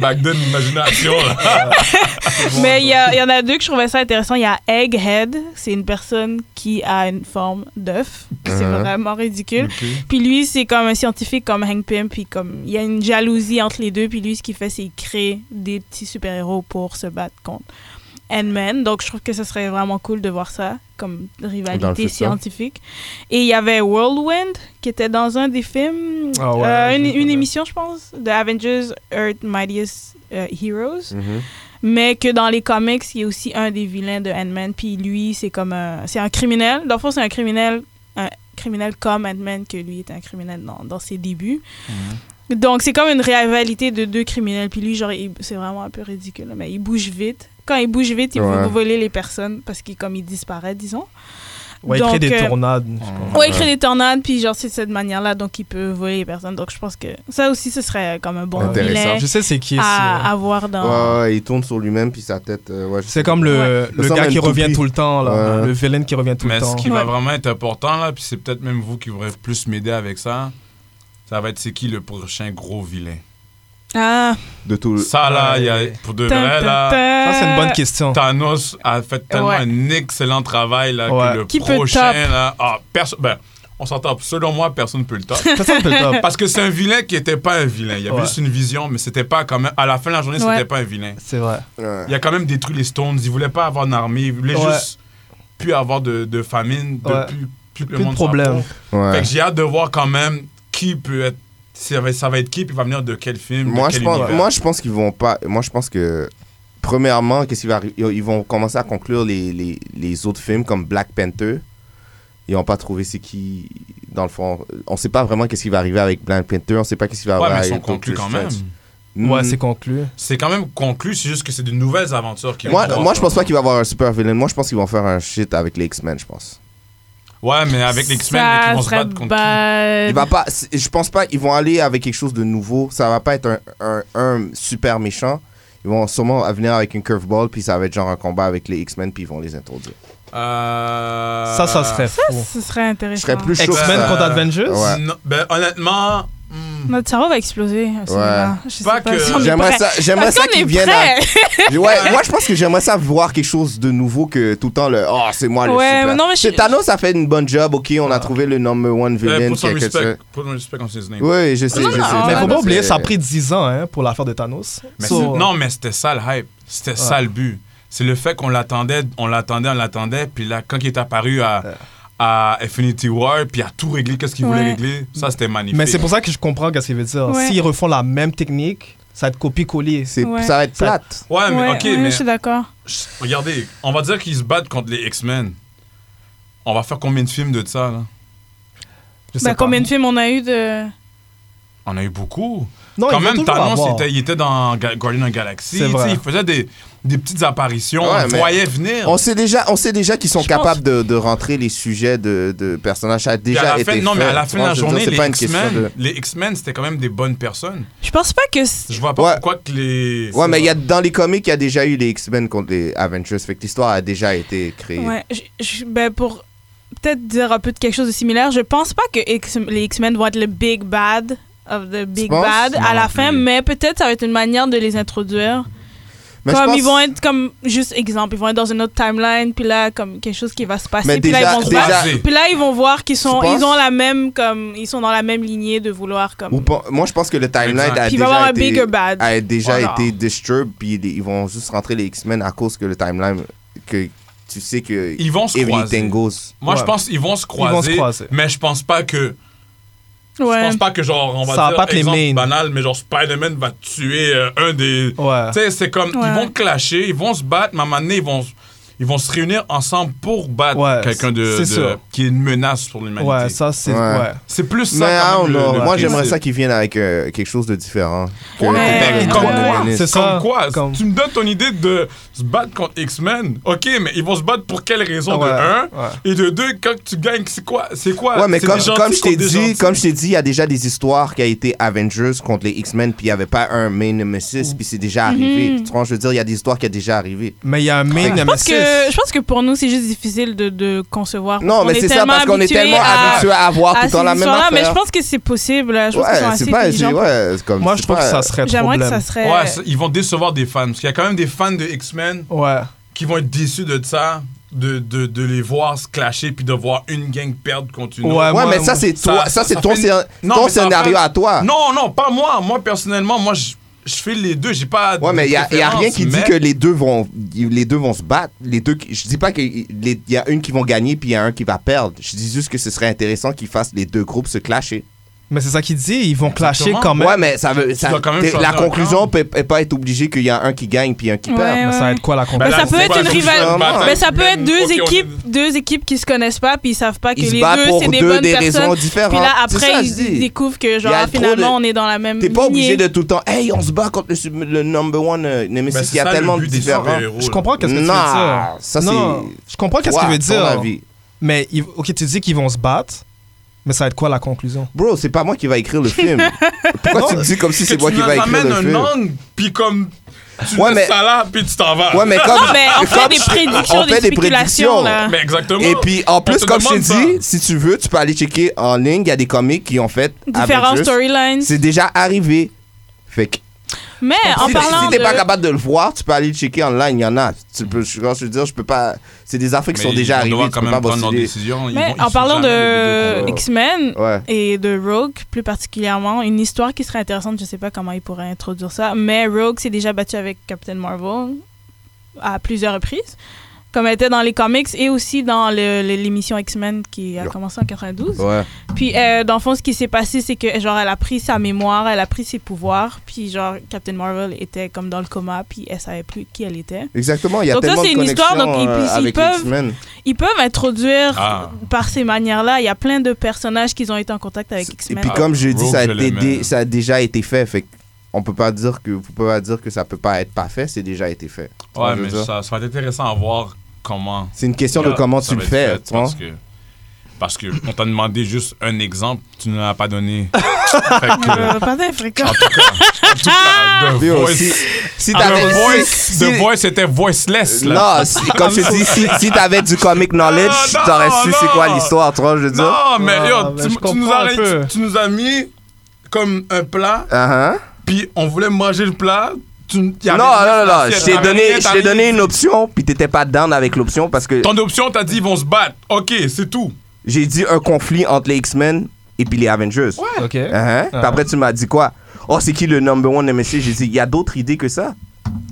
Speaker 2: Back then, imagination, là.
Speaker 4: mais il y, a- il y en a deux que je trouvais ça intéressant. Il y a Egghead, c'est une personne qui a une forme d'œuf, c'est
Speaker 3: Mhm.
Speaker 4: vraiment ridicule.
Speaker 2: Ok.
Speaker 4: Puis lui, c'est comme un scientifique comme Hank Pym, puis comme il y a une jalousie entre les deux, puis lui, ce qu'il fait, c'est qu'il crée des petits super-héros pour se battre contre Ant-Man. Donc je trouve que ce serait vraiment cool de voir ça comme
Speaker 3: Dans le
Speaker 4: rivalité
Speaker 3: futur.
Speaker 4: scientifique. Et il y avait Whirlwind qui était dans un des films,
Speaker 1: Ah ouais,
Speaker 4: euh,
Speaker 1: je
Speaker 4: une,
Speaker 1: le
Speaker 4: une
Speaker 1: connais.
Speaker 4: émission, je pense, de Avengers Earth Mightiest euh, Heroes
Speaker 3: mhm.
Speaker 4: mais que dans les comics, il y a aussi un des vilains de Ant-Man, puis lui, c'est comme un... C'est un criminel. Dans le fond, c'est un criminel, un criminel comme Ant-Man, que lui était un criminel dans, dans ses débuts.
Speaker 1: Mhm.
Speaker 4: Donc, c'est comme une rivalité de deux criminels. Puis lui, genre, il- c'est vraiment un peu ridicule, mais il bouge vite. Quand il bouge vite, il
Speaker 3: Ouais.
Speaker 4: veut voler les personnes parce qu'il comme il disparaît, disons.
Speaker 1: Ouais, il crée des
Speaker 4: euh,
Speaker 1: tournades.
Speaker 4: Ouais, il crée des tornades, puis genre, c'est de cette manière-là, donc il peut voler les personnes. Donc, je pense que ça aussi, ce serait comme un bon
Speaker 3: Intéressant.
Speaker 4: vilain
Speaker 1: Je sais c'est qui.
Speaker 4: à
Speaker 1: c'est-
Speaker 4: avoir dans...
Speaker 3: Ouais, ouais, il tourne sur lui-même, puis sa tête. euh, ouais, je
Speaker 1: C'est
Speaker 3: sais
Speaker 1: comme
Speaker 3: pas.
Speaker 1: le,
Speaker 3: Ça
Speaker 1: le gars
Speaker 3: ressemble à
Speaker 1: qui
Speaker 3: une
Speaker 1: revient
Speaker 3: toupie.
Speaker 1: tout le temps, là.
Speaker 3: Ouais.
Speaker 1: le vilain qui revient tout
Speaker 2: Mais
Speaker 1: le
Speaker 2: ce
Speaker 1: temps.
Speaker 2: qui va
Speaker 4: Ouais.
Speaker 2: vraiment être important, là, puis c'est peut-être même vous qui voudrez plus m'aider avec ça, ça va être c'est qui le prochain gros vilain.
Speaker 4: Ah,
Speaker 3: De tout.
Speaker 2: Ça, là, il y a, pour de vrai, là,
Speaker 1: Ça, c'est une
Speaker 4: Euh.
Speaker 1: bonne question.
Speaker 2: Thanos a fait tellement
Speaker 4: Ouais.
Speaker 2: un excellent travail, là,
Speaker 1: Ouais.
Speaker 2: que le
Speaker 4: Qui peut le
Speaker 2: prochain,
Speaker 4: top?
Speaker 2: là... Ah, perso- ben, on s'entend, selon moi, personne ne peut le top.
Speaker 1: Personne peut le top.
Speaker 2: Parce que c'est un vilain qui n'était pas un vilain. Il y avait
Speaker 1: Ouais.
Speaker 2: juste une vision, mais c'était pas quand même... À la fin de la journée,
Speaker 4: Ouais.
Speaker 2: c'était pas un vilain.
Speaker 1: C'est vrai.
Speaker 3: Ouais.
Speaker 2: Il a quand même détruit les Stones. Il voulait pas avoir une armée. Il voulait
Speaker 1: Ouais.
Speaker 2: juste plus avoir de, de famine, de
Speaker 1: Ouais.
Speaker 2: plus, plus que le
Speaker 1: Plus de
Speaker 2: monde soit
Speaker 1: problème.
Speaker 2: pauvre. Fait
Speaker 3: Ouais.
Speaker 2: que j'ai hâte de voir quand même qui peut être. Ça va, ça va être qui, puis va venir de quel film,
Speaker 3: Moi,
Speaker 2: de
Speaker 3: je
Speaker 2: quel
Speaker 3: pense,
Speaker 2: univers.
Speaker 3: moi, je pense qu'ils vont pas. Moi, je pense que. Premièrement, qu'est-ce qui va arriver Ils vont commencer à conclure les, les, les autres films comme Black Panther. Ils n'ont pas trouvé c'est qui. Dans le fond, on sait pas vraiment qu'est-ce qui va arriver avec Black Panther. On sait pas qu'est-ce qui va
Speaker 2: ouais, mais
Speaker 3: arriver
Speaker 2: ils sont
Speaker 3: avec
Speaker 2: conclus
Speaker 3: Doctor
Speaker 2: quand même.
Speaker 3: Strange.
Speaker 1: Ouais,
Speaker 3: Mhm.
Speaker 1: c'est conclu.
Speaker 2: C'est quand même conclu, c'est juste que c'est de nouvelles aventures qui
Speaker 3: Moi,
Speaker 2: vont
Speaker 3: moi,
Speaker 2: avoir.
Speaker 3: je pense pas qu'il va y avoir un super villain. Moi, je pense qu'ils vont faire un shit avec les X-Men, je pense.
Speaker 2: Ouais, mais avec les X-Men,
Speaker 4: Ça
Speaker 2: ils vont se
Speaker 4: serait
Speaker 2: battre contre
Speaker 4: bad.
Speaker 3: Il va pas, c'est- je pense pas. Ils vont aller avec quelque chose de nouveau. Ça va pas être un, un, un super méchant. Ils vont sûrement venir avec une curveball, puis ça va être genre un combat avec les X-Men, puis ils vont les introduire.
Speaker 2: qui Euh,
Speaker 1: Ça, ça serait fou.
Speaker 4: Ce serait
Speaker 3: Je
Speaker 4: intéressant.
Speaker 3: serais plus chaud. que
Speaker 1: X-Men
Speaker 3: ça.
Speaker 1: contre Avengers
Speaker 3: Ouais.
Speaker 2: Non, ben, honnêtement. hmm,
Speaker 4: Notre cerveau va exploser. à ce
Speaker 3: Ouais.
Speaker 4: moment-là. Je sais
Speaker 2: Pas
Speaker 4: pas,
Speaker 2: que-
Speaker 4: si on est
Speaker 3: J'aimerais
Speaker 4: prêt.
Speaker 3: ça, j'aimerais
Speaker 4: Est-ce
Speaker 3: ça
Speaker 4: qu'on
Speaker 3: qu'ils
Speaker 4: est
Speaker 3: viennent. à-
Speaker 4: prêt?
Speaker 3: Ouais, moi je pense que j'aimerais ça voir quelque chose de nouveau que tout le temps le. Oh, c'est moi le
Speaker 4: Ouais,
Speaker 3: super.
Speaker 4: mais non, mais je-
Speaker 3: Chez Thanos a fait une bonne job. Ok, on a trouvé le number one
Speaker 2: euh,
Speaker 3: villain.
Speaker 2: pour son
Speaker 3: quelque chose.
Speaker 2: respect, pour son respect contre ses
Speaker 3: Oui, je sais,
Speaker 4: Non,
Speaker 3: je sais.
Speaker 4: non,
Speaker 1: Mais faut
Speaker 3: Thanos,
Speaker 1: pas oublier,
Speaker 3: c'est-
Speaker 1: ça a pris 10 ans hein, pour l'affaire de Thanos.
Speaker 2: Mais
Speaker 1: So-
Speaker 2: c'est- non, mais c'était ça le hype. C'était ça le but. C'est le fait qu'on l'attendait, on l'attendait, on l'attendait. Puis là, quand il est apparu à, à Infinity War, puis il a tout réglé, qu'est-ce qu'il voulait
Speaker 4: Ouais.
Speaker 2: régler, ça c'était magnifique.
Speaker 1: Mais c'est pour ça que je comprends qu'est-ce qu'il veut dire.
Speaker 4: Ouais.
Speaker 1: S'ils refont la même technique, ça va être copier-coller.
Speaker 3: c'est-
Speaker 4: Ouais.
Speaker 3: Ça va être
Speaker 1: Ça-
Speaker 3: plate.
Speaker 2: Ouais, Ah, mais
Speaker 4: Ouais,
Speaker 2: ok,
Speaker 4: ouais,
Speaker 2: mais
Speaker 4: Je suis d'accord.
Speaker 2: chut, regardez, on va dire qu'ils se battent contre les X-Men. On va faire combien de films de ça là
Speaker 1: Je sais
Speaker 4: Bah,
Speaker 1: pas.
Speaker 4: combien de films on a eu de.
Speaker 2: On a eu beaucoup.
Speaker 1: Non,
Speaker 2: Quand
Speaker 1: il va
Speaker 2: même,
Speaker 1: toujours
Speaker 2: Thanos,
Speaker 1: avoir.
Speaker 2: il était, il était dans Ga- Guardian of the Galaxy.
Speaker 1: C'est
Speaker 2: tu sais,
Speaker 1: vrai.
Speaker 2: Il faisait des, des petites apparitions.
Speaker 3: Ouais,
Speaker 2: on
Speaker 3: mais-
Speaker 2: voyait venir.
Speaker 3: On sait déjà, on sait déjà qu'ils sont
Speaker 4: Je pense-
Speaker 3: capables de, de rentrer les sujets de, de personnages. Ça a
Speaker 2: Puis à
Speaker 3: déjà
Speaker 2: la fin-
Speaker 3: été
Speaker 2: non, mais à
Speaker 3: fait,
Speaker 2: la
Speaker 3: tu
Speaker 2: fin de
Speaker 3: vois,
Speaker 2: la
Speaker 3: je veux
Speaker 2: journée,
Speaker 3: dire, c'est
Speaker 2: les
Speaker 3: pas une question
Speaker 2: X-Men,
Speaker 3: de.
Speaker 2: les X-Men, c'était quand même des bonnes personnes.
Speaker 4: Je pense pas que. c'est-
Speaker 2: Je vois pas
Speaker 3: Ouais.
Speaker 2: pourquoi que les.
Speaker 3: Ouais, mais il y a, dans les comics, il y a déjà eu les X-Men contre les Avengers. Fait que l'histoire a déjà été créée.
Speaker 4: Ouais, je- je- ben, pour peut-être dire un peu de quelque chose de similaire, je pense pas que X- les X-Men vont être le big bad of the big
Speaker 3: penses?
Speaker 4: bad à
Speaker 2: Non
Speaker 4: la
Speaker 2: plus.
Speaker 4: fin, mais peut-être ça va être une manière de les introduire.
Speaker 3: Mais je
Speaker 4: comme
Speaker 3: pense-
Speaker 4: ils vont être comme juste exemple, ils vont être dans une autre timeline, puis là comme quelque chose qui va se passer,
Speaker 3: Mais
Speaker 4: puis là
Speaker 3: déjà,
Speaker 4: ils vont se battre.
Speaker 3: déjà,
Speaker 2: baser.
Speaker 4: Puis là ils vont voir qu'ils sont
Speaker 3: Tu
Speaker 4: ils ont
Speaker 3: penses?
Speaker 4: la même comme ils sont dans la même lignée de vouloir comme
Speaker 3: ou pas- moi je pense que le timeline
Speaker 2: Exact.
Speaker 3: a
Speaker 4: puis il va
Speaker 3: déjà
Speaker 4: y avoir un
Speaker 3: été,
Speaker 4: bigger bad.
Speaker 3: a déjà
Speaker 4: Voilà.
Speaker 3: été disturbed, puis ils ils vont juste rentrer les X-Men à cause que le timeline que tu sais que
Speaker 2: Ils vont se
Speaker 3: everything
Speaker 2: croiser.
Speaker 3: goes.
Speaker 2: Moi,
Speaker 1: Ouais.
Speaker 2: je pense qu'ils vont se croiser.
Speaker 1: croiser.
Speaker 2: Mais je pense pas que. Je
Speaker 4: Ouais.
Speaker 2: pense pas que, genre, on va
Speaker 1: Ça va
Speaker 2: dire,
Speaker 1: pas être les
Speaker 2: exemple
Speaker 1: mains.
Speaker 2: banal, mais genre, Spider-Man va tuer euh, un des.
Speaker 1: Ouais.
Speaker 2: Tu sais, c'est comme.
Speaker 4: Ouais.
Speaker 2: Ils vont clasher, ils vont se battre, mais à un moment donné, ils vont, ils vont se réunir ensemble pour battre
Speaker 1: Ouais,
Speaker 2: quelqu'un de,
Speaker 1: c'est
Speaker 2: de-
Speaker 1: sûr.
Speaker 2: qui est une menace pour l'humanité.
Speaker 1: Ouais, ça, c'est.
Speaker 3: Ouais.
Speaker 1: Ouais.
Speaker 2: C'est plus
Speaker 3: Mais
Speaker 2: ça.
Speaker 3: I
Speaker 2: quand
Speaker 3: don't
Speaker 2: même, le-
Speaker 3: know.
Speaker 2: le
Speaker 3: Moi, j'aimerais
Speaker 2: principe.
Speaker 3: ça qu'ils viennent avec euh, quelque chose de différent. Que-
Speaker 2: Ouais.
Speaker 3: que t'aies
Speaker 4: Ouais.
Speaker 3: une
Speaker 2: Comme
Speaker 3: bonne
Speaker 2: quoi,
Speaker 3: analyse.
Speaker 1: C'est ça.
Speaker 2: Comme quoi,
Speaker 1: Comme-
Speaker 2: tu me donnes ton idée de se battre contre X-Men. Ok, mais ils vont se battre pour quelle raison
Speaker 1: Ouais,
Speaker 2: de un
Speaker 1: ouais.
Speaker 2: et de deux quand tu gagnes c'est quoi c'est quoi
Speaker 3: Ouais, mais
Speaker 2: Ah, C'est
Speaker 3: comme,
Speaker 2: des gentils
Speaker 3: comme je t'ai
Speaker 2: contre des
Speaker 3: dit,
Speaker 2: gentils.
Speaker 3: comme je t'ai dit, il y a déjà des histoires qui a été Avengers contre les X-Men, puis il n'y avait pas un main nemesis, puis c'est déjà
Speaker 4: Mhm.
Speaker 3: arrivé. Tu vois, je veux dire, il y a des histoires qui a déjà arrivé.
Speaker 1: Mais il y a un main
Speaker 4: Je pense,
Speaker 1: nemesis.
Speaker 4: que, je pense que pour nous, c'est juste difficile de, de concevoir.
Speaker 3: Non,
Speaker 4: On
Speaker 3: mais
Speaker 4: est
Speaker 3: c'est ça,
Speaker 4: tellement
Speaker 3: parce qu'on est
Speaker 4: habitués
Speaker 3: tellement
Speaker 4: à-
Speaker 3: habitué à avoir
Speaker 4: à
Speaker 3: tout le temps
Speaker 4: ces
Speaker 3: la même
Speaker 4: histoires-là,
Speaker 3: affaire.
Speaker 4: Mais je pense que c'est possible. là. Je pense qu'ils sont
Speaker 3: ouais,
Speaker 4: assez
Speaker 3: c'est pas, c'est,
Speaker 4: intelligents.
Speaker 3: ouais, c'est comme,
Speaker 1: Moi,
Speaker 3: c'est
Speaker 1: je trouve
Speaker 3: pas-
Speaker 1: que ça serait trop
Speaker 4: J'aimerais que ça
Speaker 1: blême.
Speaker 4: serait.
Speaker 2: ouais ça- ils vont décevoir des fans parce qu'il y a quand même des fans de X-Men
Speaker 1: Ouais.
Speaker 2: qui vont être déçus de ça de, de, de les voir se clasher puis de voir une gang perdre contre une
Speaker 1: Ouais,
Speaker 2: autre
Speaker 3: Ouais,
Speaker 1: moi,
Speaker 3: mais ça,
Speaker 1: moi,
Speaker 3: c'est toi, ça, c'est
Speaker 2: ça
Speaker 3: ton,
Speaker 2: fait-
Speaker 3: scén-
Speaker 2: Non,
Speaker 3: ton
Speaker 2: mais ça
Speaker 3: scénario
Speaker 2: fait-
Speaker 3: à toi.
Speaker 2: non non pas moi moi personnellement moi je je fais les deux j'ai pas
Speaker 3: Ouais,
Speaker 2: de
Speaker 3: mais il y a, y a
Speaker 2: préférence,
Speaker 3: rien qui dit
Speaker 2: mais- ben,
Speaker 3: que les deux vont, les deux vont se battre. Les deux, qui- je dis pas qu'il y a une qui vont gagner puis il y a un qui va perdre. Je dis juste que ce serait intéressant qu'ils fassent les deux groupes se clasher.
Speaker 1: Mais c'est ça qu'il dit, ils vont clasher
Speaker 2: Exactement.
Speaker 1: quand même.
Speaker 3: ouais, mais ça veut, ça-
Speaker 2: Ah, dois quand même
Speaker 3: t'es- la
Speaker 2: choisir un
Speaker 3: conclusion peut, peut pas être obligée qu'il y a un qui gagne puis un qui
Speaker 4: Ouais,
Speaker 3: perd.
Speaker 1: Mais ça va être quoi la compétition
Speaker 4: Ben, ça
Speaker 2: là,
Speaker 4: peut
Speaker 2: c'est
Speaker 4: être
Speaker 2: pas
Speaker 4: une
Speaker 2: la
Speaker 4: rivale-
Speaker 2: conclusion de la
Speaker 3: mais
Speaker 2: bataille.
Speaker 4: Mais ça peut être deux
Speaker 2: Ok, on est-
Speaker 4: équipes, deux équipes qui se connaissent pas puis ils savent pas que
Speaker 3: Ils se
Speaker 4: les
Speaker 3: battent
Speaker 4: deux
Speaker 3: pour
Speaker 4: c'est des
Speaker 3: deux
Speaker 4: bonnes
Speaker 3: des raisons
Speaker 4: personnes.
Speaker 3: différentes.
Speaker 4: Puis là
Speaker 3: C'est ça,
Speaker 4: après
Speaker 3: je dis.
Speaker 4: ils découvrent que
Speaker 3: Il y a
Speaker 4: genre
Speaker 3: trop
Speaker 4: finalement
Speaker 3: de-
Speaker 4: on est dans la même
Speaker 3: T'es pas obligé
Speaker 4: lignée.
Speaker 3: de tout le temps, hey, on se bat contre le, sub- le number one euh,
Speaker 2: Ben,
Speaker 3: Nemesis.
Speaker 2: c'est
Speaker 3: Il y a
Speaker 2: ça, le
Speaker 3: tellement de
Speaker 2: but des
Speaker 3: différents.
Speaker 2: super-héros,
Speaker 1: Je
Speaker 2: là.
Speaker 1: comprends qu'est-ce que tu veux
Speaker 3: Non,
Speaker 1: dire.
Speaker 3: ça,
Speaker 1: non, je comprends qu'est-ce qu'il
Speaker 3: Toi,
Speaker 1: veut
Speaker 3: ton
Speaker 1: dire.
Speaker 3: avis.
Speaker 1: Mais ils- ok, tu dis qu'ils vont se battre, mais ça va être quoi la conclusion
Speaker 3: Bro, c'est pas moi qui va écrire le film. Pourquoi tu me dis comme si
Speaker 2: que
Speaker 3: c'est moi
Speaker 2: tu
Speaker 3: qui
Speaker 2: nous
Speaker 3: va écrire
Speaker 2: amènes
Speaker 3: le
Speaker 2: un
Speaker 3: film?
Speaker 2: angle, puis comme tu
Speaker 3: Ouais,
Speaker 2: laisses
Speaker 3: mais-
Speaker 2: ça là puis tu t'en vas
Speaker 3: Ouais, mais comme.
Speaker 4: Non, mais Ah, ben, on fait
Speaker 3: comme-
Speaker 4: des prédictions,
Speaker 3: on fait
Speaker 4: des
Speaker 3: des prédictions.
Speaker 4: spéculations là.
Speaker 2: Mais exactement Ben,
Speaker 3: Et puis, en plus,
Speaker 2: te
Speaker 3: comme je t'ai
Speaker 2: demande ça.
Speaker 3: dit, si tu veux, tu peux aller checker en ligne. Il y a des comics qui ont fait.
Speaker 4: Différentes
Speaker 3: Avengers.
Speaker 4: storylines.
Speaker 3: C'est déjà arrivé. Fait que.
Speaker 4: Mais en
Speaker 3: si
Speaker 4: parlant
Speaker 3: si t'es pas
Speaker 4: de
Speaker 3: capable de le voir, tu peux aller le checker en ligne. Il y en a. Tu peux, je, je veux dire, je peux pas. C'est des affaires qui sont
Speaker 2: Mais
Speaker 3: déjà
Speaker 2: ils vont devoir
Speaker 3: arrivées. Tu
Speaker 2: quand
Speaker 3: peux
Speaker 2: même
Speaker 3: pas
Speaker 2: prendre leurs
Speaker 3: postuler.
Speaker 2: décisions. Ils
Speaker 4: mais
Speaker 2: vont- ils
Speaker 4: en
Speaker 2: sont
Speaker 4: parlant
Speaker 2: jamais les deux
Speaker 4: de
Speaker 2: contre-
Speaker 4: X-Men
Speaker 3: euh, Ouais.
Speaker 4: et de Rogue plus particulièrement, une histoire qui serait intéressante, je sais pas comment ils pourraient introduire ça, mais Rogue s'est déjà battu avec Captain Marvel à plusieurs reprises, comme elle était dans les comics et aussi dans le- le- l'émission X-Men qui a
Speaker 3: Yo.
Speaker 4: commencé en 92.
Speaker 3: Ouais.
Speaker 4: Puis euh, dans le fond, ce qui s'est passé, c'est que genre elle a pris sa mémoire, elle a pris ses pouvoirs, puis genre Captain Marvel était comme dans le coma, puis elle savait plus qui elle était.
Speaker 3: Exactement. Il y a
Speaker 4: Donc là,
Speaker 3: tellement
Speaker 4: c'est
Speaker 3: de
Speaker 4: une histoire,
Speaker 3: connexions,
Speaker 4: donc, et puis,
Speaker 3: euh,
Speaker 4: ils
Speaker 3: avec
Speaker 4: peuvent-
Speaker 3: X-Men.
Speaker 4: Ils peuvent introduire
Speaker 2: Ah.
Speaker 4: par ces manières-là. Il y a plein de personnages qui ont été en contact avec
Speaker 3: Et
Speaker 4: X-Men.
Speaker 3: puis comme je dis,
Speaker 2: Rogue,
Speaker 3: ça a,
Speaker 2: je
Speaker 3: été
Speaker 2: l'aimais.
Speaker 3: dé- ça a déjà été fait. Fait que on peut pas dire que vous pouvez pas dire que ça peut pas être pas fait. C'est déjà été fait. Tu vois,
Speaker 2: Ouais,
Speaker 3: je veux
Speaker 2: mais
Speaker 3: dire.
Speaker 2: ça, ça va être intéressant à voir comment.
Speaker 3: C'est une question de
Speaker 2: ça
Speaker 3: comment
Speaker 2: va
Speaker 3: tu le
Speaker 2: être
Speaker 3: fais. hein.
Speaker 2: fait,
Speaker 3: tu vois.
Speaker 2: Parce que, parce que on t'a demandé juste un exemple, tu ne l'as pas donné. Fait que,
Speaker 4: Euh, pas très fréquent.
Speaker 2: en tout cas, en tout cas, The
Speaker 3: Yo,
Speaker 2: Voice.
Speaker 3: si, si
Speaker 2: Ah,
Speaker 3: t'avais-
Speaker 2: The
Speaker 3: si-
Speaker 2: Voice,
Speaker 3: si-
Speaker 2: The Voice était voiceless. Là. Ah,
Speaker 3: Non, si- comme je te dis, si, si t'avais du comic knowledge,
Speaker 2: Non,
Speaker 3: t'aurais
Speaker 2: non,
Speaker 3: su c'est quoi
Speaker 2: non.
Speaker 3: l'histoire, tu vois, je veux dire.
Speaker 2: Non, mais
Speaker 1: Ah,
Speaker 2: yo,
Speaker 1: mais
Speaker 2: tu,
Speaker 1: je
Speaker 2: tu
Speaker 1: comprends
Speaker 2: nous
Speaker 1: un peu.
Speaker 2: as, tu, tu nous as mis comme un plat,
Speaker 3: Uh-huh.
Speaker 2: puis on voulait manger le plat. Tu, y
Speaker 3: Non,
Speaker 2: avait
Speaker 3: non, non,
Speaker 2: rien sur
Speaker 3: non,
Speaker 2: l'assiette,
Speaker 3: je t'ai
Speaker 2: t'avais rien,
Speaker 3: donné, je
Speaker 2: t'avais
Speaker 3: t'ai donné une option, puis t'étais pas down avec l'option parce que
Speaker 2: Ton option, t'as dit ils vont se battre. Ok, c'est tout.
Speaker 3: j'ai dit un conflit entre les X-Men et puis les Avengers.
Speaker 1: Ok. Ah.
Speaker 3: Uh-huh. Puis après, tu m'as dit quoi? Oh, c'est qui le number one MSC? J'ai dit, il y a d'autres idées que ça.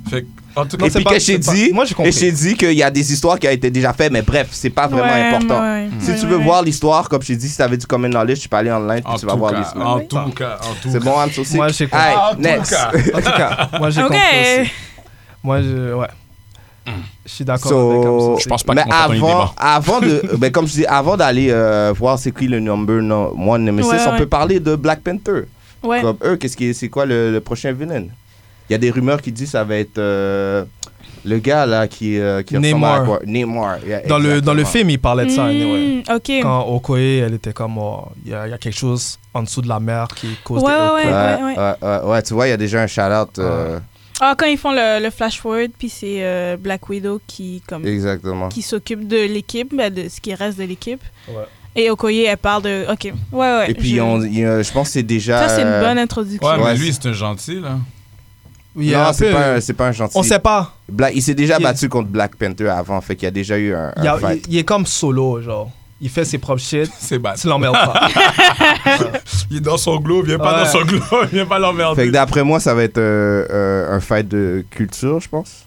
Speaker 2: Fait que, en tout cas,
Speaker 3: et
Speaker 1: c'est
Speaker 3: puis,
Speaker 1: pas-
Speaker 3: que j'ai
Speaker 1: c'est pas-
Speaker 3: dit,
Speaker 1: Moi, j'ai
Speaker 3: et
Speaker 1: compris.
Speaker 3: j'ai dit qu'il y a des histoires qui ont été déjà faites, mais bref, c'est pas vraiment
Speaker 4: Ouais,
Speaker 3: important.
Speaker 4: ouais, ouais.
Speaker 3: Si
Speaker 4: Ouais,
Speaker 3: tu veux
Speaker 4: ouais.
Speaker 3: voir l'histoire, comme j'ai dit, si t'avais du common knowledge, tu peux aller en ligne puis
Speaker 2: en
Speaker 3: tu
Speaker 2: tout
Speaker 3: vas voir
Speaker 2: cas,
Speaker 3: l'histoire.
Speaker 2: en tout cas, en tout
Speaker 3: C'est
Speaker 2: cas.
Speaker 3: bon, Anne aussi?
Speaker 1: Moi, j'ai compris.
Speaker 3: Hey,
Speaker 2: En tout
Speaker 3: next.
Speaker 2: cas.
Speaker 1: En tout cas, moi j'ai
Speaker 4: Ok.
Speaker 1: compris aussi. Moi, je, ouais. Je suis d'accord avec
Speaker 3: So-
Speaker 1: Hamza.
Speaker 2: Je pense pas
Speaker 3: mais
Speaker 2: qu'on t'entende les
Speaker 3: avant,
Speaker 2: débats.
Speaker 3: avant de, ben, comme je dis, avant d'aller euh, voir c'est qui le number no- one nemesis,
Speaker 4: Ouais,
Speaker 3: on
Speaker 4: ouais.
Speaker 3: peut parler de Black Panther.
Speaker 4: Ouais.
Speaker 3: Comme eux, qu'est-ce qui, c'est quoi le, le prochain villain Il y a des rumeurs qui disent ça va être euh, le gars là qui, euh, qui ressemble
Speaker 1: Namor.
Speaker 3: à quoi Namor. yeah,
Speaker 1: Dans le, dans le
Speaker 3: exactement.
Speaker 1: film, il parlait de ça, anyway.
Speaker 4: Mm, ok.
Speaker 1: Quand Okoye, elle était comme, oh, il y, a il y a quelque chose en dessous de la mer qui cause
Speaker 4: Ouais,
Speaker 1: des
Speaker 4: ouais,
Speaker 1: earthquakes.
Speaker 3: Ouais,
Speaker 4: ouais, ouais.
Speaker 3: ouais, ouais, ouais, tu vois, il y a déjà un shout-out. euh,
Speaker 4: Ah, quand ils font le, le flash forward, puis c'est euh, Black Widow qui comme
Speaker 3: Exactement.
Speaker 4: qui s'occupe de l'équipe, ben, de ce qui reste de l'équipe.
Speaker 1: Ouais.
Speaker 4: Et Okoye, elle parle de. Ok. Ouais, ouais.
Speaker 3: Et puis,
Speaker 4: je-
Speaker 3: on, il y a- je pense que c'est déjà.
Speaker 4: Ça, c'est une
Speaker 3: euh,
Speaker 4: bonne introduction.
Speaker 2: Ouais,
Speaker 3: Ouais,
Speaker 2: mais
Speaker 3: c'est-
Speaker 2: lui, c'est un gentil, là.
Speaker 1: Il y a
Speaker 3: non,
Speaker 1: un
Speaker 3: c'est
Speaker 1: peu-
Speaker 3: pas, un- c'est pas un gentil.
Speaker 1: On sait pas.
Speaker 3: Bla- il s'est déjà
Speaker 1: Il-
Speaker 3: battu contre Black Panther avant, fait qu'il y a déjà eu un, un
Speaker 1: Il, y a-
Speaker 3: fight.
Speaker 1: il- il est comme solo, genre. Il fait ses propres shit,
Speaker 2: C'est bad.
Speaker 1: tu l'emmerdes pas.
Speaker 2: Il est dans son glow, viens pas
Speaker 1: Ouais.
Speaker 2: dans son glow, viens pas
Speaker 3: Fait
Speaker 2: l'emmerder.
Speaker 3: que d'après moi, ça va être euh, euh, un fight de culture, je pense.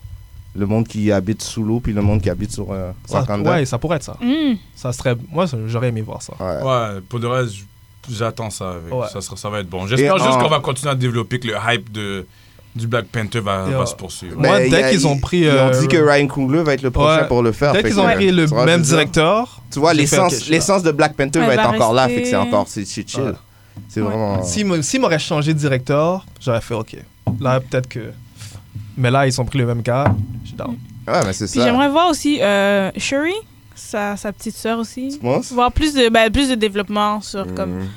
Speaker 3: le monde qui habite sous l'eau puis le monde qui habite sur euh,
Speaker 1: Ça,
Speaker 3: Wakanda.
Speaker 1: Ah, ouais, ça pourrait être ça.
Speaker 4: Hmm.
Speaker 1: Ça serait... Moi, ça- j'aurais aimé voir ça.
Speaker 3: Ouais.
Speaker 2: Ouais, pour le reste, j- j'attends ça. avec-
Speaker 1: Ouais.
Speaker 2: Ça, sera- ça va être bon. J'espère
Speaker 3: Et
Speaker 2: juste
Speaker 3: en-
Speaker 2: qu'on va continuer à développer que le hype de, du Black Panther va,
Speaker 1: Et
Speaker 2: va
Speaker 1: en-
Speaker 2: se poursuivre.
Speaker 1: Moi,
Speaker 3: Ben,
Speaker 1: dès
Speaker 3: il y a-
Speaker 1: qu'ils ont pris,
Speaker 3: Ils ont
Speaker 1: euh,
Speaker 3: dit que Ryan Coogler va être le prochain
Speaker 1: Ouais.
Speaker 3: pour le faire.
Speaker 1: Dès
Speaker 3: fait
Speaker 1: qu'ils
Speaker 3: que,
Speaker 1: ont
Speaker 3: euh,
Speaker 1: pris le
Speaker 3: tu vois,
Speaker 1: même
Speaker 3: je veux dire,
Speaker 1: directeur...
Speaker 3: Tu vois,
Speaker 1: j'ai fait, ok, je
Speaker 3: l'essence
Speaker 1: suis là.
Speaker 3: l'essence de Black Panther
Speaker 4: Ouais, bah,
Speaker 3: va être
Speaker 4: va
Speaker 3: encore là,
Speaker 4: rester.
Speaker 3: fait que c'est encore c'est c'est chill.
Speaker 1: Ouais.
Speaker 3: C'est
Speaker 4: Ouais.
Speaker 3: vraiment.
Speaker 1: Si me- S'ils m'auraient changé de directeur, j'aurais fait OK. Là, peut-être que. Mais là, ils ont pris le même cas. Je suis down.
Speaker 3: Ouais, mais c'est
Speaker 4: Puis
Speaker 3: ça.
Speaker 4: j'aimerais voir aussi euh, Shuri, sa, sa petite sœur aussi.
Speaker 3: Tu penses?
Speaker 4: Voir plus de, ben, plus de développement sur comme
Speaker 3: Mhm.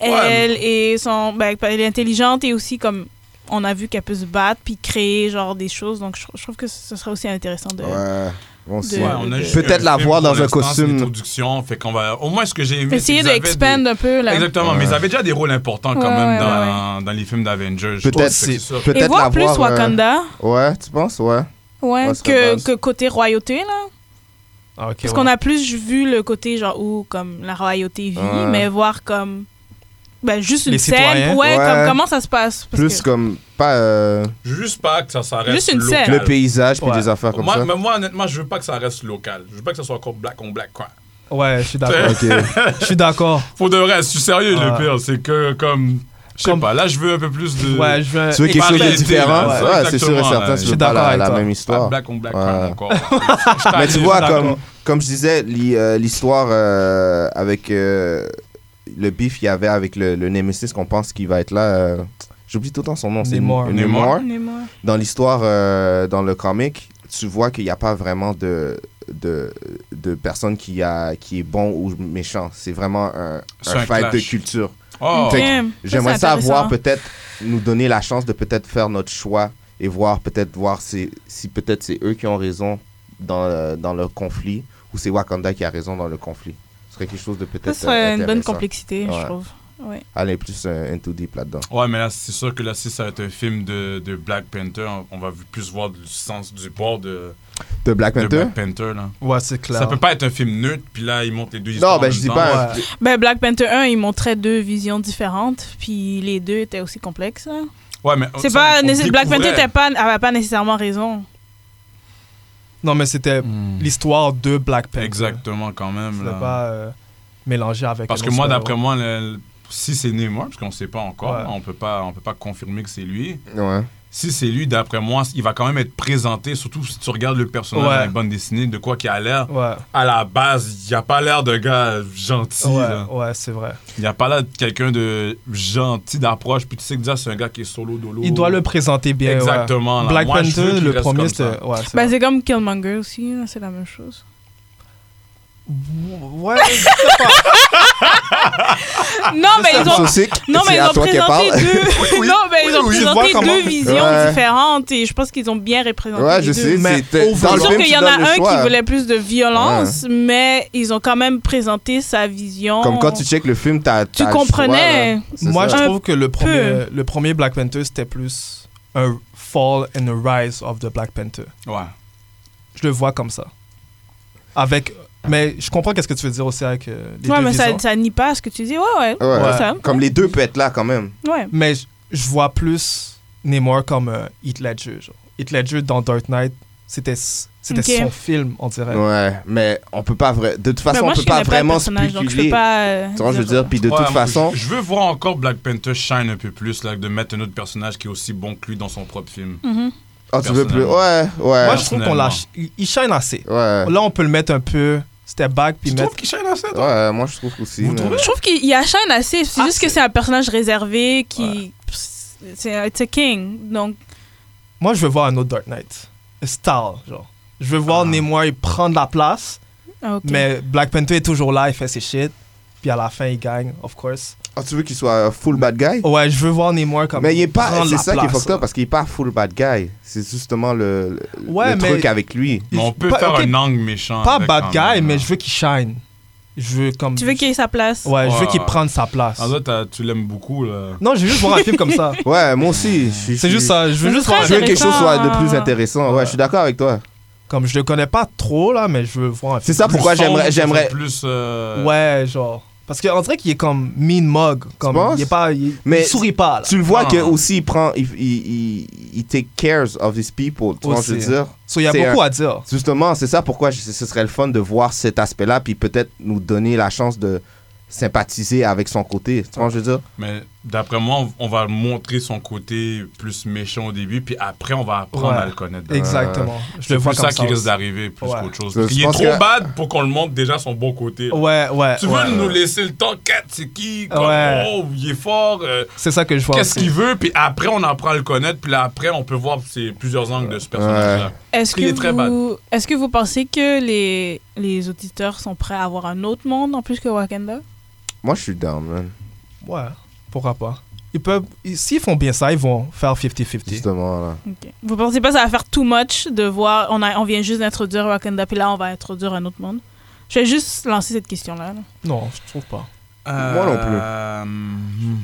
Speaker 4: elle et son. Ben, elle est intelligente et aussi comme on a vu qu'elle peut se battre puis créer genre des choses. Donc je, je trouve que ce serait aussi intéressant de.
Speaker 3: Ouais. Bon, c'est-
Speaker 4: Ouais,
Speaker 2: on a juste
Speaker 3: Peut-être
Speaker 2: un film
Speaker 3: la voir
Speaker 2: pour
Speaker 3: dans un
Speaker 2: l'instant, c'est
Speaker 3: costume.
Speaker 2: l'introduction, fait qu'on va. Au moins, ce que j'ai aimé.
Speaker 4: Essayer
Speaker 2: c'est
Speaker 4: de
Speaker 2: qu'ils avaient
Speaker 4: expand un peu
Speaker 2: des-
Speaker 4: là.
Speaker 2: Exactement, mais
Speaker 3: Ouais.
Speaker 2: ils avaient déjà des rôles importants quand
Speaker 4: Ouais,
Speaker 2: même
Speaker 4: ouais,
Speaker 2: dans, dans les films d'Avengers. Je
Speaker 3: Peut-être-
Speaker 2: pense que c'est ça.
Speaker 4: Et
Speaker 3: Peut-être la
Speaker 4: voir plus
Speaker 3: voir. euh,
Speaker 4: Wakanda,
Speaker 3: Ouais, tu penses? Ouais.
Speaker 4: ouais,
Speaker 3: ouais, ce serait
Speaker 4: que,
Speaker 3: nice.
Speaker 4: que côté royauté là.
Speaker 1: Ah, ok,
Speaker 4: Parce
Speaker 1: ouais.
Speaker 4: qu'on a plus vu le côté genre où comme la royauté vit,
Speaker 3: Ouais.
Speaker 4: mais voir comme. Ben, juste une
Speaker 1: Les
Speaker 4: scène,
Speaker 1: citoyens.
Speaker 4: ouais,
Speaker 3: Ouais.
Speaker 4: Comme, comment ça se passe. Parce
Speaker 3: Plus
Speaker 4: que-
Speaker 3: comme. Pas euh,
Speaker 2: Juste pas que ça, ça reste.
Speaker 4: Juste une
Speaker 2: local.
Speaker 4: scène.
Speaker 3: le paysage puis
Speaker 1: Ouais.
Speaker 3: des affaires comme
Speaker 2: Euh, Moi,
Speaker 3: ça.
Speaker 2: mais moi, honnêtement, je veux pas que ça reste local. Je veux pas que ça soit encore black on black, quoi.
Speaker 1: Ouais, je suis d'accord.
Speaker 3: Ok.
Speaker 1: Je suis d'accord.
Speaker 2: Faut de vrai, je suis sérieux,
Speaker 1: Ah.
Speaker 2: le pire. C'est que, comme. Je sais
Speaker 1: Comme-
Speaker 2: pas, là, je veux un peu plus de.
Speaker 1: Ouais, je veux.
Speaker 3: Tu veux quelque chose de
Speaker 2: Variété,
Speaker 3: différent?
Speaker 2: là,
Speaker 3: Ouais,
Speaker 2: ouais,
Speaker 3: c'est sûr et
Speaker 2: exactement,
Speaker 3: certain.
Speaker 2: là.
Speaker 3: Tu
Speaker 2: Je
Speaker 3: veux pas
Speaker 1: suis d'accord
Speaker 3: la-
Speaker 1: avec
Speaker 3: la
Speaker 1: toi.
Speaker 3: même
Speaker 2: Pas
Speaker 3: histoire.
Speaker 2: Ah, black on black,
Speaker 3: Ouais.
Speaker 2: quoi, encore.
Speaker 3: Mais tu vois,
Speaker 1: d'accord.
Speaker 3: comme, comme je disais, li- euh, l'histoire euh, avec euh, le beef qu'il y avait avec le, le Nemesis qu'on pense qu'il va être là. euh, J'oublie tout le temps son nom. c'est
Speaker 1: Namor.
Speaker 3: N-
Speaker 2: Namor.
Speaker 4: Némois.
Speaker 3: Dans l'histoire, euh, dans le comic, tu vois qu'il n'y a pas vraiment de, de, de personne qui, a, qui est bon ou méchant. C'est vraiment un,
Speaker 2: C'est
Speaker 3: un
Speaker 2: un
Speaker 3: fight de
Speaker 2: clash.
Speaker 3: culture.
Speaker 2: Oh,
Speaker 4: Ok.
Speaker 3: Fait que
Speaker 4: Ça,
Speaker 3: J'aimerais
Speaker 4: c'est
Speaker 3: savoir
Speaker 4: intéressant.
Speaker 3: peut-être nous donner la chance de peut-être faire notre choix et voir peut-être voir si, si peut-être c'est eux qui ont raison dans, le- dans le conflit ou c'est Wakanda qui a raison dans le conflit. Ce serait quelque chose de peut-être
Speaker 4: Ça serait une bonne
Speaker 3: euh, intéressant.
Speaker 4: complexité,
Speaker 3: Ouais.
Speaker 4: je trouve. Ouais.
Speaker 3: Aller plus euh, into deep là-dedans.
Speaker 2: Ouais, mais là, c'est sûr que là, si ça va être un film de, de Black Panther, on- on va plus voir du sens du bord de,
Speaker 3: De Black
Speaker 2: de
Speaker 3: Panther
Speaker 2: Black Panther. Là.
Speaker 1: Ouais, c'est clair.
Speaker 2: Ça peut pas être un film neutre, puis là, ils montent les deux histoires.
Speaker 3: Non,
Speaker 2: en
Speaker 3: ben
Speaker 2: même
Speaker 3: je dis
Speaker 2: temps.
Speaker 3: pas. un-
Speaker 1: Ouais.
Speaker 4: Ben, Black Panther 1, il montrait deux visions différentes, puis les deux étaient aussi complexes. hein.
Speaker 2: Ouais, mais.
Speaker 4: C'est
Speaker 2: Oh, ça,
Speaker 4: pas,
Speaker 2: on
Speaker 4: nécess- Black Panther
Speaker 2: découvrait.
Speaker 4: était pas, avait pas nécessairement raison.
Speaker 1: Non, mais c'était
Speaker 2: Hmm.
Speaker 1: l'histoire de Black Panther.
Speaker 2: Exactement, quand même.
Speaker 1: C'était
Speaker 2: Là.
Speaker 1: pas euh, mélangé avec.
Speaker 2: Parce
Speaker 1: un
Speaker 2: que
Speaker 1: autre
Speaker 2: moi,
Speaker 1: super-héros.
Speaker 2: d'après moi, le- le- si c'est Neymar, parce qu'on ne sait pas encore,
Speaker 1: Ouais.
Speaker 2: on peut pas, on peut pas confirmer que c'est lui.
Speaker 3: Ouais.
Speaker 2: Si c'est lui, d'après moi, il va quand même être présenté, surtout si tu regardes le personnage
Speaker 1: Ouais.
Speaker 2: dans les bandes dessinées, de quoi qu'il a l'air.
Speaker 1: Ouais,
Speaker 2: À la base, il a pas l'air de gars gentil.
Speaker 1: ouais,
Speaker 2: là.
Speaker 1: ouais, c'est vrai.
Speaker 2: Il a pas l'air de quelqu'un de gentil d'approche. Puis tu sais que déjà, c'est un gars qui est solo dolo.
Speaker 1: Il doit le présenter bien. ouais.
Speaker 2: Exactement. là.
Speaker 1: Black
Speaker 2: Moi, je veux
Speaker 1: Panther,
Speaker 2: qu'il
Speaker 1: le
Speaker 2: reste
Speaker 1: premier,
Speaker 2: comme
Speaker 1: c'était.
Speaker 2: ça.
Speaker 1: Ouais, c'est vrai.
Speaker 4: Ben, c'est comme Killmonger aussi, là, c'est la même chose.
Speaker 1: Ouais, je sais pas.
Speaker 4: non, mais ils ont,
Speaker 3: Saucic,
Speaker 4: non,
Speaker 3: c'est
Speaker 4: mais ils
Speaker 3: à
Speaker 4: ont
Speaker 3: toi qu'elle
Speaker 4: présenté
Speaker 3: parle.
Speaker 4: deux, non, mais ils ont
Speaker 3: oui, je vois
Speaker 4: présenté
Speaker 3: comment-
Speaker 4: deux visions
Speaker 3: Ouais.
Speaker 4: différentes et je pense qu'ils ont bien représenté
Speaker 3: Ouais,
Speaker 4: les
Speaker 3: je
Speaker 4: deux.
Speaker 3: sais.
Speaker 1: mais
Speaker 3: c'était-
Speaker 1: au
Speaker 3: dans
Speaker 1: fond,
Speaker 3: le
Speaker 4: Sauf
Speaker 3: film,
Speaker 4: qu'il y
Speaker 3: tu
Speaker 4: en a
Speaker 3: donnes le
Speaker 4: un
Speaker 3: choix.
Speaker 4: qui voulait plus de violence, mais ils ont quand même présenté sa vision.
Speaker 3: Comme quand tu checkes le film, t'as.
Speaker 4: Tu
Speaker 3: t'as le choix,
Speaker 4: comprenais.
Speaker 3: là. C'est
Speaker 1: Moi,
Speaker 3: ça.
Speaker 1: je
Speaker 4: Un
Speaker 1: trouve que le premier, le premier Black Panther, c'était plus un fall and a rise of the Black Panther.
Speaker 2: Ouais.
Speaker 1: Je le vois comme ça. Avec, mais je comprends qu'est-ce que tu veux dire aussi avec euh, les
Speaker 4: Ouais,
Speaker 1: deux
Speaker 4: mais ça,
Speaker 1: visions.
Speaker 4: ça nie pas ce que tu dis. Ouais, ouais.
Speaker 3: Ouais.
Speaker 4: C'est ça.
Speaker 3: Comme les deux peuvent être là quand même.
Speaker 4: Ouais.
Speaker 1: Mais je- je vois plus Namor comme euh, Heath Ledger. Genre. Heath Ledger dans Dark Knight, c'était s- c'était
Speaker 4: Ok.
Speaker 1: son film, on dirait.
Speaker 3: Ouais, mais on peut pas vrai. De toute façon,
Speaker 4: Mais moi,
Speaker 3: on
Speaker 4: je
Speaker 3: peut pas
Speaker 4: connais le
Speaker 3: vraiment
Speaker 4: personnage, donc je peux
Speaker 3: spéculer.
Speaker 4: pas. euh,
Speaker 3: Tu vois, je veux dire, puis de
Speaker 2: Ouais,
Speaker 3: toute
Speaker 2: moi,
Speaker 3: façon,
Speaker 2: je- Je veux voir encore Black Panther shine un peu plus, là, de mettre un autre personnage qui est aussi bon que lui dans son propre film.
Speaker 4: Mhm.
Speaker 3: oh, tu veux plus. Ouais,
Speaker 2: personnellement.
Speaker 3: ouais.
Speaker 1: Moi, je trouve qu'on
Speaker 2: Personnellement.
Speaker 1: lâche. Il il shine assez.
Speaker 3: ouais.
Speaker 1: Là, on peut le mettre un peu step back puis
Speaker 2: Tu
Speaker 1: mettre.
Speaker 2: trouves qu'il shine assez, toi?
Speaker 3: Ouais, moi je trouve aussi.
Speaker 2: Vous
Speaker 3: mais-
Speaker 2: trouvez?
Speaker 4: Je trouve qu'il y a Shane assez. C'est juste
Speaker 1: Assez.
Speaker 4: que c'est un personnage réservé qui. C'est un it's a king. Donc,
Speaker 1: Moi, je veux voir un autre Dark Knight. Style, genre. Je veux voir
Speaker 2: Ah.
Speaker 1: Namor il prendre la place.
Speaker 4: ah, ok.
Speaker 1: Mais Black Panther est toujours là, il fait ses shit. Puis à la fin, il gagne, of course.
Speaker 3: Ah, tu veux qu'il soit euh, full bad guy
Speaker 1: Ouais, je veux voir Namor comme.
Speaker 3: Mais il est pas.
Speaker 1: prendre
Speaker 3: C'est
Speaker 1: la
Speaker 3: ça qui est
Speaker 1: place, hein.
Speaker 3: fucked up
Speaker 1: là.
Speaker 3: parce qu'il est pas full bad guy. C'est justement le, le-
Speaker 1: Ouais,
Speaker 3: le
Speaker 1: mais-
Speaker 3: truc avec lui.
Speaker 2: Mais on peut
Speaker 1: Pas-
Speaker 2: faire
Speaker 1: Bah, ok,
Speaker 2: un angle méchant.
Speaker 1: Pas
Speaker 2: avec,
Speaker 1: bad
Speaker 2: quand
Speaker 1: guy,
Speaker 2: même,
Speaker 1: mais
Speaker 2: là.
Speaker 1: je veux qu'il shine. Je veux comme.
Speaker 4: Tu veux qu'il ait sa place
Speaker 1: Ouais, je veux
Speaker 2: Ouais.
Speaker 1: qu'il prenne sa place.
Speaker 2: Ah, toi, t'as- tu l'aimes beaucoup, là.
Speaker 1: Non, je veux juste voir un film comme ça.
Speaker 3: Ouais, moi aussi. je suis-
Speaker 1: C'est
Speaker 3: je
Speaker 1: juste
Speaker 3: suis-
Speaker 1: ça. Je veux
Speaker 4: Ça
Speaker 1: juste
Speaker 4: serait
Speaker 1: voir. un
Speaker 3: Je veux que quelque chose soit de plus
Speaker 4: Intéressant.
Speaker 3: intéressant. Ouais,
Speaker 1: Ouais.
Speaker 3: je suis d'accord avec toi.
Speaker 1: Comme je le connais pas trop là, mais je veux voir un
Speaker 3: C'est
Speaker 1: film.
Speaker 3: ça
Speaker 2: Plus
Speaker 3: pourquoi
Speaker 2: sombre,
Speaker 3: j'aimerais.
Speaker 2: quelque
Speaker 3: j'aimerais
Speaker 2: chose de Plus. euh,
Speaker 1: Ouais, genre. Parce qu'on dirait qu'il est comme mean mug. Comme,
Speaker 3: penses?
Speaker 1: il, est pas, il,
Speaker 3: Mais
Speaker 1: il sourit pas. là.
Speaker 3: Tu le vois
Speaker 2: Non.
Speaker 3: que aussi il prend, il, il, il, il take cares of these people, tu vois,
Speaker 1: Aussi.
Speaker 3: je veux dire.
Speaker 1: So, il y a
Speaker 3: c'est
Speaker 1: beaucoup
Speaker 3: un-
Speaker 1: à dire.
Speaker 3: Justement, c'est ça pourquoi je- ce serait le fun de voir cet aspect-là, puis peut-être nous donner la chance de sympathiser avec son côté. Tu vois, je veux dire.
Speaker 2: Mais d'après moi, on- on va montrer son côté plus méchant au début, puis après, on va apprendre
Speaker 1: Ouais.
Speaker 2: à le connaître.
Speaker 1: Exactement. Je
Speaker 2: Euh, C'est
Speaker 1: le vois
Speaker 2: plus ça
Speaker 1: comme ça.
Speaker 2: qui risque
Speaker 1: aussi.
Speaker 2: d'arriver plus
Speaker 1: Ouais.
Speaker 2: qu'autre chose.
Speaker 3: Je- je
Speaker 2: Il est
Speaker 3: pense
Speaker 2: trop
Speaker 3: que-
Speaker 2: bad pour qu'on le montre déjà son bon côté.
Speaker 1: Ouais, ouais.
Speaker 2: Tu veux
Speaker 1: ouais.
Speaker 2: nous laisser le temps, Kat, c'est qui Comme,
Speaker 1: Ouais.
Speaker 2: Oh, il est fort. euh,
Speaker 1: C'est ça que je vois.
Speaker 2: Qu'est-ce
Speaker 1: aussi.
Speaker 2: qu'il veut Puis après, on apprend à le connaître. Puis là, après, on peut voir ses plusieurs angles de ce personnage-là.
Speaker 4: Est-ce
Speaker 2: Il est très
Speaker 4: que, vous... est que vous pensez que les... les auditeurs sont prêts à avoir un autre monde en plus que Wakanda
Speaker 3: Moi, je suis down, man.
Speaker 1: Ouais, pourquoi pas. Ils peuvent, ils- s'ils font bien ça, ils vont faire 50-50.
Speaker 3: Justement, là.
Speaker 4: Ok. Vous pensez pas que ça va faire too much de voir on, a... on vient juste d'introduire Wakanda puis là on va introduire un autre monde Je vais juste lancer cette question là. là.
Speaker 1: Non, je trouve pas.
Speaker 2: Euh,
Speaker 3: Moi non plus.
Speaker 2: hmm.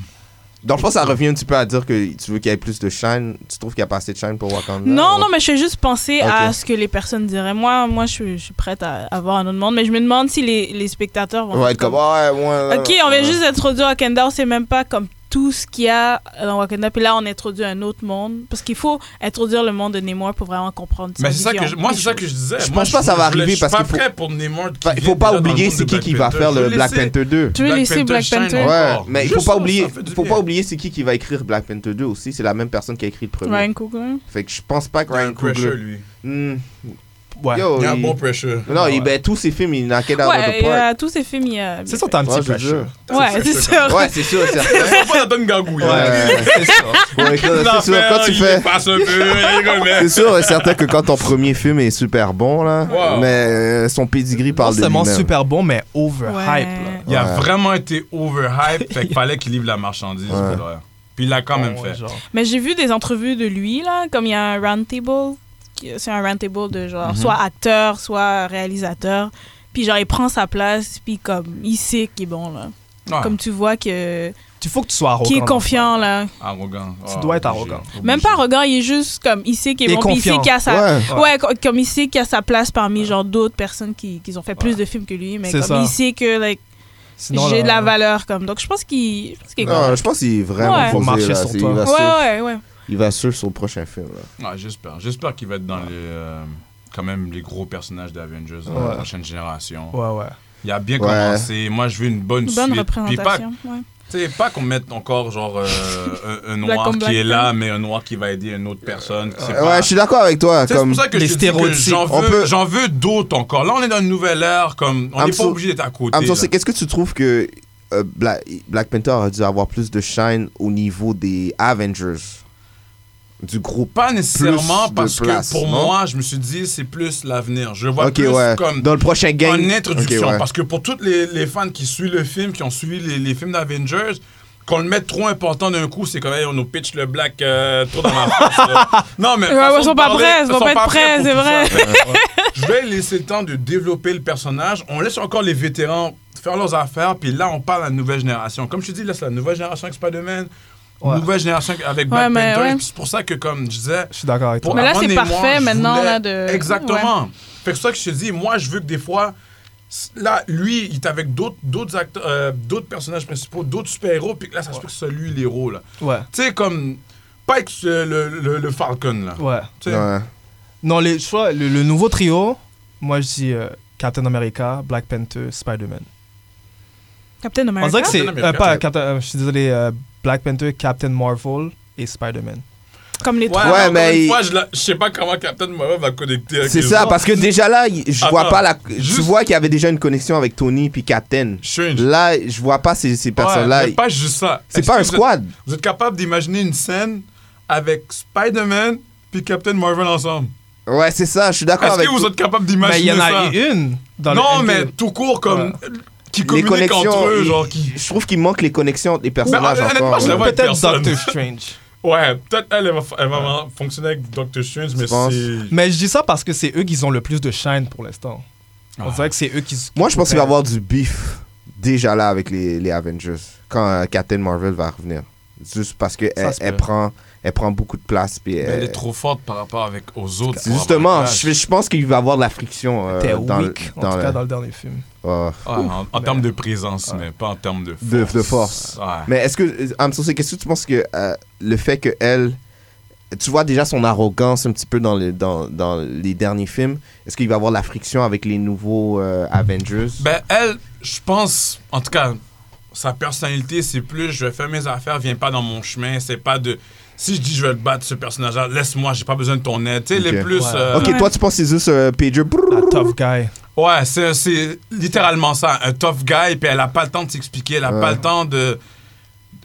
Speaker 3: Donc, je pense que ça revient un petit peu à dire que tu veux qu'il y ait plus de chaînes. Tu trouves qu'il n'y a pas assez de chaînes pour Wakanda
Speaker 4: Non,
Speaker 3: ou-
Speaker 4: non, mais je vais juste penser
Speaker 3: Ok.
Speaker 4: à ce que les personnes diraient. Moi, moi, je suis, je suis prête à avoir un autre monde, mais je me demande si les, les spectateurs vont
Speaker 3: On va
Speaker 4: être
Speaker 3: être comme, ah, ouais, moi.
Speaker 4: Ok, on vient
Speaker 3: ouais.
Speaker 4: juste d'introduire Wakanda, on sait même pas comme tout ce qu'il y a dans Wakanda. Puis là, on introduit un autre monde. Parce qu'il faut introduire le monde de Nemo pour vraiment comprendre sa
Speaker 2: Mais c'est ça
Speaker 4: vision.
Speaker 2: que je- moi, c'est ça que je disais.
Speaker 3: Je
Speaker 2: Moi,
Speaker 3: pense pas que ça va
Speaker 2: voulais-
Speaker 3: arriver parce
Speaker 2: Je suis
Speaker 3: qu'il faut-
Speaker 2: pas prêt pour Namor. qui
Speaker 3: Enfin, Il faut
Speaker 2: vient
Speaker 3: pas
Speaker 2: déjà dans
Speaker 3: oublier
Speaker 2: le monde
Speaker 3: c'est
Speaker 2: de
Speaker 3: qui
Speaker 2: Black
Speaker 3: qui va
Speaker 2: Panther.
Speaker 3: faire
Speaker 2: Je
Speaker 3: le
Speaker 2: vais
Speaker 3: Black
Speaker 2: laisser-
Speaker 3: Panther 2.
Speaker 4: Tu veux laisser
Speaker 2: Panther
Speaker 4: Black
Speaker 2: shine
Speaker 4: Panther
Speaker 3: Ouais,
Speaker 2: encore.
Speaker 3: mais il
Speaker 2: Juste
Speaker 3: faut pas
Speaker 2: ça,
Speaker 3: oublier,
Speaker 2: ça fait du
Speaker 3: faut
Speaker 2: bien.
Speaker 3: pas oublier c'est qui qui va écrire Black Panther 2 aussi. C'est la même personne qui a écrit le
Speaker 2: hein.
Speaker 3: premier.
Speaker 4: Ryan Coogler.
Speaker 3: Fait que je pense pas que
Speaker 2: Il y a
Speaker 3: Ryan
Speaker 2: un pressure,
Speaker 3: Coogler.
Speaker 2: lui.
Speaker 3: Hmm,
Speaker 1: Ouais.
Speaker 3: yo,
Speaker 2: Il y a un
Speaker 3: il-
Speaker 2: bon pressure.
Speaker 3: Non, il- ben, tous ses films, il knock it out of
Speaker 4: Ouais,
Speaker 3: the
Speaker 4: il
Speaker 3: park.
Speaker 4: a tous ses films. il a-
Speaker 1: C'est ça, t'as un
Speaker 3: Ouais,
Speaker 1: petit
Speaker 3: je veux
Speaker 1: pressure.
Speaker 3: dire.
Speaker 4: Ouais, c'est sûr.
Speaker 3: Ouais, c'est sûr, certain.
Speaker 2: Faut pas la donne gagouille.
Speaker 3: Ouais,
Speaker 1: C'est ça.
Speaker 3: Ouais, c'est sûr, quand tu fais.
Speaker 2: Passe un peu, il rigole, mais-
Speaker 3: C'est sûr et certain que quand ton premier film est super bon, là,
Speaker 2: Wow.
Speaker 3: mais euh, son pedigree
Speaker 1: Non
Speaker 3: parle de
Speaker 1: seulement
Speaker 3: lui-même.
Speaker 1: super bon, mais overhype. là.
Speaker 4: Ouais.
Speaker 2: Il a
Speaker 3: Ouais.
Speaker 2: vraiment été overhype, fait qu'il fallait qu'il livre la marchandise.
Speaker 3: Ouais.
Speaker 2: pour vrai. Puis il l'a quand même
Speaker 1: Ouais,
Speaker 2: fait.
Speaker 1: genre.
Speaker 4: Mais j'ai vu des entrevues de lui, là, comme il y a un roundtable. C'est un roundtable de genre,
Speaker 2: Mhm.
Speaker 4: soit acteur, soit réalisateur. Puis genre, il prend sa place, puis comme, il sait qu'il est bon, là.
Speaker 2: Ouais, Ah,
Speaker 4: Comme tu vois que.
Speaker 1: Tu faut que tu sois arrogant.
Speaker 4: Qui est confiant, là.
Speaker 2: Arrogant.
Speaker 1: Tu
Speaker 2: Ah,
Speaker 1: dois être
Speaker 2: obligé,
Speaker 1: arrogant.
Speaker 2: obligé.
Speaker 4: Même pas arrogant, il est juste comme il sait qu'il
Speaker 1: Il
Speaker 4: est
Speaker 1: est
Speaker 4: bon, puis il sait
Speaker 1: confiant.
Speaker 4: qu'il a sa
Speaker 3: Ouais.
Speaker 4: ouais. co- comme il sait qu'il a sa place parmi genre d'autres personnes qui, qui ont fait plus de films que lui, mais
Speaker 1: C'est
Speaker 4: comme
Speaker 1: ça.
Speaker 4: il sait que like,
Speaker 1: Sinon,
Speaker 4: j'ai de
Speaker 1: là,
Speaker 4: la valeur comme donc je pense qu'il je pense qu'il est
Speaker 3: Non,
Speaker 4: correct.
Speaker 3: je pense qu'il est vraiment
Speaker 4: Ouais.
Speaker 3: posé,
Speaker 1: Faut marcher
Speaker 3: là.
Speaker 1: sur
Speaker 3: C'est-
Speaker 1: toi.
Speaker 3: Il va,
Speaker 4: ouais,
Speaker 3: sur,
Speaker 4: ouais ouais
Speaker 3: il va sur son prochain film. Là.
Speaker 2: Ouais, Ah, j'espère. J'espère qu'il va être dans les. euh, quand même, les gros personnages d'Avengers dans la
Speaker 1: Ouais.
Speaker 2: prochaine génération.
Speaker 1: Ouais, ouais.
Speaker 2: Il a bien
Speaker 3: Ouais.
Speaker 2: commencé. Moi, je veux une bonne,
Speaker 4: Une bonne
Speaker 2: suite. Puis pas,
Speaker 4: représentation. ouais.
Speaker 2: tu sais, pas qu'on mette encore, genre, euh, un, un
Speaker 4: Black
Speaker 2: noir
Speaker 4: on
Speaker 2: qui
Speaker 4: black,
Speaker 2: est
Speaker 4: hein.
Speaker 2: là, mais un noir qui va aider une autre personne. qui sait
Speaker 3: Ouais,
Speaker 2: pas.
Speaker 3: je suis d'accord avec toi.
Speaker 2: Tu sais, C'est
Speaker 3: Comme...
Speaker 2: pour ça que
Speaker 1: les
Speaker 2: je te dis que
Speaker 1: stéréotypes.
Speaker 2: J'en
Speaker 3: On
Speaker 2: veux,
Speaker 3: peut-
Speaker 2: j'en veux d'autres encore. Là, on est dans une nouvelle ère. Comme, on
Speaker 3: I'm
Speaker 2: n'est pas
Speaker 3: so-
Speaker 2: obligé d'être à côté.
Speaker 3: En même temps,
Speaker 2: là.
Speaker 3: Ah, c'est- qu'est-ce que tu trouves que euh, Bla- Black Panther aurait dû avoir plus de shine au niveau des Avengers Du groupe
Speaker 2: Pas nécessairement
Speaker 3: Plus de
Speaker 2: parce
Speaker 3: place,
Speaker 2: que pour
Speaker 3: non?
Speaker 2: moi, je me suis dit, c'est plus l'avenir. Je vois
Speaker 3: Ok,
Speaker 2: plus
Speaker 3: ouais.
Speaker 2: comme
Speaker 3: Dans le prochain game.
Speaker 2: en introduction.
Speaker 3: Ok, ouais.
Speaker 2: Parce que pour tous les, les fans qui suivent le film, qui ont suivi les, les films d'Avengers, qu'on le mette trop important d'un coup, c'est quand même on nous pitch le black euh, trop dans la face. là. Non, mais.
Speaker 4: Ouais,
Speaker 2: façon
Speaker 4: ouais,
Speaker 2: de
Speaker 4: sont pas
Speaker 2: parler,
Speaker 4: prêts, ils vont
Speaker 2: sont
Speaker 4: pas être prêts,
Speaker 2: pour
Speaker 4: c'est
Speaker 2: tout
Speaker 4: vrai.
Speaker 2: ça. Je vais laisser le temps de développer le personnage. On laisse encore les vétérans faire leurs affaires, puis là, on parle à la nouvelle génération. Comme je te dis, là, c'est la nouvelle génération avec Spider-Man,
Speaker 1: Ouais.
Speaker 2: nouvelle génération avec
Speaker 4: Ouais,
Speaker 2: Black
Speaker 4: mais
Speaker 2: Panther.
Speaker 4: ouais.
Speaker 2: C'est pour ça que, comme je disais,
Speaker 1: Je suis d'accord avec toi.
Speaker 2: pour
Speaker 4: Mais là,
Speaker 2: Amon
Speaker 4: c'est
Speaker 2: et
Speaker 4: parfait,
Speaker 2: je
Speaker 4: maintenant,
Speaker 2: voulais-
Speaker 4: là, de-
Speaker 2: Exactement. Fait que c'est ça que je te dis. Moi, je veux que des fois. s- Là, lui, il est avec d'autres d'autres acteurs, euh, d'autres personnages principaux, d'autres super-héros, puis là, ça se peut que c'est lui l'héros, là.
Speaker 1: Ouais,
Speaker 2: Tu sais, comme. Pas avec ce- le, le- le Falcon, là.
Speaker 1: ouais.
Speaker 2: Tu sais,
Speaker 3: Ouais.
Speaker 1: Non, les choix, le, le nouveau trio, moi je dis euh, Captain America, Black Panther, Spider-Man.
Speaker 4: Captain America.
Speaker 1: On dirait que c'est.
Speaker 2: Captain America.
Speaker 1: euh, pas Captain, euh, je suis désolé, euh, Black Panther, Captain Marvel et Spider-man.
Speaker 4: comme les
Speaker 2: Ouais,
Speaker 4: trois.
Speaker 2: mais encore
Speaker 3: mais
Speaker 2: une
Speaker 3: il-
Speaker 2: fois, je, la- je sais pas comment Captain Marvel va connecter avec
Speaker 3: C'est
Speaker 2: les
Speaker 3: ça,
Speaker 2: autres.
Speaker 3: parce que déjà là, il- je vois
Speaker 2: Attends,
Speaker 3: pas la.
Speaker 2: juste-
Speaker 3: Tu vois qu'il y avait déjà une connexion avec Tony puis Captain.
Speaker 2: Strange.
Speaker 3: Là, je vois pas ces, ces
Speaker 2: Ouais,
Speaker 3: personnes-là.
Speaker 2: mais pas juste ça.
Speaker 3: C'est
Speaker 2: Est-ce
Speaker 3: pas
Speaker 2: que
Speaker 3: un
Speaker 2: vous êtes-
Speaker 3: squad.
Speaker 2: vous êtes capable d'imaginer une scène avec Spider-Man puis Captain Marvel ensemble.
Speaker 3: Ouais, c'est ça, je suis d'accord
Speaker 2: Est-ce
Speaker 3: avec
Speaker 2: que vous
Speaker 3: toi.
Speaker 2: êtes capable
Speaker 1: Mais
Speaker 2: d'imaginer
Speaker 1: il y en
Speaker 2: ça?
Speaker 1: a eu une dans le
Speaker 2: non, mais
Speaker 1: Endgame.
Speaker 2: tout court, comme. Qui
Speaker 3: Les
Speaker 2: communiquent
Speaker 3: connexions,
Speaker 2: entre eux,
Speaker 3: il-
Speaker 2: genre. Qui...
Speaker 3: Je trouve qu'il manque les connexions entre les personnages.
Speaker 2: honnêtement,
Speaker 3: encore,
Speaker 2: je la
Speaker 3: ouais.
Speaker 2: vois avec
Speaker 1: Peut-être
Speaker 2: personne.
Speaker 1: Doctor Strange.
Speaker 2: Ouais, peut-être elle, elle va, elle va vraiment fonctionner avec Doctor Strange, mais
Speaker 3: penses?
Speaker 2: c'est.
Speaker 1: Mais je dis ça parce que c'est eux qui ont le plus de shine pour l'instant. On
Speaker 2: Ah.
Speaker 1: dirait que c'est eux qui. s-
Speaker 3: Moi, je pense qu'il va y avoir du beef déjà là avec les, les Avengers quand euh, Captain Marvel va revenir. Juste parce qu'elle
Speaker 1: Ça se
Speaker 3: elle
Speaker 1: peut. Ben,
Speaker 3: prend, elle prend beaucoup de place. Puis
Speaker 2: Mais Elle
Speaker 3: elle-
Speaker 2: est trop forte par rapport avec aux autres.
Speaker 3: C'est Euh, Justement,
Speaker 2: Ah,
Speaker 3: je, je pense qu'il va y avoir de la friction euh,
Speaker 1: T'es
Speaker 3: dans, le-
Speaker 1: weak, en
Speaker 3: dans
Speaker 1: tout
Speaker 3: le-
Speaker 1: cas dans le dernier film.
Speaker 3: oh.
Speaker 2: en, en termes de présence, mais pas en termes de force.
Speaker 3: De- de force.
Speaker 2: Ouais.
Speaker 3: Mais est-ce que, euh, I'm so sorry, qu'est-ce que tu penses que euh, le fait que elle, tu vois déjà son arrogance un petit peu dans, le, dans, dans les derniers films, est-ce qu'il va y avoir de la friction avec les nouveaux euh, Avengers
Speaker 2: Ben, elle, je pense, en tout cas, sa personnalité, c'est plus je vais faire mes affaires, viens pas dans mon chemin. C'est pas de. Si je dis je vais te battre, ce personnage-là, laisse-moi, j'ai pas besoin de ton aide. Tu sais, elle est
Speaker 3: Ok.
Speaker 2: plus.
Speaker 1: Ouais.
Speaker 2: euh,
Speaker 3: Ok,
Speaker 4: Ouais.
Speaker 3: toi tu penses que c'est juste euh, Pager.
Speaker 1: La Ah, tough guy.
Speaker 2: Ouais, c'est, c'est littéralement ça. Un tough guy, puis elle a pas le temps de s'expliquer, elle a
Speaker 3: Ouais.
Speaker 2: pas le temps de.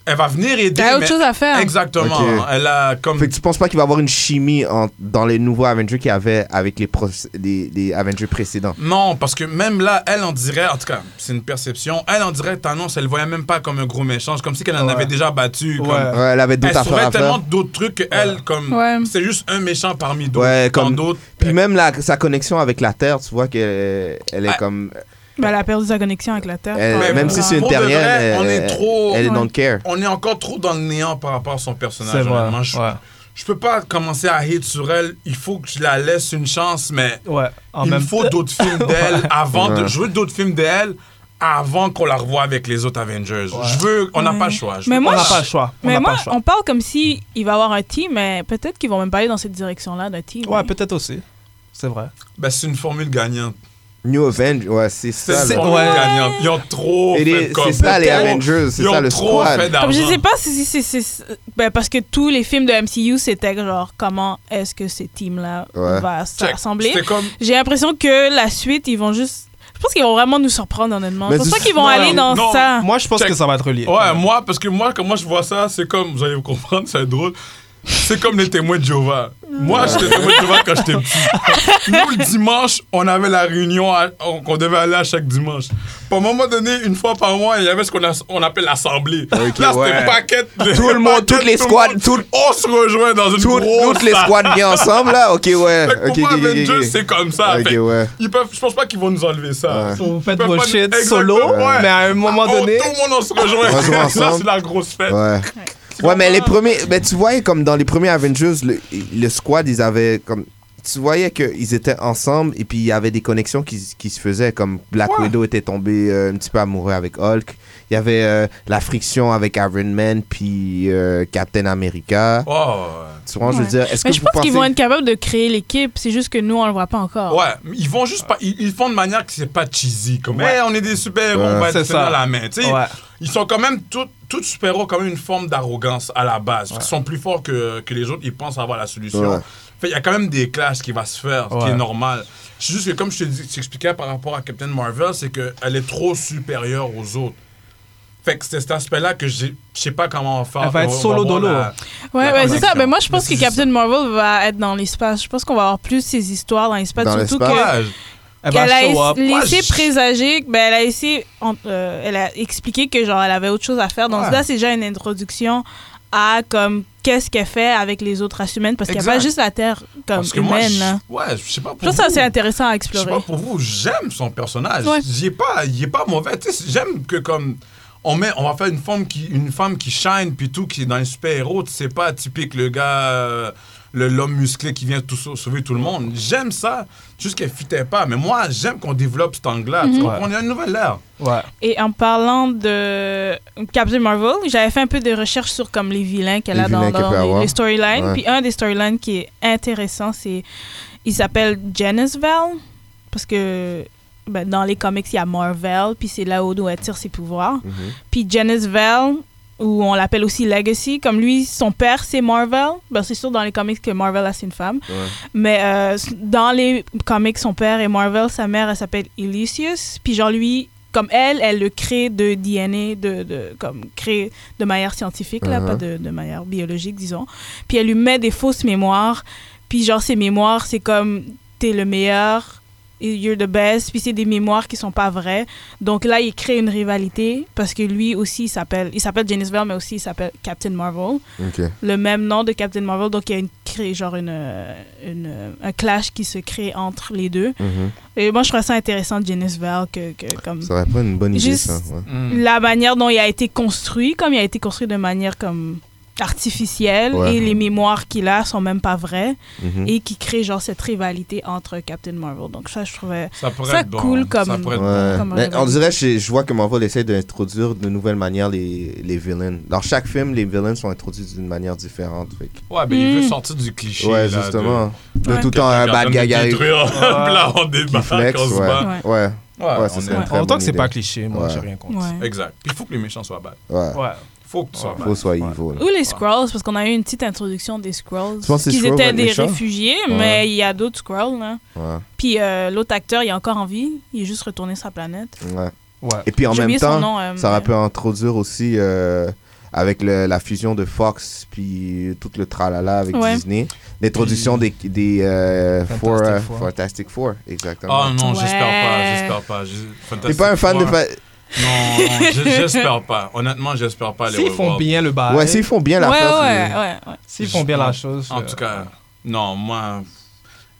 Speaker 2: Elle va venir aider.
Speaker 4: T'as
Speaker 2: mais-
Speaker 4: autre chose à faire.
Speaker 2: Exactement.
Speaker 3: Ok.
Speaker 2: Elle a comme.
Speaker 3: Fait que tu penses pas qu'il va y avoir une chimie en- dans les nouveaux Avengers qu'il y avait avec les, pro- les, les Avengers précédents
Speaker 2: Non, parce que même là, elle en dirait, en tout cas, c'est une perception, elle en dirait, t'annonce, elle le voyait même pas comme un gros méchant, c'est comme si qu'elle en
Speaker 1: Ouais.
Speaker 2: avait déjà battu.
Speaker 1: Ouais.
Speaker 2: comme-
Speaker 3: Ouais, Euh, elle avait
Speaker 2: Elle
Speaker 3: d'autres affaires
Speaker 2: saurait
Speaker 3: à faire.
Speaker 2: tellement d'autres trucs que elle, comme.
Speaker 4: Ouais.
Speaker 2: C'est juste un méchant parmi d'autres.
Speaker 3: Ouais,
Speaker 2: dans
Speaker 3: comme-
Speaker 2: d'autres.
Speaker 3: Puis même la- sa connexion avec la Terre, tu vois qu'elle elle est
Speaker 2: Ah.
Speaker 3: comme.
Speaker 4: Ben, elle a perdu sa connexion avec la Terre.
Speaker 3: elle-
Speaker 4: par
Speaker 2: mais
Speaker 3: Eh, même
Speaker 4: exemple.
Speaker 3: si c'est une
Speaker 2: Pour de vrai,
Speaker 3: terrienne, elle,
Speaker 2: on est
Speaker 3: elle-
Speaker 2: trop-
Speaker 3: elle
Speaker 4: Ah. Ouais.
Speaker 3: don't care.
Speaker 2: On est encore trop dans le néant par rapport à son personnage.
Speaker 1: C'est vrai.
Speaker 2: honnêtement. Je,
Speaker 1: Ouais.
Speaker 2: je peux pas commencer à hate sur elle. Il faut que je la laisse une chance, mais
Speaker 1: ouais. En
Speaker 2: il me
Speaker 1: même
Speaker 2: faut d'autres films d'elle avant de.
Speaker 3: Ouais.
Speaker 2: Je veux d'autres films d'elle avant qu'on la revoie avec les autres Avengers. Je veux. On n'a
Speaker 4: Ouais. Mm.
Speaker 2: pas le choix. Je
Speaker 4: Mais
Speaker 2: veux
Speaker 4: moi,
Speaker 1: on n'a
Speaker 4: je-
Speaker 1: pas le choix. On
Speaker 4: Mais
Speaker 1: n'a
Speaker 4: moi,
Speaker 1: pas le choix.
Speaker 4: on parle comme si il va y avoir un team, mais peut-être qu'ils vont même pas aller dans cette direction-là d'un team.
Speaker 1: Ouais,
Speaker 4: hein.
Speaker 1: peut-être aussi. C'est vrai.
Speaker 2: Ben, c'est une formule gagnante.
Speaker 3: New Avengers, ouais, c'est
Speaker 2: C'est
Speaker 3: ça.
Speaker 2: une
Speaker 3: là.
Speaker 2: formule
Speaker 1: ouais.
Speaker 2: gagnante. Ils ont trop.
Speaker 3: Et
Speaker 2: fait
Speaker 3: les-
Speaker 2: comme-
Speaker 3: C'est ça les
Speaker 2: Ils ont-
Speaker 3: Avengers, c'est
Speaker 2: Ils ont
Speaker 3: ça le
Speaker 2: trop fait
Speaker 3: squad.
Speaker 2: d'argent.
Speaker 4: Comme je sais pas si c'est- c'est. c'est- Ben, parce que tous les films de MCU, c'était genre comment est-ce que ces teams-là
Speaker 3: Ouais.
Speaker 4: va
Speaker 2: Check.
Speaker 4: s'assembler.
Speaker 2: C'était comme.
Speaker 4: J'ai l'impression que la suite, ils vont juste. Je pense qu'ils vont vraiment nous surprendre, honnêtement.
Speaker 3: Mais
Speaker 4: C'est pour
Speaker 3: tu-
Speaker 4: ça qu'ils vont
Speaker 2: Non,
Speaker 4: aller dans
Speaker 2: non,
Speaker 4: ça.
Speaker 1: Moi, je pense
Speaker 2: Check.
Speaker 1: que ça va être relié.
Speaker 2: Ouais, moi, parce que moi, comment je vois ça, c'est comme, vous allez vous comprendre, c'est drôle. C'est comme les témoins de Jéhovah. Moi, j'étais témoin de Jéhovah quand j'étais petit. Nous, le dimanche, on avait la réunion à- on- qu'on devait aller à chaque dimanche. Puis à un moment donné, une fois par mois, il y avait ce qu'on a- on appelle l'assemblée. Là,
Speaker 3: ouais.
Speaker 2: c'était paquet. de-
Speaker 3: Tout le monde,
Speaker 2: paquet,
Speaker 3: toutes les
Speaker 2: tout le
Speaker 3: squads,
Speaker 2: monde.
Speaker 3: tout-
Speaker 2: On se rejoint dans une
Speaker 3: Tout-
Speaker 2: grosse
Speaker 3: toutes les
Speaker 2: salle.
Speaker 3: squads mis ensemble là, ok ouais.
Speaker 2: Fait que
Speaker 3: Ok,
Speaker 2: pour moi,
Speaker 3: ok, ok, ok,
Speaker 2: Avengers, c'est comme ça.
Speaker 3: Ok,
Speaker 2: Fait que
Speaker 3: ouais.
Speaker 2: ils peuvent, je pense pas qu'ils vont nous enlever ça.
Speaker 3: Ouais.
Speaker 1: Vous faites
Speaker 2: Ils peuvent
Speaker 1: vos
Speaker 2: pas-
Speaker 1: shit
Speaker 2: Exactement,
Speaker 1: solo,
Speaker 2: ouais. Ah,
Speaker 1: mais à un moment
Speaker 2: On-
Speaker 1: donné.
Speaker 2: Tout le monde, on se rejoint.
Speaker 3: On se rejoint
Speaker 2: Là,
Speaker 3: ensemble.
Speaker 2: c'est la grosse fête.
Speaker 3: Ouais. Ouais, mais les premiers,
Speaker 4: euh,
Speaker 3: mais tu voyais comme dans les premiers Avengers, le, le squad, ils avaient comme. Tu voyais qu'ils étaient ensemble et puis il y avait des connexions qui, s- qui se faisaient, comme Black
Speaker 2: Ouais.
Speaker 3: Widow était tombé euh, un petit peu amoureux avec Hulk. Il y avait euh, la friction avec Iron Man puis euh, Captain America.
Speaker 2: Oh,
Speaker 3: Tu vois, je veux
Speaker 4: Ouais.
Speaker 3: dire, est-ce
Speaker 4: Mais
Speaker 3: que
Speaker 4: je
Speaker 3: vous
Speaker 4: pense
Speaker 3: pensez...
Speaker 4: qu'ils vont être capables de créer l'équipe. C'est juste que nous, on le voit pas encore.
Speaker 2: ouais. ouais. mais Ils vont juste pas. Ils, ils font de manière que c'est pas cheesy. Comme, hey, on est des super-héros, on va
Speaker 1: C'est
Speaker 2: être
Speaker 1: ça.
Speaker 2: ça. la main. Tu sais,
Speaker 1: Ouais.
Speaker 2: Ils sont quand même. Tous tous super-héros, quand même, une forme d'arrogance à la base. Ils sont plus forts que, que les autres. Ils pensent avoir la solution.
Speaker 3: Ouais.
Speaker 2: Fait, il y a quand même des clashs qui va se faire, ce qui
Speaker 1: Ouais.
Speaker 2: est normal. C'est juste que, comme je te dis- t'expliquais par rapport à Captain Marvel, c'est qu'elle est trop supérieure aux autres. Fait que c'est cet aspect-là que j'ai- je sais pas comment on va faire.
Speaker 1: Elle va être
Speaker 2: On voir
Speaker 1: solo-dolo.
Speaker 2: la-
Speaker 4: Ouais,
Speaker 2: La
Speaker 4: ouais, c'est ça.
Speaker 2: connexion.
Speaker 4: Mais moi, je pense
Speaker 2: Mais
Speaker 4: que
Speaker 2: c'est juste
Speaker 4: Captain Marvel va être dans l'espace. Je pense qu'on va avoir plus ces histoires dans l'espace.
Speaker 3: Dans
Speaker 4: surtout
Speaker 3: l'espace.
Speaker 4: que
Speaker 2: Ouais,
Speaker 1: Elle va
Speaker 4: qu'elle a
Speaker 1: Eh ben, show
Speaker 4: es-
Speaker 1: up.
Speaker 4: laissé
Speaker 2: Ouais, je-
Speaker 4: présager, ben, elle a essayé, en- euh, elle a expliqué que genre elle avait autre chose à faire. Donc
Speaker 2: Ouais.
Speaker 4: là, c'est déjà une introduction à comme qu'est-ce qu'elle fait avec les autres races humaines parce qu'il n'y a
Speaker 2: Exact.
Speaker 4: pas juste la Terre comme
Speaker 2: Parce que moi,
Speaker 4: Euh, humaine.
Speaker 2: je-
Speaker 4: là.
Speaker 2: ouais, je sais pas
Speaker 4: Je
Speaker 2: pour
Speaker 4: pense que ça
Speaker 2: vous.
Speaker 4: c'est intéressant à
Speaker 2: Je sais
Speaker 4: explorer.
Speaker 2: pas pour vous, j'aime son personnage.
Speaker 4: Ouais.
Speaker 2: Il est pas, il est pas mauvais. Tu sais, j'aime que comme on met, on va faire une femme qui, une femme qui shine puis tout, qui est dans les super héros. C'est pas typique le gars, euh, le l'homme musclé qui vient tout sau- sauver tout le monde. J'aime ça, juste qu'elle fitait pas. Mais moi, j'aime qu'on développe cet angle-là.
Speaker 4: Mhm.
Speaker 2: Tu comprends? On est à une nouvelle ère.
Speaker 1: Ouais.
Speaker 4: Et en parlant de Captain Marvel, j'avais fait un peu de recherche sur comme les vilains qu'elle
Speaker 3: Les
Speaker 4: a dans,
Speaker 3: vilains qu'elle
Speaker 4: dans
Speaker 3: peut
Speaker 4: les-
Speaker 3: avoir.
Speaker 4: les, storylines.
Speaker 3: Ouais.
Speaker 4: Puis un des storylines qui est intéressant, c'est il s'appelle Janice Val parce que ben, dans les comics il y a Marvel, puis c'est là où elle tire ses pouvoirs.
Speaker 3: Mhm.
Speaker 4: Puis Janice Val où on l'appelle aussi Legacy, comme lui, son père, c'est Marvel. Ben, c'est sûr dans les comics que Marvel, là, c'est une femme.
Speaker 3: Ouais.
Speaker 4: Mais euh, s- dans les comics, son père est Marvel, sa mère, elle s'appelle Elysius. Puis genre, lui, comme elle, elle le crée de DNA, de, de, comme créé de manière scientifique, là,
Speaker 3: Uh-huh.
Speaker 4: pas de, de manière biologique, disons. Puis elle lui met des fausses mémoires. Puis genre, ses mémoires, c'est comme, t'es le meilleur, you're the best. Puis c'est des mémoires qui sont pas vraies. Donc là, il crée une rivalité parce que lui aussi, il s'appelle, il s'appelle Janice Bell, mais aussi il s'appelle Captain Marvel.
Speaker 3: Ok.
Speaker 4: Le même nom de Captain Marvel, donc il y a une crée genre une, une- un clash qui se crée entre les deux.
Speaker 3: Mhm.
Speaker 4: Et moi, je trouve ça intéressant, Janice Val, que, que comme
Speaker 3: Ça aurait pas une bonne idée,
Speaker 4: Juste-
Speaker 3: ça. ouais.
Speaker 2: Mm.
Speaker 4: la manière dont il a été construit, comme il a été construit de manière comme artificielle
Speaker 3: Ouais.
Speaker 4: et les mémoires qu'il a sont même pas vraies
Speaker 3: Mhm.
Speaker 4: et qui crée genre cette rivalité entre Captain Marvel. Donc ça, je trouvais
Speaker 2: Ça pourrait
Speaker 4: Ça
Speaker 2: être bon.
Speaker 4: coule comme-
Speaker 2: Ça pourrait être
Speaker 3: Ouais.
Speaker 4: Comme un
Speaker 3: Mais
Speaker 4: révolu-
Speaker 3: on dirait, je, je vois que Marvel essaie d'introduire de nouvelles manières les, les villains. Dans chaque film, les villains sont introduits d'une manière différente. fait que-
Speaker 2: Ouais, mais il veut
Speaker 4: Mm.
Speaker 2: sortir du cliché.
Speaker 3: Ouais,
Speaker 2: là,
Speaker 3: justement. De,
Speaker 4: Ouais.
Speaker 3: tout le temps, un bad guy
Speaker 2: gars
Speaker 3: arrive,
Speaker 2: Là, on
Speaker 3: qui
Speaker 2: débarque,
Speaker 3: flex.
Speaker 2: on se
Speaker 3: Ouais,
Speaker 2: bat.
Speaker 3: ouais. ouais,
Speaker 2: Ouais,
Speaker 3: ça
Speaker 2: on
Speaker 3: serait une
Speaker 2: est-
Speaker 3: très
Speaker 1: En tant
Speaker 3: bonne
Speaker 1: que c'est
Speaker 3: idée.
Speaker 1: pas cliché, moi,
Speaker 3: Ouais.
Speaker 1: j'ai rien contre.
Speaker 4: Ouais.
Speaker 2: Exact. Puis il faut que les méchants soient bad.
Speaker 3: Ouais.
Speaker 1: Ouais.
Speaker 2: Il faut que tu sois bad.
Speaker 3: Faut soit
Speaker 2: Ouais.
Speaker 3: evil. là.
Speaker 4: Ou les Skrulls, parce qu'on a eu une petite introduction des Skrulls.
Speaker 3: Tu penses que les
Speaker 4: Qu'ils
Speaker 3: Skrulls vont
Speaker 4: étaient
Speaker 3: être
Speaker 4: des
Speaker 3: méchants?
Speaker 4: réfugiés,
Speaker 3: Ouais.
Speaker 4: mais il y a d'autres Skrulls. là.
Speaker 3: Ouais.
Speaker 4: Puis euh, l'autre acteur, il est encore en vie. Il est juste retourné sur sa planète.
Speaker 3: Ouais.
Speaker 1: Ouais.
Speaker 3: Et puis en
Speaker 4: J'ai
Speaker 3: même
Speaker 4: oublié
Speaker 3: temps,
Speaker 4: son nom. euh,
Speaker 3: ça aurait pu introduire aussi euh, avec le- la fusion de Fox puis tout le tralala avec
Speaker 4: Ouais.
Speaker 3: Disney, l'introduction des, des euh,
Speaker 1: Fantastic
Speaker 3: four, euh,
Speaker 1: Four.
Speaker 3: Fantastic Four, exactement.
Speaker 2: Ah non, j'espère
Speaker 4: Ouais.
Speaker 2: pas, j'espère pas. J'ai-
Speaker 3: T'es
Speaker 2: Fantastic
Speaker 3: pas un fan de
Speaker 2: Four.
Speaker 3: fa-
Speaker 2: Non, non, j'- j'espère pas. Honnêtement, j'espère pas les
Speaker 1: S'ils font
Speaker 2: revoir.
Speaker 1: bien le bail,
Speaker 3: Ouais, s'ils font bien
Speaker 4: Ouais,
Speaker 3: la
Speaker 4: ouais,
Speaker 3: face,
Speaker 4: ouais, ouais, ouais.
Speaker 1: s'ils font bien la chose.
Speaker 2: En
Speaker 1: euh,
Speaker 2: tout cas, non, moi,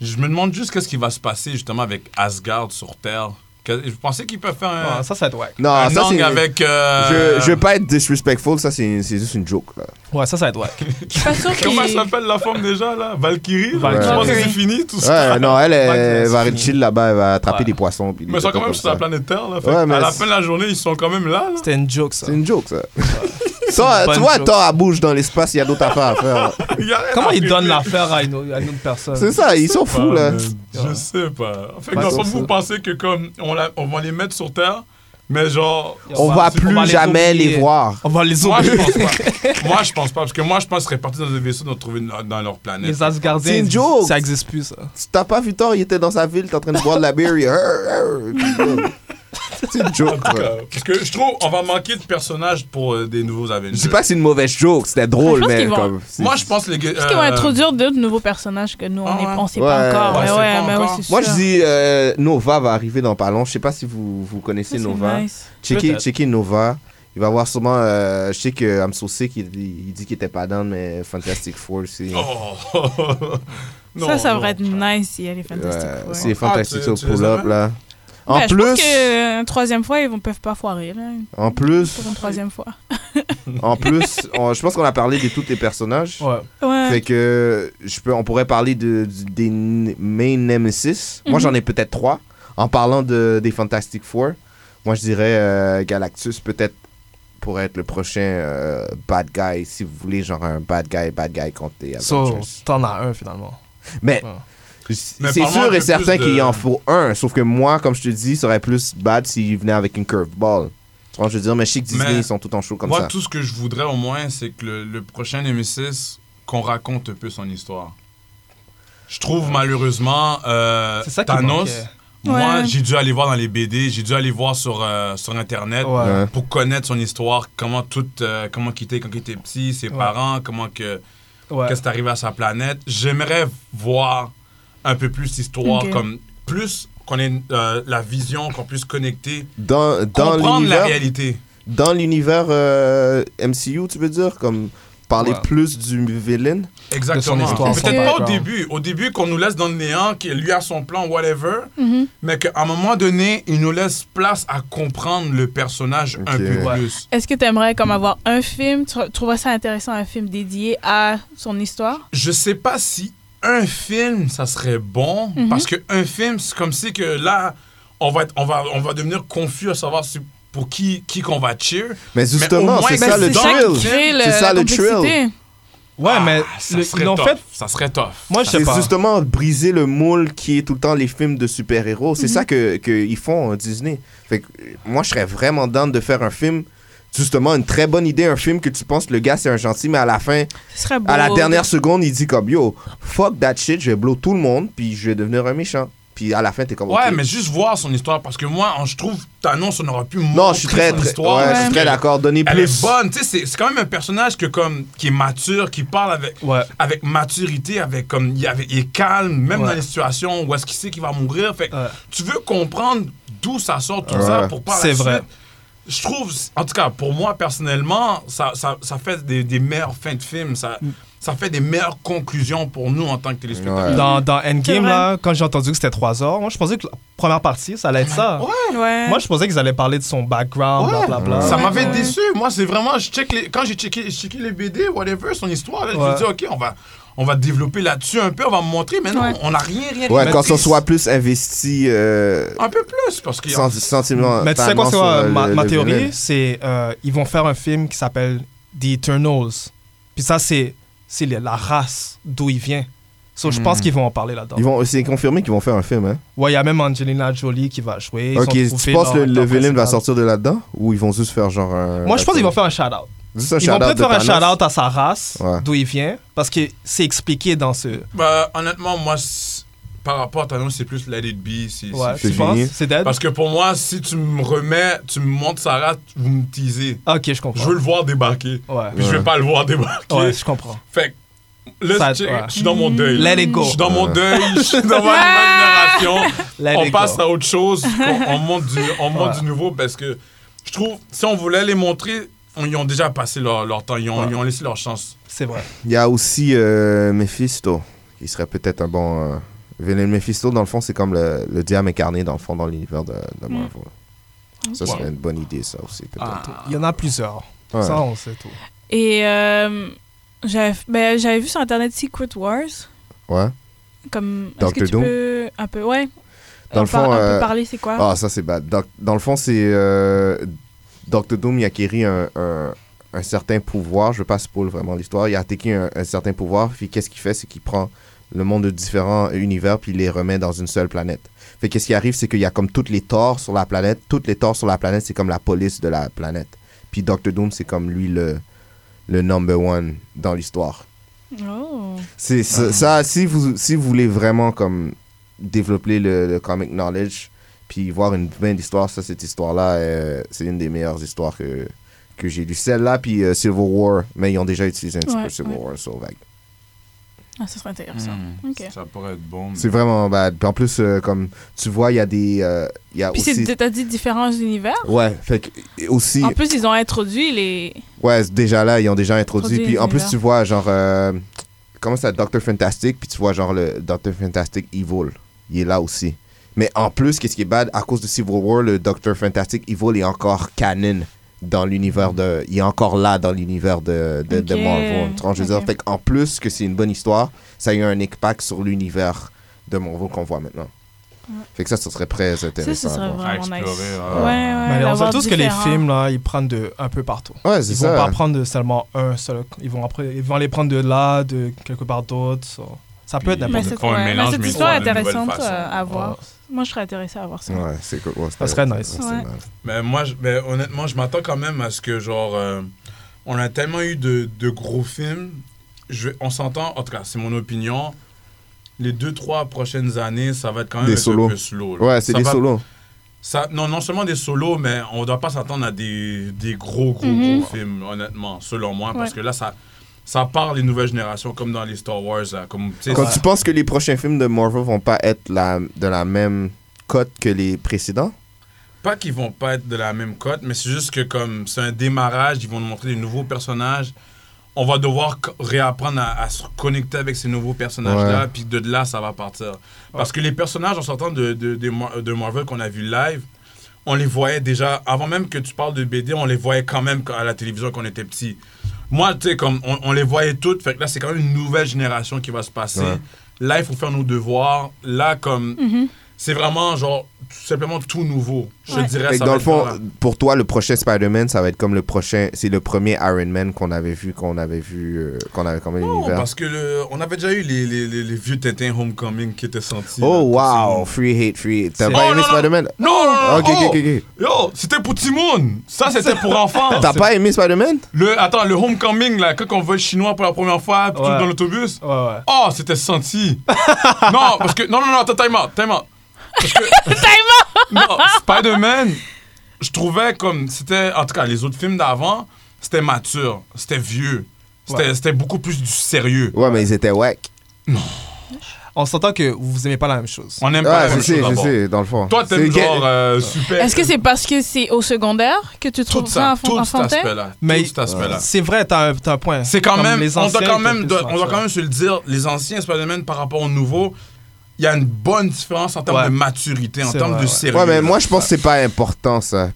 Speaker 2: je me demande juste qu'est-ce qui va se passer justement avec Asgard sur Terre. Que- Je pensais qu'ils peuvent faire un,
Speaker 1: ouais, ça, ça doit être
Speaker 3: Non,
Speaker 2: un
Speaker 3: ça
Speaker 2: Nang
Speaker 3: c'est.
Speaker 2: avec. euh,
Speaker 3: Je, je veux pas être disrespectful, ça c'est c'est juste une joke. Là.
Speaker 1: whack. Ouais, ça, ça doit être whack.
Speaker 4: Je suis pas sûre
Speaker 2: Comment elle
Speaker 4: qu'il...
Speaker 2: s'appelle la femme déjà là Valkyrie. là?
Speaker 1: Valkyrie.
Speaker 2: Je pense que c'est
Speaker 4: Valkyrie.
Speaker 2: fini tout ça.
Speaker 3: Ouais, non, elle,
Speaker 1: Ouais,
Speaker 3: elle
Speaker 1: c'est
Speaker 3: va
Speaker 1: fini.
Speaker 3: chill là-bas, elle va attraper
Speaker 1: Ouais.
Speaker 3: des poissons. puis des
Speaker 2: Mais ils sont
Speaker 3: trucs
Speaker 2: quand même
Speaker 3: comme
Speaker 2: sur la
Speaker 3: ça.
Speaker 2: planète Terre là. Fait
Speaker 3: Ouais,
Speaker 2: à
Speaker 3: mais
Speaker 2: la
Speaker 3: c'est-
Speaker 2: fin de la journée, ils sont quand même là. là.
Speaker 1: C'était une joke, ça.
Speaker 3: C'est une joke ça. ça
Speaker 1: bonne
Speaker 3: tu vois,
Speaker 1: joke.
Speaker 3: Thor à bouge dans l'espace, il y a d'autres affaires à faire.
Speaker 2: Il y a rien
Speaker 1: Comment
Speaker 2: à
Speaker 1: ils donnent
Speaker 2: régler.
Speaker 1: l'affaire à une, au- à une autre personne
Speaker 3: C'est ça, ils sont
Speaker 2: Pas,
Speaker 3: fous là.
Speaker 2: mais Je sais pas. En fait,
Speaker 3: Pas
Speaker 2: dans le
Speaker 3: sûr,
Speaker 2: sens, vous
Speaker 3: ça.
Speaker 2: pensez que comme on, la- on va les mettre sur Terre, mais genre.
Speaker 3: On
Speaker 1: On
Speaker 3: va
Speaker 1: va- on va
Speaker 3: plus
Speaker 1: les
Speaker 3: jamais les
Speaker 1: oublier.
Speaker 3: voir.
Speaker 1: On va les
Speaker 2: Moi, je
Speaker 1: oublier.
Speaker 2: pense pas. moi, je pense pas. Parce que moi, je pense qu'ils seraient partis dans des vaisseaux de trouver dans dans leur planète.
Speaker 1: Les Asgardiens,
Speaker 3: C'est une
Speaker 1: ils-
Speaker 3: joke.
Speaker 1: ça existe plus, ça.
Speaker 3: Tu t'as pas vu tort, il était dans sa ville, t'es en train de boire de la bière, il- Arr, arr. C'est une joke.
Speaker 2: En tout
Speaker 3: ouais.
Speaker 2: cas, Parce que je trouve on va manquer de personnages pour euh, des nouveaux Avengers.
Speaker 3: Je dis pas que c'est une mauvaise joke, c'était drôle,
Speaker 4: Je pense
Speaker 3: mais
Speaker 4: qu'ils vont-
Speaker 3: comme. c'est-
Speaker 2: Moi, je pense les gars.
Speaker 4: Est-ce qu'ils vont introduire d'autres nouveaux personnages que nous, on
Speaker 2: Ah
Speaker 4: est-
Speaker 2: euh, ouais.
Speaker 4: on sait
Speaker 3: Ouais.
Speaker 4: pas encore?
Speaker 2: Ouais,
Speaker 4: mais
Speaker 2: c'est
Speaker 4: ouais,
Speaker 2: pas
Speaker 4: mais
Speaker 2: encore.
Speaker 4: oui, c'est
Speaker 3: Moi, je
Speaker 4: sûr.
Speaker 3: dis euh, Nova va arriver dans pas long. Je sais pas si vous, vous
Speaker 4: Ça,
Speaker 3: connaissez
Speaker 4: c'est
Speaker 3: Nova.
Speaker 4: nice.
Speaker 3: Checkez,
Speaker 1: Peut-être.
Speaker 3: checkez Nova. Il va avoir sûrement. euh, je sais que I'm So Sick, il, il dit qu'il était pas down, mais Fantastic Four, c'est.
Speaker 2: Oh.
Speaker 4: ça, ça devrait être nice s'il y a les Fantastic
Speaker 3: Ouais,
Speaker 4: Four.
Speaker 3: C'est Fantastic Four
Speaker 2: tu- Ah, tu les
Speaker 3: pull-up
Speaker 2: avais?
Speaker 3: là. En
Speaker 4: Ben, Je
Speaker 3: plus,
Speaker 4: pense qu'une troisième fois, ils ne peuvent pas foirer. Là,
Speaker 3: en plus,
Speaker 4: pour une troisième fois.
Speaker 3: en plus, on- je pense qu'on a parlé de tous les personnages.
Speaker 1: Ouais.
Speaker 4: Ouais.
Speaker 3: Fait que je peux, on pourrait parler de, du- des n- main nemesis. Moi,
Speaker 4: Mhm.
Speaker 3: j'en ai peut-être trois. En parlant de, des Fantastic Four, moi, je dirais euh, Galactus peut-être pourrait être le prochain euh, bad guy, si vous voulez, genre un bad guy, bad guy contre les
Speaker 1: So,
Speaker 3: Avengers.
Speaker 1: t'en as un, finalement.
Speaker 2: Eh,
Speaker 3: Mais
Speaker 1: Ah.
Speaker 2: Mais
Speaker 3: c'est
Speaker 2: parle-moi un
Speaker 3: sûr
Speaker 2: peu
Speaker 3: et certain
Speaker 2: plus de-
Speaker 3: qu'il en faut un. Sauf que moi, comme je te dis, ça serait plus bad s'il venait avec une curveball. Tu vois, je veux dire, mais chez Disney,
Speaker 2: Mais
Speaker 3: ils sont tout en show comme
Speaker 2: Moi,
Speaker 3: ça.
Speaker 2: tout ce que je voudrais au moins, c'est que le, le prochain Nemesis, qu'on raconte un peu son histoire. Je trouve malheureusement euh,
Speaker 1: C'est ça qui
Speaker 2: Thanos.
Speaker 1: manquait.
Speaker 2: Moi,
Speaker 4: Ouais.
Speaker 2: j'ai dû aller voir dans les BD, j'ai dû aller voir sur, euh, sur Internet
Speaker 1: Ouais.
Speaker 3: Ouais.
Speaker 2: pour connaître son histoire, comment tout, euh, comment qu'il était quand il était petit, ses
Speaker 1: Ouais.
Speaker 2: parents, comment que,
Speaker 1: Ouais.
Speaker 2: qu'est-ce qui est arrivé à sa planète. J'aimerais voir un peu plus l'histoire,
Speaker 4: Ok.
Speaker 2: comme plus qu'on ait euh, la vision, qu'on puisse connecter,
Speaker 3: Dans, dans
Speaker 2: comprendre la
Speaker 3: l'univers,
Speaker 2: réalité.
Speaker 3: dans l'univers euh, MCU, tu veux dire comme parler
Speaker 1: Ouais.
Speaker 3: plus du villain
Speaker 2: Exactement.
Speaker 1: histoire,
Speaker 4: son
Speaker 2: Peut-être pas au
Speaker 1: background.
Speaker 2: début. Au début, qu'on nous laisse dans le néant, qu'il lui a son plan, whatever,
Speaker 4: Mhm.
Speaker 2: mais qu'à un moment donné, il nous laisse place à comprendre le personnage un
Speaker 3: Ok.
Speaker 2: peu
Speaker 1: Ouais.
Speaker 2: plus.
Speaker 4: Est-ce que tu aimerais comme avoir un film, tu trouverais ça intéressant, un film dédié à son histoire?
Speaker 2: je sais pas si un film ça serait bon parce que un film c'est comme si que là on va être, on va on va devenir confus à savoir si- pour qui qui qu'on va cheer.
Speaker 3: mais
Speaker 2: Mais
Speaker 3: justement
Speaker 2: au moins,
Speaker 3: c'est
Speaker 2: ben,
Speaker 3: ça le
Speaker 2: c'est euh, ça
Speaker 3: thrill
Speaker 2: qui
Speaker 4: crée le-
Speaker 3: c'est ça
Speaker 4: la
Speaker 3: le
Speaker 4: complexité.
Speaker 3: thrill
Speaker 1: Ouais, mais
Speaker 2: Ah, ça
Speaker 1: le-
Speaker 2: serait
Speaker 1: ils l'ont
Speaker 2: tough.
Speaker 1: fait.
Speaker 2: ça serait tough.
Speaker 1: Moi, je sais
Speaker 3: c'est
Speaker 1: pas.
Speaker 3: justement briser le moule qui est tout le temps les films de super héros c'est
Speaker 2: Mhm.
Speaker 3: ça que qu'ils font euh, Disney fait que euh, moi je serais vraiment down de faire un film justement une très bonne idée un film que tu penses le gars c'est un gentil mais à la fin
Speaker 4: Ce serait beau.
Speaker 3: à la dernière seconde il dit comme yo fuck that shit je vais blow tout le monde puis je vais devenir un méchant puis à la fin t'es comme
Speaker 2: Ouais,
Speaker 3: Ok.
Speaker 2: mais juste voir son histoire parce que moi en- je trouve Thanos on aura pu
Speaker 3: non je suis très, très-
Speaker 2: histoire.
Speaker 3: ouais, je suis
Speaker 4: Ouais.
Speaker 3: très d'accord donner
Speaker 2: Elle
Speaker 3: plus
Speaker 2: est bonne, tu sais, c'est- c'est quand même un personnage que comme qui est mature, qui parle avec
Speaker 1: Ouais.
Speaker 2: avec maturité, avec comme il, avait- il est calme, même
Speaker 1: Ouais.
Speaker 2: dans les situations où est-ce qu'il sait qu'il va mourir. Fait que
Speaker 1: Ouais.
Speaker 2: tu veux comprendre d'où ça sort tout
Speaker 3: Ouais.
Speaker 2: ça pour pas la
Speaker 1: C'est
Speaker 2: suite.
Speaker 1: vrai.
Speaker 2: Je
Speaker 1: Mm.
Speaker 2: trouve, en tout cas pour moi personnellement, ça, ça, ça fait des, des meilleures fins de film. Ça, ça fait des meilleures conclusions pour nous en tant que téléspectateurs.
Speaker 3: Ouais.
Speaker 1: Dans, dans Endgame,
Speaker 4: vrai.
Speaker 1: là, quand j'ai entendu que c'était 3 heures, moi, je pensais que la première partie, ça allait être ça.
Speaker 4: Ouais.
Speaker 1: Moi, je pensais qu'ils allaient parler de son background,
Speaker 2: Ouais.
Speaker 1: blablabla. Bla, bla.
Speaker 2: Ça m'avait déçu. Moi, c'est vraiment, je check les, quand j'ai checké, j'ai checké les BD, whatever, son histoire, là, je
Speaker 1: Ouais.
Speaker 2: me dis, OK, on va, on va développer là-dessus un peu, on va me montrer. Mais non,
Speaker 4: Ouais.
Speaker 2: on n'a rien, rien
Speaker 3: Ouais,
Speaker 2: Mais
Speaker 3: quand on
Speaker 2: c'est-
Speaker 3: soit plus investi euh,
Speaker 2: Un peu plus, parce qu'il y a-
Speaker 3: sen- sentiment.
Speaker 1: Mais tu sais quoi, c'est
Speaker 3: sur,
Speaker 1: quoi,
Speaker 3: euh,
Speaker 1: ma,
Speaker 3: le-
Speaker 1: ma
Speaker 3: le
Speaker 1: théorie,
Speaker 3: vinyle.
Speaker 1: c'est euh, ils vont faire un film qui s'appelle The Eternals. Puis ça, c'est c'est le- la race d'où il vient. So, je pense qu'ils vont en parler là-dedans.
Speaker 3: Hmm. Ils vont, c'est confirmé qu'ils vont faire un film, hein?
Speaker 1: Ouais, il y a même Angelina Jolie qui va jouer. Ils
Speaker 3: ok,
Speaker 1: ont
Speaker 3: tu
Speaker 1: trouvé
Speaker 3: penses
Speaker 1: leur
Speaker 3: que le, le
Speaker 1: acteur
Speaker 3: film va
Speaker 1: principal.
Speaker 3: sortir de là-dedans? Ou ils vont juste faire genre euh, un.
Speaker 1: Moi, je pense qu'ils vont faire un shout-out.
Speaker 3: Juste un
Speaker 1: Ils vont
Speaker 3: shout-out
Speaker 1: peut-être
Speaker 3: de
Speaker 1: faire un
Speaker 3: Thanos.
Speaker 1: shout-out à sa race,
Speaker 3: Ouais.
Speaker 1: d'où il vient, parce que c'est expliqué dans ce.
Speaker 2: bah, honnêtement, moi, c'est- par rapport à Thanos, c'est plus Let It Be. c'est-
Speaker 1: Ouais,
Speaker 2: c'est-
Speaker 1: tu
Speaker 3: fini.
Speaker 1: penses C'est dead
Speaker 2: Parce que pour moi, si tu me remets, tu me montres Sarah, tu- vous me teasez.
Speaker 1: Ah, Ok, je comprends.
Speaker 2: Je veux le voir débarquer.
Speaker 1: Ouais.
Speaker 2: Puis je vais pas le voir débarquer.
Speaker 1: Ouais, je comprends.
Speaker 2: Fait que là,
Speaker 1: Ça-
Speaker 2: je-
Speaker 1: ouais.
Speaker 2: je suis dans mon deuil. là.
Speaker 1: Let it go.
Speaker 2: Je suis dans mon deuil, je suis dans ma génération.
Speaker 1: Let
Speaker 2: on
Speaker 1: it
Speaker 2: passe
Speaker 1: go.
Speaker 2: à autre chose, on, on monte, du, on monte
Speaker 1: Ouais.
Speaker 2: du nouveau parce que je trouve, si on voulait les montrer, on- ils ont déjà passé leur, leur temps, ils ont,
Speaker 1: Ouais.
Speaker 2: ils ont laissé leur chance.
Speaker 1: C'est vrai.
Speaker 3: Il y a aussi euh, Mephisto, qui serait peut-être un bon. euh, Villain Mephisto, dans le fond, c'est comme le, le diable incarné, dans le fond, dans l'univers de, de Marvel. Ça
Speaker 2: Ouais.
Speaker 3: serait une bonne idée, ça aussi,
Speaker 2: Ah.
Speaker 3: peut-être.
Speaker 1: Il y en a plusieurs.
Speaker 3: Ouais.
Speaker 1: Ah, Ça, on sait tout.
Speaker 4: Et euh, j'avais ben, j'avais vu sur Internet Secret Wars.
Speaker 3: Ouais.
Speaker 4: Comme, est-ce
Speaker 3: Doctor
Speaker 4: que tu
Speaker 3: Doom.
Speaker 4: peux un peu, ouais,
Speaker 3: Dans
Speaker 4: on
Speaker 3: le
Speaker 4: par-
Speaker 3: fond,
Speaker 4: un
Speaker 3: euh,
Speaker 4: peu parler, c'est quoi
Speaker 3: Ah, ça c'est bad. Doc- dans le fond, c'est. Euh, Doctor Doom, il acquérit un, un- un certain pouvoir. Je veux pas spoil vraiment l'histoire. Il a attaqué un, un certain pouvoir. Puis qu'est-ce qu'il fait C'est qu'il prend le monde de différents univers puis il les remet dans une seule planète. Fait qu'est-ce qui arrive C'est qu'il y a comme toutes les torts sur la planète. Toutes les torts sur la planète, c'est comme la police de la planète. Puis Doctor Doom, c'est comme lui le, le number one dans l'histoire.
Speaker 4: Oh.
Speaker 3: C'est ça, ça, si vous si vous voulez vraiment comme développer le, le comic knowledge puis voir une bonne histoire, ça cette histoire là c'est une des meilleures histoires que que j'ai lu. Celle-là puis euh, Civil War, mais ils ont déjà utilisé un petit
Speaker 4: Ouais,
Speaker 3: peu Civil
Speaker 4: ouais.
Speaker 3: War sur Vague.
Speaker 4: Ah, ça serait intéressant. Ok.
Speaker 2: Hmm. Ça pourrait être bon.
Speaker 3: C'est vraiment bad. Puis en plus euh, comme tu vois, il y a des euh, il y a
Speaker 4: Puis
Speaker 3: aussi
Speaker 4: c'est, t'as dit différents univers.
Speaker 3: Ouais, fait que, aussi
Speaker 4: En plus, ils ont introduit les.
Speaker 3: Ouais, c'est déjà là, ils ont déjà introduit.
Speaker 4: Introduit
Speaker 3: Puis en plus,
Speaker 4: l'univers.
Speaker 3: tu vois, genre, euh, comment ça, Doctor Fantastic, puis tu vois, genre, le Doctor Fantastic Evil. Il est là aussi. Mais en plus, qu'est-ce qui est bad, à cause de Civil War, le Doctor Fantastic Evil est encore canon dans l'univers de. Il est encore là dans l'univers de, de, de
Speaker 4: Ok.
Speaker 3: Marvel. Tu vois, je veux dire,
Speaker 4: Ok.
Speaker 3: Fait qu'en plus que c'est une bonne histoire, ça a eu un impact sur l'univers de Marvel qu'on voit maintenant. Fait que ça, ce serait très intéressant.
Speaker 4: Ça, ce
Speaker 3: à
Speaker 4: serait
Speaker 3: voir.
Speaker 2: À
Speaker 4: vraiment nice.
Speaker 2: explorer, euh,
Speaker 4: Ouais,
Speaker 2: ouais.
Speaker 1: Mais
Speaker 4: ouais.
Speaker 1: Ben, on sait
Speaker 4: d'avoir
Speaker 1: tous que les
Speaker 4: différents-
Speaker 1: films, là, ils prennent de un peu partout.
Speaker 3: Ouais, c'est
Speaker 1: Ils vont
Speaker 3: ça. hein.
Speaker 1: pas prendre de seulement un seul. Ils vont, après, ils vont les prendre de là, de quelque part d'autre. Ça, ça peut être
Speaker 2: Puis-
Speaker 4: Mais
Speaker 1: n'importe
Speaker 2: c'est-
Speaker 1: quoi.
Speaker 4: cette,
Speaker 2: Font un
Speaker 4: ouais.
Speaker 2: mélange,
Speaker 4: Mais cette
Speaker 2: mais
Speaker 4: histoire
Speaker 2: ils
Speaker 4: est
Speaker 2: font de nouvelles
Speaker 4: intéressante
Speaker 2: façons.
Speaker 4: euh, à voir.
Speaker 1: Ouais.
Speaker 4: Moi, je serais intéressée à voir ça.
Speaker 3: Ouais, c'est cool. Ouais,
Speaker 1: Ça serait nice.
Speaker 3: c'est
Speaker 4: Ouais.
Speaker 3: mal.
Speaker 2: Mais moi, je- ben, honnêtement, je m'attends quand même à ce que, genre, euh, on a tellement eu de, de gros films. Je, vais- on s'entend, en tout cas, c'est mon opinion. Les deux, trois prochaines années, ça va être quand même
Speaker 3: Des
Speaker 2: un peu
Speaker 3: solos.
Speaker 2: plus slow. là.
Speaker 3: Ouais, c'est
Speaker 2: Ça
Speaker 3: des
Speaker 2: va-
Speaker 3: solos.
Speaker 2: Ça, non, non seulement des solos, mais on ne doit pas s'attendre à des, des gros, gros, gros films, honnêtement, selon moi, parce
Speaker 4: Ouais.
Speaker 2: que là, ça, ça part les nouvelles générations, comme dans les Star Wars. là, comme, tu sais,
Speaker 3: Quand
Speaker 2: ça-
Speaker 3: tu penses que les prochains films de Marvel vont pas être la, de la même cote que les précédents,
Speaker 2: Pas qu'ils vont pas être de la même cote, mais c'est juste que comme c'est un démarrage, ils vont nous montrer des nouveaux personnages. On va devoir co- réapprendre à, à se connecter avec ces nouveaux personnages-là,
Speaker 3: Ouais.
Speaker 2: puis de là, ça va partir. Parce que les personnages, en sortant de, de, des Mar- de Marvel qu'on a vu live, on les voyait déjà, avant même que tu parles de BD, on les voyait quand même à la télévision quand on était petit. Moi, tu sais, comme on, on les voyait toutes, fait que là, c'est quand même une nouvelle génération qui va se passer.
Speaker 3: Ouais.
Speaker 2: Là, il faut faire nos devoirs. Là, comme,
Speaker 1: Mhm.
Speaker 2: c'est vraiment genre tout simplement tout nouveau. Je
Speaker 4: Ouais.
Speaker 2: dirais
Speaker 3: Fait que
Speaker 2: ça.
Speaker 3: dans
Speaker 2: va
Speaker 3: le
Speaker 2: être
Speaker 3: fond, euh,
Speaker 2: dans la-
Speaker 3: pour toi, le prochain Spider-Man, ça va être comme le prochain, c'est le premier Iron Man qu'on avait vu, qu'on avait vu, euh, qu'on avait comme
Speaker 2: Non,
Speaker 3: l'univers.
Speaker 2: parce que le- on avait déjà eu les, les, les, les vieux Tintin Homecoming qui étaient sortis.
Speaker 3: Oh
Speaker 2: là,
Speaker 3: wow,
Speaker 2: pour
Speaker 3: free hate, free hate. T'as
Speaker 1: C'est-
Speaker 3: pas
Speaker 2: Oh,
Speaker 3: aimé
Speaker 2: non, non.
Speaker 3: Spider-Man
Speaker 2: Timon. Non, non, non,
Speaker 3: Ok, ok,
Speaker 2: oh,
Speaker 3: ok, ok.
Speaker 2: Yo, c'était pour Timoun. Ça, c'était pour enfants.
Speaker 3: T'as pas aimé Spider-Man
Speaker 2: Le, attends, le Homecoming, là, quand on voit le chinois pour la première fois, tout
Speaker 1: Ouais.
Speaker 2: dans l'autobus.
Speaker 1: Ouais, ouais.
Speaker 2: Oh, c'était senti. non, parce que. Non, non, non, attends, time out, time out. Parce que- Non, Spider-Man, je trouvais comme. C'était. En tout cas, les autres films d'avant, c'était mature, c'était vieux. C'était
Speaker 1: Ouais.
Speaker 2: c'était beaucoup plus du sérieux.
Speaker 3: Ouais, mais ils étaient whack.
Speaker 1: On s'entend que vous aimez pas la même chose.
Speaker 2: On n'aime pas
Speaker 3: Ah,
Speaker 2: la
Speaker 3: je
Speaker 2: même
Speaker 3: sais,
Speaker 2: chose.
Speaker 3: je
Speaker 2: d'abord.
Speaker 3: sais, dans le fond.
Speaker 2: Toi,
Speaker 3: C'est
Speaker 2: t'aimes
Speaker 3: gay-
Speaker 2: genre euh, super.
Speaker 4: Est-ce que c'est parce que c'est au secondaire que
Speaker 2: tout
Speaker 4: tu trouves
Speaker 2: ça,
Speaker 4: ça, enf-
Speaker 2: tout cet
Speaker 4: enfantin
Speaker 2: aspect-là,
Speaker 1: Mais-
Speaker 2: tout cet aspect-là.
Speaker 1: C'est vrai, t'as un, t'as un point.
Speaker 2: C'est quand
Speaker 1: Comme
Speaker 2: même,
Speaker 1: les
Speaker 2: on
Speaker 1: anciens
Speaker 2: doit quand
Speaker 1: étaient
Speaker 2: même,
Speaker 1: plus
Speaker 2: de-
Speaker 1: dans
Speaker 2: on doit
Speaker 1: ça.
Speaker 2: quand même se le dire, les anciens Spider-Man par rapport aux nouveaux, il y a une bonne différence en termes
Speaker 1: Ouais.
Speaker 2: de maturité, en
Speaker 1: C'est
Speaker 2: termes
Speaker 1: vrai,
Speaker 2: de
Speaker 1: ouais.
Speaker 2: sérieux.
Speaker 3: Ouais, mais moi,
Speaker 2: euh,
Speaker 3: je pense que c'est pas important, ça.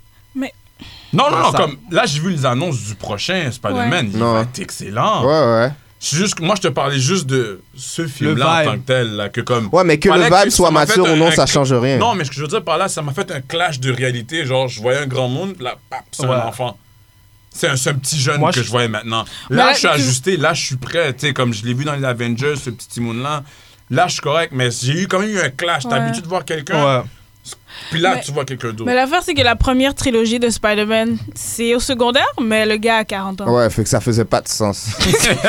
Speaker 2: Non, non, non,
Speaker 1: Ça-
Speaker 2: comme là, j'ai vu les annonces du prochain Spider-Man, il
Speaker 3: Non.
Speaker 2: va être excellent.
Speaker 3: Ouais, ouais.
Speaker 2: C'est juste que moi, je te parlais juste de ce film-là en
Speaker 1: vibe.
Speaker 2: tant que tel, là, que comme.
Speaker 3: Ouais, mais que
Speaker 2: Fallait
Speaker 3: le
Speaker 2: que
Speaker 3: vibe
Speaker 2: ça
Speaker 3: soit
Speaker 2: m'a fait
Speaker 3: mature ou non,
Speaker 2: un-
Speaker 3: ça
Speaker 2: un-
Speaker 3: change rien.
Speaker 2: Non, mais ce que je veux dire par là, ça m'a fait un clash de réalité. Genre, je voyais un grand monde, là, pap, c'est
Speaker 1: Ouais.
Speaker 2: un enfant. C'est un, c'est un petit jeune
Speaker 1: Moi,
Speaker 2: que
Speaker 1: je-
Speaker 2: je voyais maintenant.
Speaker 4: Mais
Speaker 2: Là,
Speaker 4: là,
Speaker 2: je suis
Speaker 4: tu-
Speaker 2: ajusté, là, je suis prêt. Tu sais, comme je l'ai vu dans les Avengers, ce petit Timoun-là. Là, je suis correct, mais j'ai eu quand même eu un clash. T'as
Speaker 4: Ouais.
Speaker 2: l'habitude de voir quelqu'un,
Speaker 1: Ouais.
Speaker 2: puis là,
Speaker 4: Mais-
Speaker 2: tu vois quelqu'un d'autre.
Speaker 4: Mais l'affaire, c'est que la première trilogie de Spider-Man, c'est au secondaire, mais le gars a 40 ans.
Speaker 3: Ouais, fait que ça faisait pas de sens.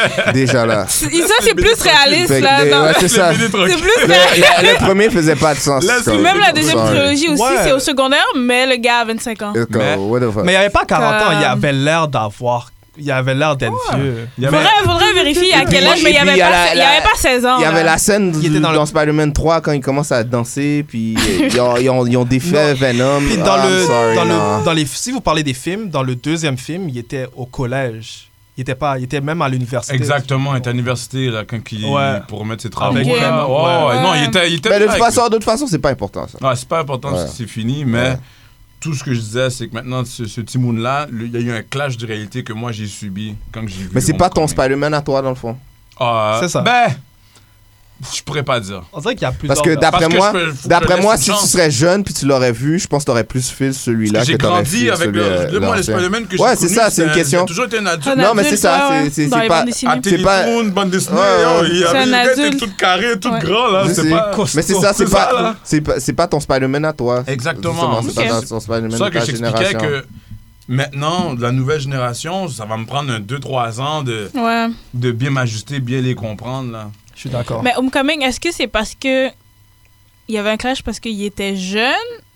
Speaker 3: Déjà là.
Speaker 4: C'est- Et ça, c'est plus réaliste,
Speaker 3: Fait que
Speaker 4: là.
Speaker 3: des-
Speaker 4: non.
Speaker 3: ouais, c'est ça.
Speaker 2: Laisse-le
Speaker 4: C'est
Speaker 2: tranquille.
Speaker 4: plus réaliste.
Speaker 3: Le, le- le premier faisait pas de sens.
Speaker 2: Là, c'est
Speaker 3: comme-
Speaker 4: Puis même la deuxième
Speaker 3: Sorry.
Speaker 4: trilogie aussi,
Speaker 1: Ouais.
Speaker 4: c'est au secondaire, mais le gars a 25 ans.
Speaker 3: Euh, comme,
Speaker 2: Mais-
Speaker 3: what the fuck.
Speaker 1: Mais il n'y avait pas 40 ans, il
Speaker 4: Comme-
Speaker 1: avait l'air d'avoir. Il avait l'air d'être vieux.
Speaker 2: Il y avait-
Speaker 4: Faudrait, faudrait vérifier à
Speaker 3: Et puis-
Speaker 4: quel âge,
Speaker 3: et
Speaker 4: mais il n'y
Speaker 3: puis,
Speaker 4: avait,
Speaker 3: il y a
Speaker 4: pas-
Speaker 3: la-
Speaker 4: il y avait
Speaker 3: la-
Speaker 4: pas 16 ans.
Speaker 3: Il y avait
Speaker 4: là.
Speaker 3: la scène
Speaker 1: Il était
Speaker 3: dans,
Speaker 1: dans le-
Speaker 3: Spider-Man 3 quand il commence à danser, puis ils ont, ils ont- ils ont défait Venom.
Speaker 1: Puis dans,
Speaker 3: Ah, I'm
Speaker 1: le,
Speaker 3: sorry,
Speaker 1: dans,
Speaker 3: non.
Speaker 1: le, dans les. Si vous parlez des films, dans le deuxième film, il était au collège. Il était, pas, il était même à l'université.
Speaker 2: Exactement, il était à l'université, là, quand il,
Speaker 1: Ouais.
Speaker 2: pour remettre ses travaux.
Speaker 1: Avec
Speaker 2: Ouais,
Speaker 1: Venom,
Speaker 2: ouais, ouais.
Speaker 4: ouais.
Speaker 2: Non, il était. Il était
Speaker 3: Mais de toute
Speaker 2: avec-
Speaker 3: façon, de toute façon, c'est pas important ça.
Speaker 2: Ah, c'est pas important
Speaker 3: Ouais.
Speaker 2: si c'est fini, mais tout ce que je disais, c'est que maintenant, ce, ce Timoun-là, le- il y a eu un clash de réalité que moi j'ai subi quand j'ai vu.
Speaker 3: Mais c'est pas ton
Speaker 2: Homecoming.
Speaker 3: Spider-Man à toi dans le fond.
Speaker 2: Ah,
Speaker 1: C'est ça.
Speaker 2: Ben, je pourrais pas dire.
Speaker 1: On dirait qu'il y a plus
Speaker 3: Parce que d'après
Speaker 2: Parce que
Speaker 3: moi,
Speaker 2: je peux- faut que
Speaker 3: d'après
Speaker 2: je
Speaker 3: moi,
Speaker 2: laisse
Speaker 3: si
Speaker 2: une
Speaker 3: tu
Speaker 2: chance.
Speaker 3: serais jeune puis tu l'aurais vu, je pense que t'aurais plus fil celui-là que
Speaker 2: J'ai
Speaker 3: t'aurais
Speaker 2: grandi
Speaker 3: fil
Speaker 2: avec
Speaker 3: celui,
Speaker 2: le.
Speaker 3: euh,
Speaker 2: le- moi, le
Speaker 3: l'ancien.
Speaker 2: Spider-Man que j'ai
Speaker 3: Ouais, c'est
Speaker 2: connu,
Speaker 3: ça, c'est une
Speaker 2: un-
Speaker 3: question.
Speaker 2: J'ai toujours été un
Speaker 4: Un
Speaker 2: adulte.
Speaker 3: Non, mais
Speaker 4: adulte,
Speaker 3: c'est ça,
Speaker 4: ouais,
Speaker 3: c'est- c'est-
Speaker 4: dans
Speaker 3: c'est
Speaker 4: les
Speaker 3: pas-
Speaker 4: bandes
Speaker 2: À
Speaker 4: dessinées.
Speaker 3: c'est pas-
Speaker 2: Télétoon, bande dessinée,
Speaker 3: Ouais,
Speaker 2: yo,
Speaker 3: ouais.
Speaker 2: il y
Speaker 4: C'est
Speaker 2: avait
Speaker 4: un
Speaker 2: le gars, était
Speaker 4: adulte.
Speaker 2: tout carré, tout
Speaker 4: Ouais.
Speaker 2: grand, là.
Speaker 3: Je
Speaker 2: C'est
Speaker 3: sais.
Speaker 2: pas.
Speaker 3: Mais c'est ça, c'est
Speaker 2: ça,
Speaker 3: pas,
Speaker 2: là.
Speaker 3: c'est pas, c'est pas ton Spider-Man à toi. Justement,
Speaker 2: Exactement.
Speaker 3: C'est
Speaker 4: Ok.
Speaker 3: pas ton- ton Spider-Man
Speaker 2: C'est ça
Speaker 3: de
Speaker 2: que
Speaker 3: ta
Speaker 2: j'expliquais
Speaker 3: génération.
Speaker 2: que maintenant, la nouvelle génération, ça va me prendre un 2-3 ans de,
Speaker 4: Ouais.
Speaker 2: de bien m'ajuster, bien les comprendre. Là.
Speaker 1: Je suis d'accord.
Speaker 4: Mais Homecoming, est-ce que c'est parce que il y avait un clash parce qu'il était jeune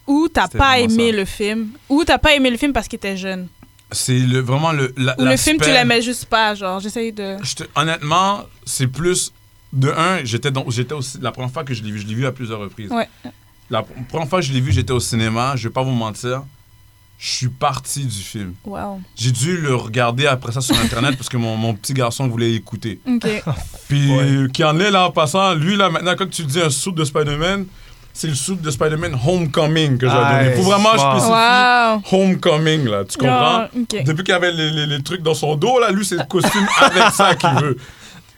Speaker 4: ou t'as
Speaker 2: C'était
Speaker 4: pas
Speaker 2: vraiment
Speaker 4: aimé
Speaker 2: ça.
Speaker 4: le film ou t'as pas aimé le film parce qu'il était jeune
Speaker 2: C'est le, vraiment le. la-
Speaker 4: ou le film tu
Speaker 2: l'aspect-
Speaker 4: l'aimais juste pas genre j'essaye de
Speaker 2: Je te- honnêtement, c'est plus. De un, j'étais donc j'étais aussi la première fois que je l'ai vu, je l'ai vu à plusieurs reprises.
Speaker 4: Ouais.
Speaker 2: La pr- première fois que je l'ai vu, j'étais au cinéma. Je vais pas vous mentir, je suis parti du film.
Speaker 4: wow
Speaker 2: J'ai dû le regarder après ça sur internet parce que mon, mon petit garçon voulait écouter.
Speaker 4: ok
Speaker 2: Puis euh,
Speaker 1: Ouais.
Speaker 2: qui en est là en passant, lui là maintenant, quand tu dis un soupe de Spider-Man, c'est le soupe de Spider-man Homecoming que j'ai
Speaker 1: Ah,
Speaker 2: donné. Faut vraiment
Speaker 1: wow.
Speaker 2: spécifier
Speaker 4: wow
Speaker 2: Homecoming là, tu comprends?
Speaker 4: Genre, Ah, ok
Speaker 2: Depuis qu'il avait les, les- les trucs dans son dos là, lui c'est le costume avec ça qu'il veut.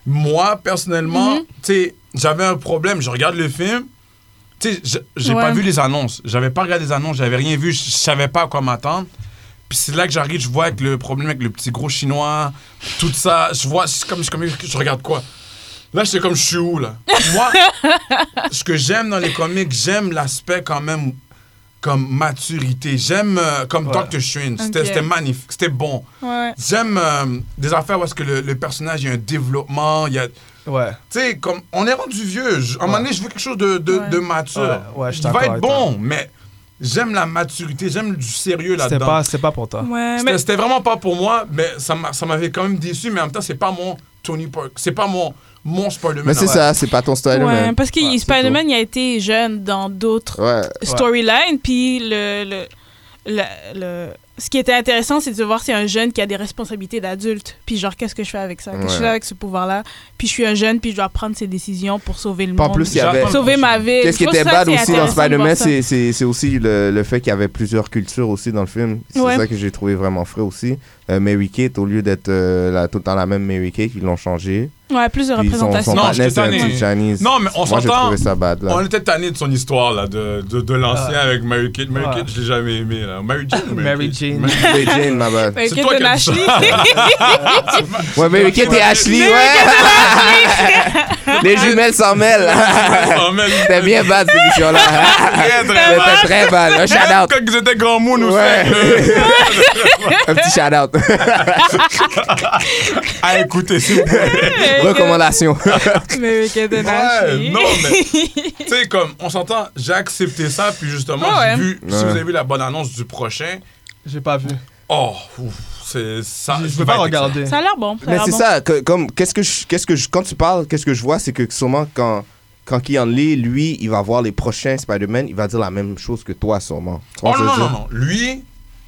Speaker 2: Moi personnellement,
Speaker 4: Mhm.
Speaker 2: tu sais, j'avais un problème, je regarde le film, tu sais, je- j'ai pas
Speaker 4: Ouais.
Speaker 2: vu les annonces, j'avais pas regardé les annonces, j'avais rien vu, je je savais pas à quoi m'attendre. Puis c'est là que j'arrive, je vois avec le problème avec le petit gros chinois, tout ça. Je vois, c'est comme, je- comme je regarde quoi. Là, j'étais comme, je suis où, là? Moi, ce que j'aime dans les comics, j'aime l'aspect quand même comme maturité. J'aime euh, comme
Speaker 1: Ouais.
Speaker 2: Doctor Strange. C'était
Speaker 4: Ok.
Speaker 2: c'était magnifique, c'était bon.
Speaker 4: ouais
Speaker 2: J'aime euh, des affaires où est-ce que le, le personnage, il y a un développement, il y a... Tu
Speaker 1: Ouais.
Speaker 2: sais, comme, on est rendu vieux. Je- À un moment donné, je veux quelque chose de, de,
Speaker 4: Ouais.
Speaker 2: de mature.
Speaker 1: Ouais, ouais, je suis
Speaker 2: il va
Speaker 1: d'accord
Speaker 2: être
Speaker 1: avec
Speaker 2: bon, mais j'aime la maturité, j'aime du sérieux
Speaker 1: C'était
Speaker 2: là-dedans.
Speaker 1: pas, c'était pas pour toi.
Speaker 4: ouais mais
Speaker 2: C'était c'était vraiment pas pour moi, mais ça m'a- ça m'avait quand même déçu, mais en même temps, c'est pas mon Tony Park. C'est pas mon, mon Spider-Man.
Speaker 3: Mais c'est
Speaker 2: Ouais.
Speaker 3: ça, c'est pas ton
Speaker 4: ouais
Speaker 3: Spider-Man.
Speaker 4: parce que
Speaker 2: Ouais, c'est
Speaker 4: Spider-Man il a été jeune dans d'autres
Speaker 3: Ouais.
Speaker 4: storyline. Puis le, le, le- le- ce qui était intéressant, c'est de voir si un jeune qui a des responsabilités d'adulte. Puis genre, qu'est-ce que je fais avec ça? Qu'est-ce que je fais
Speaker 3: Ouais.
Speaker 4: avec ce pouvoir-là? Puis je suis un jeune, puis je dois prendre ses décisions pour sauver le
Speaker 3: Pas en
Speaker 4: monde.
Speaker 3: plus, il y
Speaker 2: J'apprends
Speaker 3: avait-
Speaker 2: le
Speaker 4: Sauver
Speaker 2: prochain.
Speaker 4: ma ville.
Speaker 3: Eh, Qu'est-ce qui
Speaker 4: Je trouve
Speaker 3: était
Speaker 4: ça,
Speaker 3: bad
Speaker 4: c'est
Speaker 3: aussi dans
Speaker 4: intéressant de voir
Speaker 3: Spider-Man,
Speaker 4: ça.
Speaker 3: c'est- c'est c'est aussi le, le fait qu'il y avait plusieurs cultures aussi dans le film. C'est
Speaker 4: Ouais.
Speaker 3: ça que j'ai trouvé vraiment frais aussi. Euh, Mary Kate, au lieu d'être euh, la- tout le temps la même Mary Kate, ils l'ont changé.
Speaker 4: Ouais, Bah, plus de
Speaker 3: Puis son,
Speaker 4: représentation.
Speaker 3: son
Speaker 2: Non,
Speaker 3: partenaire,
Speaker 2: j'étais
Speaker 3: c'est un
Speaker 2: tanné.
Speaker 3: petit Chinese.
Speaker 2: Non, mais on
Speaker 3: Moi, j'ai
Speaker 2: s'entend.
Speaker 3: trouvé ça bad, là.
Speaker 2: On était tanné de son histoire là, de, de, de l'ancien avec Mary Kate. Mary
Speaker 1: Ouais.
Speaker 2: Kate, je l'ai jamais aimé. Là. Mary Jane. ou
Speaker 1: Mary
Speaker 2: Kate?
Speaker 1: Jane.
Speaker 2: Mary-
Speaker 3: Mary Jane, ma bad.
Speaker 4: Mais
Speaker 2: C'est
Speaker 4: que
Speaker 2: Bah, toi
Speaker 4: de
Speaker 2: qui as dit ça.
Speaker 3: Bah,
Speaker 4: Nashley.
Speaker 3: Ouais, Mary Kate et Ashley, ouais! Les jumelles s'en mêlent.
Speaker 2: Oh, mais-
Speaker 3: C'était bien bad, cette émission-là.
Speaker 2: Très, très mal.
Speaker 3: C'était très bad. Un shout-out.
Speaker 2: Quand ils étaient grands mots, nous
Speaker 3: Ouais.
Speaker 2: cinq, là.
Speaker 3: Un petit shout-out.
Speaker 2: À écouter, Ah, s'il vous plaît.
Speaker 3: Recommandation.
Speaker 4: Mais que de
Speaker 2: Ouais,
Speaker 4: Nashley.
Speaker 2: non, mais. Tu sais, comme, on s'entend, j'ai accepté ça, puis justement,
Speaker 4: Ah ouais.
Speaker 2: j'ai vu, si
Speaker 3: Ouais.
Speaker 2: vous avez vu la bonne annonce du prochain,
Speaker 1: J'ai pas vu.
Speaker 2: oh, ouf, c'est ça.
Speaker 1: Je
Speaker 2: il
Speaker 1: peux
Speaker 2: va
Speaker 1: pas
Speaker 2: être excellent.
Speaker 1: regarder.
Speaker 4: Ça a l'air bon.
Speaker 3: Mais
Speaker 4: a l'air
Speaker 3: c'est
Speaker 4: bon.
Speaker 3: ça, que- comme qu'est-ce que je, qu'est-ce que je, quand tu parles, qu'est-ce que je vois, c'est que sûrement quand quand Kian Lee, lui, il va voir les prochains Spider-Man, il va dire la même chose que toi, sûrement. Tu vois
Speaker 2: Oh
Speaker 3: ce
Speaker 2: non,
Speaker 3: que
Speaker 2: non,
Speaker 3: je veux
Speaker 2: non,
Speaker 3: dire?
Speaker 2: non. Lui,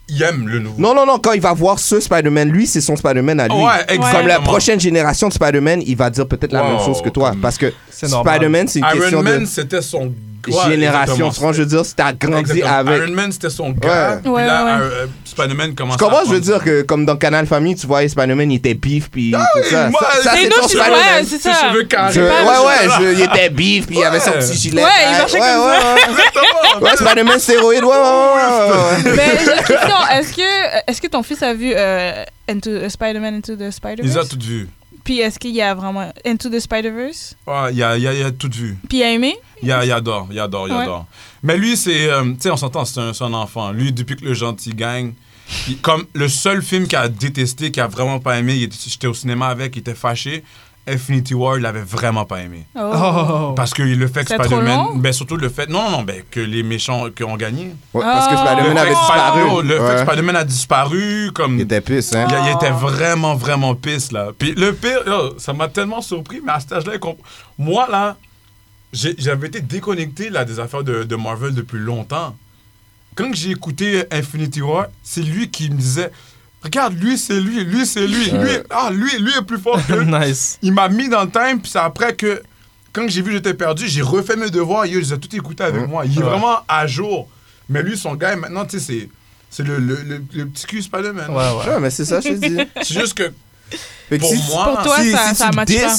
Speaker 2: il aime le nouveau.
Speaker 3: non, non, non, quand il va voir ce Spider-Man, lui, c'est son Spider-Man à lui.
Speaker 2: Ouais, exactement.
Speaker 3: Comme la prochaine génération de Spider-Man, il va dire peut-être la
Speaker 2: Wow,
Speaker 3: même chose que toi.
Speaker 2: comme-
Speaker 3: Parce que
Speaker 1: C'est normal.
Speaker 3: Spider-Man, c'est une question
Speaker 2: Iron Man,
Speaker 3: de
Speaker 2: c'était son Ouais,
Speaker 3: génération.
Speaker 2: exactement.
Speaker 3: Tu vois, je veux dire, si t'as grandi
Speaker 2: Exactement.
Speaker 3: avec.
Speaker 2: Iron Man, c'était son gars.
Speaker 3: Ouais.
Speaker 2: Puis
Speaker 4: Ouais,
Speaker 2: là,
Speaker 4: ouais,
Speaker 2: euh, Spider-Man commence
Speaker 3: Tu comprends,
Speaker 2: à
Speaker 3: je veux dire
Speaker 2: prendre-
Speaker 3: que comme dans Canal Famille, tu vois, Spider-Man, il était bif, puis tout ça.
Speaker 2: moi,
Speaker 3: Ça- ça,
Speaker 2: les
Speaker 3: c'est
Speaker 2: deux,
Speaker 3: ton
Speaker 4: je suis-
Speaker 3: Spider-Man.
Speaker 4: ouais, c'est
Speaker 2: Ses
Speaker 4: ça.
Speaker 2: cheveux carrés.
Speaker 3: Je- ouais, ouais,
Speaker 2: Voilà.
Speaker 3: je- il était bif, puis il avait son
Speaker 2: Ouais.
Speaker 3: petit gilet.
Speaker 4: Ouais, il
Speaker 3: ouais,
Speaker 4: marchait comme
Speaker 3: ouais,
Speaker 4: ça.
Speaker 3: Ouais, ouais. Ouais, Spider-Man stéroïde, ouais, ouais, ouais, ouais, ouais.
Speaker 4: Mais Ben, j'ai une question. Est-ce que, est que ton fils a vu euh, Into, euh, Spider-Man Into the
Speaker 2: Ils ont
Speaker 4: Spider-Verse?
Speaker 2: tout vu.
Speaker 4: Puis est-ce qu'il y a vraiment Into the Spider-Verse?
Speaker 2: Ouais, Il a, il a, il a tout vu.
Speaker 4: Puis il a aimé?
Speaker 2: Il, a- il adore, il adore, il
Speaker 4: Ouais.
Speaker 2: adore. Mais lui, c'est. euh, tu sais, on s'entend, c'est un, c'est un enfant. Lui, depuis que le gentil gagne, il- comme le seul film qu'il a détesté, qu'il a vraiment pas aimé, il était- j'étais au cinéma avec, il était fâché. Infinity War, il l'avait vraiment pas aimé.
Speaker 4: Oh.
Speaker 1: Oh.
Speaker 2: Parce que le fait que
Speaker 4: C'est trop long?
Speaker 2: Spider-Man. Ben, surtout le fait. Non, non, ben, que les méchants qui ont gagné.
Speaker 3: Ouais, parce que
Speaker 4: Ah.
Speaker 2: Le
Speaker 3: Spider-Man
Speaker 2: fait
Speaker 3: avait
Speaker 2: que Spider-
Speaker 3: disparu.
Speaker 2: oh, Le fait
Speaker 3: Ouais.
Speaker 2: que Spider-Man a disparu, comme.
Speaker 3: Il était pisse, hein.
Speaker 2: Il, il était vraiment, vraiment pisse, là. Puis le pire, yo, ça m'a tellement surpris, mais à cet âge-là, il comp- moi, là, j'ai- j'avais été déconnecté, là, des affaires de, de Marvel depuis longtemps. Quand j'ai écouté Infinity War, c'est lui qui me disait, regarde, lui, c'est lui, lui, c'est lui, lui, ah, lui, lui est plus fort que lui.
Speaker 1: nice.
Speaker 2: Il m'a mis dans le time, puis c'est après que, quand j'ai vu que j'étais perdu, j'ai refait mes devoirs, yo, je les ai tout écoutés avec moi. Il est
Speaker 1: Mmh. Ouais.
Speaker 2: vraiment à jour. Mais lui, son gars, maintenant, tu sais, c'est... C'est le, le, le, le petit cul Spider-Man.
Speaker 1: Ouais, ouais.
Speaker 3: Ouais, mais c'est ça, je te dis.
Speaker 2: C'est juste que
Speaker 3: Fait que
Speaker 2: Pour
Speaker 3: si-
Speaker 2: moi,
Speaker 4: Pour toi,
Speaker 3: si,
Speaker 4: ça,
Speaker 3: si
Speaker 4: ça
Speaker 3: tu
Speaker 4: match pas.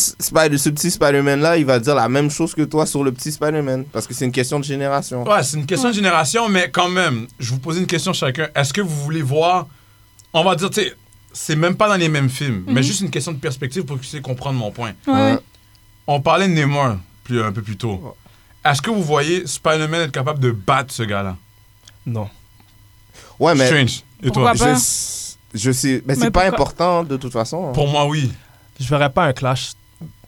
Speaker 3: dis Spider- ce petit Spider-Man-là, il va dire la même chose que toi sur le petit Spider-Man. Parce que c'est une question de génération.
Speaker 2: Ouais, c'est une question de génération, mais quand même, je vous pose une question chacun. Est-ce que vous voulez voir. On va dire, tu sais, c'est même pas dans les mêmes films,
Speaker 1: Mmh.
Speaker 2: mais juste une question de perspective pour que vous puissiez comprendre mon point.
Speaker 4: Ouais, ouais.
Speaker 2: On parlait de Neymar plus, un peu plus tôt. Est-ce que vous voyez Spider-Man être capable de battre ce gars-là
Speaker 1: Non.
Speaker 3: Ouais,
Speaker 1: Ah,
Speaker 3: mais
Speaker 2: Strange. Et
Speaker 4: Pourquoi
Speaker 2: toi
Speaker 4: pas?
Speaker 3: je, je sais. Mais c'est
Speaker 4: Mais
Speaker 3: pas
Speaker 4: pourquoi-
Speaker 3: important de toute façon. hein.
Speaker 2: Pour moi, oui.
Speaker 1: Je verrais pas un clash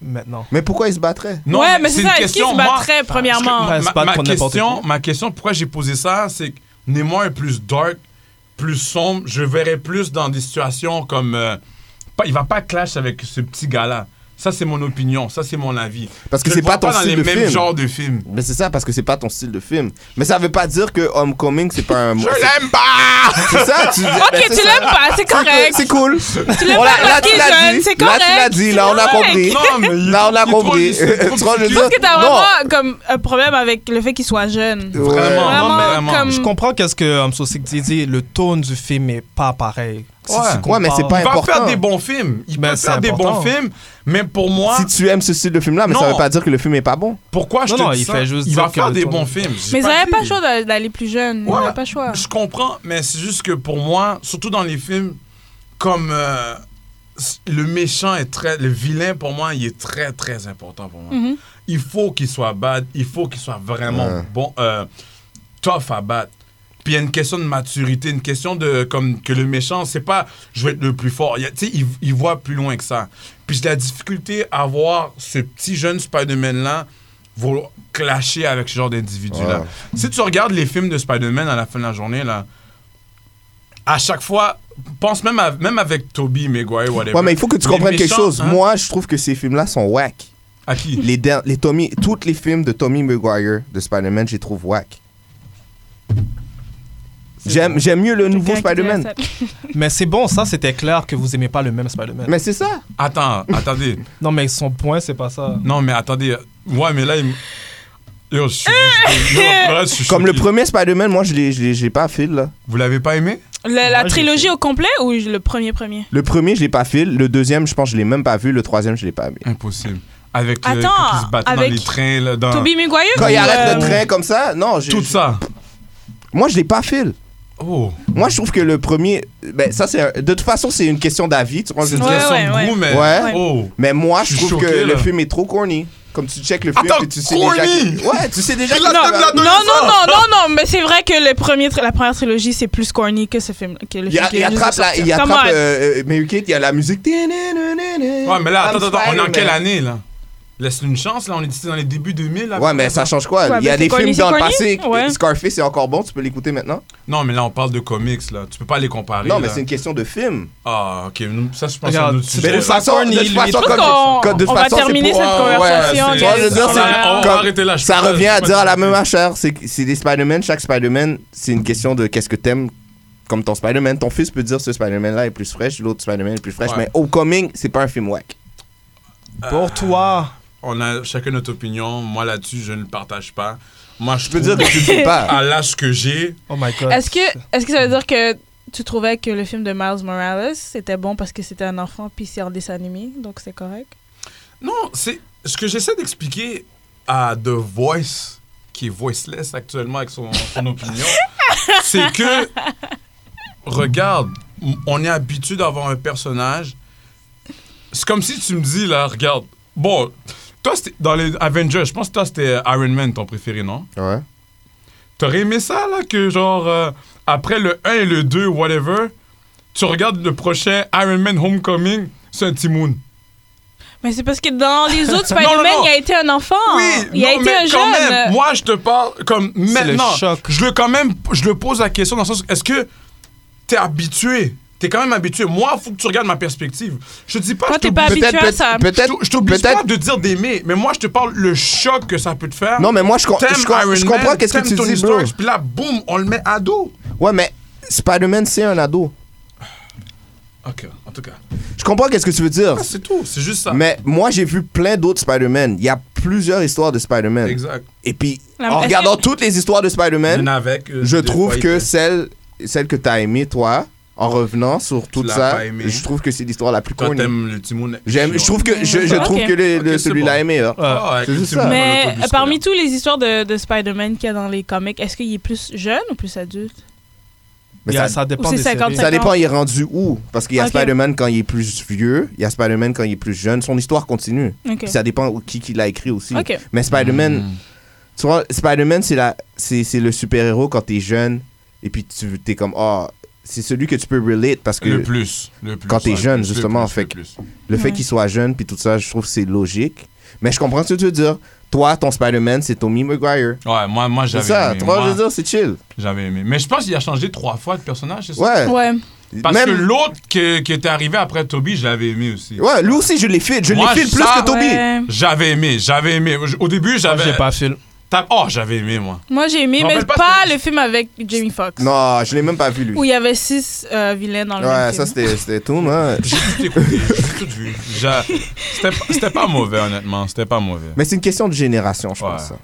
Speaker 1: maintenant.
Speaker 3: Mais pourquoi il se battrait
Speaker 4: Ouais, mais c'est
Speaker 2: une
Speaker 4: ça. Est-ce qu'il
Speaker 2: question,
Speaker 4: se
Speaker 2: moi,
Speaker 4: battrait, premièrement?
Speaker 1: Ouais, c'est
Speaker 2: ma,
Speaker 1: pas
Speaker 2: ma
Speaker 1: contre n'importe
Speaker 2: question,
Speaker 1: qui.
Speaker 2: ma question, pourquoi j'ai posé ça, c'est que Nemo est plus dark, plus sombre. Je le verrais plus dans des situations comme. euh, pas- il va pas clash avec ce petit gars-là. Ça, c'est mon opinion. Ça, c'est mon avis.
Speaker 3: Parce que
Speaker 2: Je
Speaker 3: c'est
Speaker 2: le vois
Speaker 3: pas ton
Speaker 2: dans les
Speaker 3: style de
Speaker 2: mêmes
Speaker 3: film.
Speaker 2: genres de films.
Speaker 3: Mais c'est ça, parce que c'est pas ton style de film. Mais ça veut pas dire que Homecoming, c'est pas un.
Speaker 2: Je
Speaker 3: c'est-
Speaker 2: l'aime pas!
Speaker 3: Ben, C'est ça, tu
Speaker 4: Ok, tu l'aimes pas, c'est correct.
Speaker 3: C'est cool.
Speaker 4: Tu l'aimes
Speaker 3: On l'a-
Speaker 4: pas parce qu'il est jeune, c'est
Speaker 3: Là,
Speaker 4: correct.
Speaker 3: tu l'as dit, là, on a
Speaker 4: C'est
Speaker 3: compris.
Speaker 2: Non, mais il-
Speaker 3: Là, on a
Speaker 2: il est trop-
Speaker 3: compris.
Speaker 2: il est trop
Speaker 3: Tu vois, je veux
Speaker 2: petit.
Speaker 4: Parce que t'as
Speaker 3: Non. Euh,
Speaker 4: vraiment comme, un problème avec le fait qu'il soit jeune.
Speaker 3: Ouais.
Speaker 2: Vraiment,
Speaker 4: Vraiment,
Speaker 2: vraiment.
Speaker 4: comme-
Speaker 1: Je comprends qu'est-ce que um, Saucy dit, dit, le tone du film est pas pareil. Si
Speaker 2: Ouais.
Speaker 1: tu
Speaker 2: Ouais,
Speaker 1: compares-
Speaker 3: mais c'est pas-
Speaker 2: Il va
Speaker 3: important.
Speaker 2: faire des bons films. Il
Speaker 1: Mais
Speaker 2: peut
Speaker 1: Ben, c'est
Speaker 2: faire des bons
Speaker 1: important.
Speaker 2: films, mais pour moi,
Speaker 3: Si tu aimes ce style de film-là, mais ça
Speaker 2: Non. Eh
Speaker 3: veut pas dire que le film est pas bon.
Speaker 2: pourquoi je
Speaker 1: Non,
Speaker 2: te
Speaker 1: non,
Speaker 2: dis
Speaker 1: il
Speaker 2: ça?
Speaker 1: fait juste
Speaker 2: Il va
Speaker 1: dire que
Speaker 2: faire des
Speaker 1: ton-
Speaker 2: bons films. J'ai
Speaker 4: Mais ils n'avaient pas le
Speaker 2: dit.
Speaker 4: choix d'a- d'aller plus jeune. Ils
Speaker 2: Ouais.
Speaker 4: n'avaient pas le choix.
Speaker 2: Je comprends, mais c'est juste que pour moi, surtout dans les films, comme euh, s- le méchant est très. Le vilain, pour moi, il est très, très important pour moi.
Speaker 4: Mhm.
Speaker 2: Il faut qu'il soit bad, il faut qu'il soit vraiment
Speaker 3: Ouais.
Speaker 2: bon, euh, tough à battre. Puis il y a une question de maturité, une question de. Comme que le méchant, c'est pas je vais être le plus fort. Il y a- Tu sais, il, il voit plus loin que ça. Puis j'ai la difficulté à voir ce petit jeune Spider-Man-là vouloir clasher avec ce genre d'individu-là.
Speaker 3: Ouais.
Speaker 2: Si tu regardes les films de Spider-Man à la fin de la journée, là, à chaque fois, pense même, à- même avec Toby, Maguire, whatever.
Speaker 3: Ouais, mais il faut que tu
Speaker 2: Les
Speaker 3: comprennes quelque
Speaker 2: méchants,
Speaker 3: chose.
Speaker 2: hein.
Speaker 3: Moi, je trouve que ces films-là sont whack.
Speaker 2: À qui
Speaker 3: les, der- les Tommy, toutes les films de Tommy Maguire de Spider-Man, je les trouve whack. J'aime, j'aime mieux le nouveau Spider-Man.
Speaker 1: Mais c'est bon, ça c'était clair que vous aimez pas le même Spider-Man.
Speaker 3: Mais c'est ça.
Speaker 2: Attends, attendez.
Speaker 1: Non, mais son point, c'est pas ça.
Speaker 2: Non, mais attendez. Ouais, mais là, il... m- Yo, je suis- je- yo, là, je suis
Speaker 3: Comme le
Speaker 2: choqué.
Speaker 3: premier Spider-Man, moi, je l'ai, je l'ai- je l'ai pas fil, là.
Speaker 2: Vous l'avez pas aimé
Speaker 4: La, la
Speaker 1: Moi, j'ai
Speaker 4: trilogie
Speaker 1: fait-
Speaker 4: au complet ou le premier premier
Speaker 3: Le premier, je l'ai pas fil. Le deuxième, je pense, que je l'ai même pas vu. Le troisième, je l'ai pas vu.
Speaker 2: Impossible. Avec euh,
Speaker 4: Attends,
Speaker 2: quand ils se battent
Speaker 4: avec
Speaker 2: dans les trains, là,
Speaker 1: Ah.
Speaker 2: dans...
Speaker 4: Toby Maguire
Speaker 3: Quand il
Speaker 4: ou,
Speaker 3: arrête le
Speaker 4: euh,
Speaker 3: train comme ça, non, j'ai-
Speaker 2: Tout ça.
Speaker 3: moi, je l'ai pas fil.
Speaker 2: Oh,
Speaker 3: Moi, je trouve que le premier. Ben, ça, c'est. un- De toute façon, c'est une question d'avis. Tu vois,
Speaker 2: c'est
Speaker 3: je
Speaker 2: une
Speaker 4: Ouais,
Speaker 2: question
Speaker 4: ouais,
Speaker 2: de
Speaker 4: ouais.
Speaker 2: goût, mais...
Speaker 3: Ouais.
Speaker 2: Oh.
Speaker 3: Mais moi,
Speaker 2: Je
Speaker 3: je
Speaker 2: suis
Speaker 3: trouve
Speaker 2: choqué,
Speaker 3: que le
Speaker 2: là.
Speaker 3: film est trop corny. Comme tu check le film,
Speaker 2: Attends,
Speaker 3: puis tu sais déjà.
Speaker 2: corny
Speaker 3: que- Ouais, tu sais déjà.
Speaker 2: Il
Speaker 3: que
Speaker 2: a
Speaker 3: ça
Speaker 2: même
Speaker 3: va-
Speaker 2: la
Speaker 4: Non,
Speaker 2: donné
Speaker 4: non,
Speaker 2: ça.
Speaker 4: non, non, non, mais c'est vrai que le premier, tri- la première trilogie, c'est plus corny que ce film. Que le
Speaker 3: Il,
Speaker 4: film
Speaker 3: a-
Speaker 4: qui
Speaker 3: il
Speaker 4: vient juste de
Speaker 3: attrape, la,
Speaker 4: sortir.
Speaker 3: il
Speaker 4: Come
Speaker 3: attrape
Speaker 4: on.
Speaker 3: euh, euh, Mary Kate, il y a la musique. Ouais,
Speaker 2: Ouais, mais là, attends, attends, on est en quelle année, là laisse une chance, là, on est dans les débuts 2000. là,
Speaker 3: Ouais, mais
Speaker 2: là.
Speaker 3: ça change quoi?
Speaker 4: Quoi,
Speaker 3: Il y a
Speaker 4: avec
Speaker 3: des
Speaker 4: les
Speaker 3: films
Speaker 4: Corny,
Speaker 3: dans le
Speaker 4: c'est
Speaker 3: passé.
Speaker 4: Corny? Ouais.
Speaker 3: Scarface est encore bon, tu peux l'écouter maintenant?
Speaker 2: Non, mais là, on parle de comics, là. Tu peux pas les comparer.
Speaker 3: Non, mais
Speaker 2: Ah, là.
Speaker 3: c'est une question de film.
Speaker 2: Ah, ok. Ça, je pense que c'est un
Speaker 1: Regarde,
Speaker 2: autre
Speaker 1: tu
Speaker 3: Mais
Speaker 2: sujet.
Speaker 3: de
Speaker 1: vrai.
Speaker 3: toute façon, de toute
Speaker 1: Corny,
Speaker 3: façon,
Speaker 1: lui,
Speaker 4: Je
Speaker 3: comme-
Speaker 4: pense
Speaker 3: comme- de
Speaker 4: qu'on
Speaker 3: toute
Speaker 4: on va
Speaker 3: façon, c'est
Speaker 4: terminer
Speaker 3: pour-
Speaker 4: cette
Speaker 2: ouais,
Speaker 4: conversation.
Speaker 2: c'est-
Speaker 4: guys.
Speaker 3: Ouais, je veux dire,
Speaker 2: on
Speaker 3: c'est-
Speaker 2: va- on va
Speaker 3: comme-
Speaker 2: arrêter là. je
Speaker 3: Ça
Speaker 2: pense.
Speaker 3: revient à
Speaker 2: Je
Speaker 3: dire
Speaker 2: pense
Speaker 3: à la
Speaker 2: que-
Speaker 3: même affaire. C'est que- c'est des Spider-Man. Chaque Spider-Man, c'est une question de qu'est-ce que t'aimes comme ton Spider-Man. Ton fils peut dire ce Spider-Man-là est plus fraîche, l'autre Spider-Man est plus fraîche.
Speaker 2: Ouais.
Speaker 3: Mais Homecoming, c'est pas un film whack.
Speaker 2: Euh.
Speaker 1: Pour toi,
Speaker 2: On a chacun notre opinion. Moi, là-dessus, je ne le partage pas. Moi, je
Speaker 3: Je peux
Speaker 2: peux
Speaker 3: dire que tu le fais pas.
Speaker 2: à l'âge que j'ai,
Speaker 1: oh my god.
Speaker 4: Est-ce que, est que ça veut dire que tu trouvais que le film de Miles Morales c'était bon parce que c'était un enfant puis c'est en dessin animé, donc c'est correct?
Speaker 2: Non, c'est ce que j'essaie d'expliquer à The Voice, qui est voiceless actuellement avec son, son opinion, c'est que, regarde, m- on est habitué d'avoir un personnage. C'est comme si tu me dis, là, regarde, bon, toi, c'était dans les Avengers, je pense que toi, c'était euh, Iron Man ton préféré, non?
Speaker 3: Ouais.
Speaker 2: T'aurais aimé ça, là, que genre, euh, après le 1 et le 2, whatever, tu regardes le prochain Iron Man Homecoming, c'est un Timoun.
Speaker 4: Mais c'est parce que dans les autres
Speaker 2: Non,
Speaker 4: Spider-Man,
Speaker 2: non, non.
Speaker 4: il a été un enfant.
Speaker 2: Oui,
Speaker 4: il a
Speaker 2: non,
Speaker 4: été
Speaker 2: mais
Speaker 4: un
Speaker 2: quand
Speaker 4: jeune.
Speaker 2: même, moi, je te parle comme maintenant.
Speaker 1: le choc.
Speaker 2: Je le quand même, je le pose la question dans le sens, est-ce que t'es habitué? T'es quand même habitué. Moi, faut que tu regardes ma perspective. Je te dis pas,
Speaker 4: Quand
Speaker 2: je
Speaker 4: t'es
Speaker 2: t'oblige-
Speaker 4: pas habitué à
Speaker 3: peut-être-
Speaker 4: ça.
Speaker 3: peut-être-
Speaker 2: je t'o- je t'oblige
Speaker 3: peut-être-
Speaker 2: pas de dire d'aimer, mais moi, je te parle le choc que ça peut te faire.
Speaker 3: Non, mais moi, je, com-
Speaker 2: T'aimes
Speaker 3: je com-
Speaker 2: Iron
Speaker 3: je
Speaker 2: Man,
Speaker 3: comprends qu'est-ce que
Speaker 2: t'aimes
Speaker 3: tu
Speaker 2: Tony
Speaker 3: dis, bro.
Speaker 2: Stark, Puis là, boum, on le met à dos.
Speaker 3: Ouais, mais Spider-Man, c'est un ado.
Speaker 2: Ok, en tout cas.
Speaker 3: Je comprends qu'est-ce que tu veux dire.
Speaker 2: Ah, c'est tout, c'est juste ça.
Speaker 3: Mais moi, j'ai vu plein d'autres Spider-Man. Il y a plusieurs histoires de Spider-Man.
Speaker 2: Exact.
Speaker 3: Et puis,
Speaker 4: La-
Speaker 3: en
Speaker 4: est-ce
Speaker 3: regardant
Speaker 4: que-
Speaker 3: toutes les histoires de
Speaker 2: Il y en
Speaker 3: Spider-Man,
Speaker 2: a avec, euh,
Speaker 3: je
Speaker 2: des
Speaker 3: trouve
Speaker 2: fois,
Speaker 3: que
Speaker 2: il-
Speaker 3: celle, celle que t'as aimée, toi, en revenant sur tout
Speaker 2: l'as
Speaker 3: ça,
Speaker 2: pas aimée.
Speaker 3: je trouve que c'est l'histoire la plus
Speaker 2: Toi,
Speaker 3: connue.
Speaker 2: t'aimes le Timoun.
Speaker 3: J'aime, je trouve que je, je
Speaker 4: Ok.
Speaker 3: trouve que le- le-
Speaker 2: Ok, c'est
Speaker 3: celui-là
Speaker 2: bon.
Speaker 3: est meilleur.
Speaker 2: Ah, avec
Speaker 3: C'est
Speaker 2: le
Speaker 3: juste
Speaker 2: Timoun
Speaker 3: ça.
Speaker 2: dans
Speaker 4: Mais
Speaker 2: l'autobus,
Speaker 4: euh, parmi
Speaker 2: regarde.
Speaker 4: toutes les histoires de, de Spider-Man qu'il y a dans les comics, est-ce qu'il est plus jeune ou plus adulte?
Speaker 3: Mais
Speaker 1: Yeah,
Speaker 3: ça,
Speaker 1: ça
Speaker 4: Ou
Speaker 1: dépend
Speaker 4: c'est
Speaker 1: des séries.
Speaker 4: 55
Speaker 3: ça dépend, il est rendu où Parce qu'il y a
Speaker 4: Ok.
Speaker 3: Spider-Man quand il est plus vieux, il y a Spider-Man quand il est plus jeune. Son histoire continue.
Speaker 4: Ok.
Speaker 3: Puis Ça dépend où- qui, qui l'a écrit aussi.
Speaker 4: Ok.
Speaker 3: Mais Spider-Man,
Speaker 2: Hmm.
Speaker 3: tu vois, Spider-Man, c'est, la, c'est, c'est le super-héros quand t'es jeune. Et puis tu t'es comme, ah, c'est celui que tu peux relate parce que
Speaker 2: Le
Speaker 3: le,
Speaker 2: plus. Le plus
Speaker 3: quand t'es
Speaker 2: ouais, le
Speaker 3: jeune,
Speaker 2: plus, le
Speaker 3: justement,
Speaker 2: plus,
Speaker 3: fait
Speaker 2: le
Speaker 3: que-
Speaker 2: plus.
Speaker 3: fait qu'il soit jeune, puis tout ça, je trouve que c'est logique. Mais je comprends ce que tu veux dire. Toi, ton Spider-Man, c'est Tommy Maguire.
Speaker 2: Ouais, moi, moi
Speaker 3: C'est
Speaker 2: j'avais
Speaker 3: ça,
Speaker 2: aimé.
Speaker 3: tu vois, je
Speaker 2: Moi,
Speaker 3: veux dire, c'est chill.
Speaker 2: j'avais aimé. Mais je pense qu'il a changé trois fois de personnage, c'est ça?
Speaker 3: Ouais.
Speaker 4: Ouais.
Speaker 2: Parce
Speaker 3: Même-
Speaker 2: que l'autre que- qui était arrivé après Toby, je l'avais aimé aussi.
Speaker 3: Ouais, lui aussi, je l'ai fait. Je l'ai
Speaker 2: Moi,
Speaker 3: fait
Speaker 2: je-
Speaker 3: plus
Speaker 2: ça,
Speaker 3: que Toby.
Speaker 4: Ouais.
Speaker 2: J'avais aimé, j'avais aimé. Au début,
Speaker 1: Moi,
Speaker 2: j'avais.
Speaker 1: j'ai pas film.
Speaker 2: T'as- Oh, j'avais aimé, moi.
Speaker 4: Moi, j'ai aimé,
Speaker 2: Je me
Speaker 4: mais
Speaker 2: rappelle
Speaker 4: pas,
Speaker 2: pas c'était-
Speaker 4: le film avec Jamie Foxx.
Speaker 3: Non, je l'ai même pas vu, lui.
Speaker 4: Où il y avait six euh, vilains dans le
Speaker 3: ouais,
Speaker 4: même
Speaker 3: ça,
Speaker 4: film.
Speaker 3: c'était, c'était tout, hein.
Speaker 2: J'ai tout écouté, j'ai tout vu. J'a- C'était pas- c'était pas mauvais, honnêtement. C'était pas mauvais.
Speaker 3: Mais c'est une question de génération, je pense.
Speaker 2: Ouais.
Speaker 3: ça.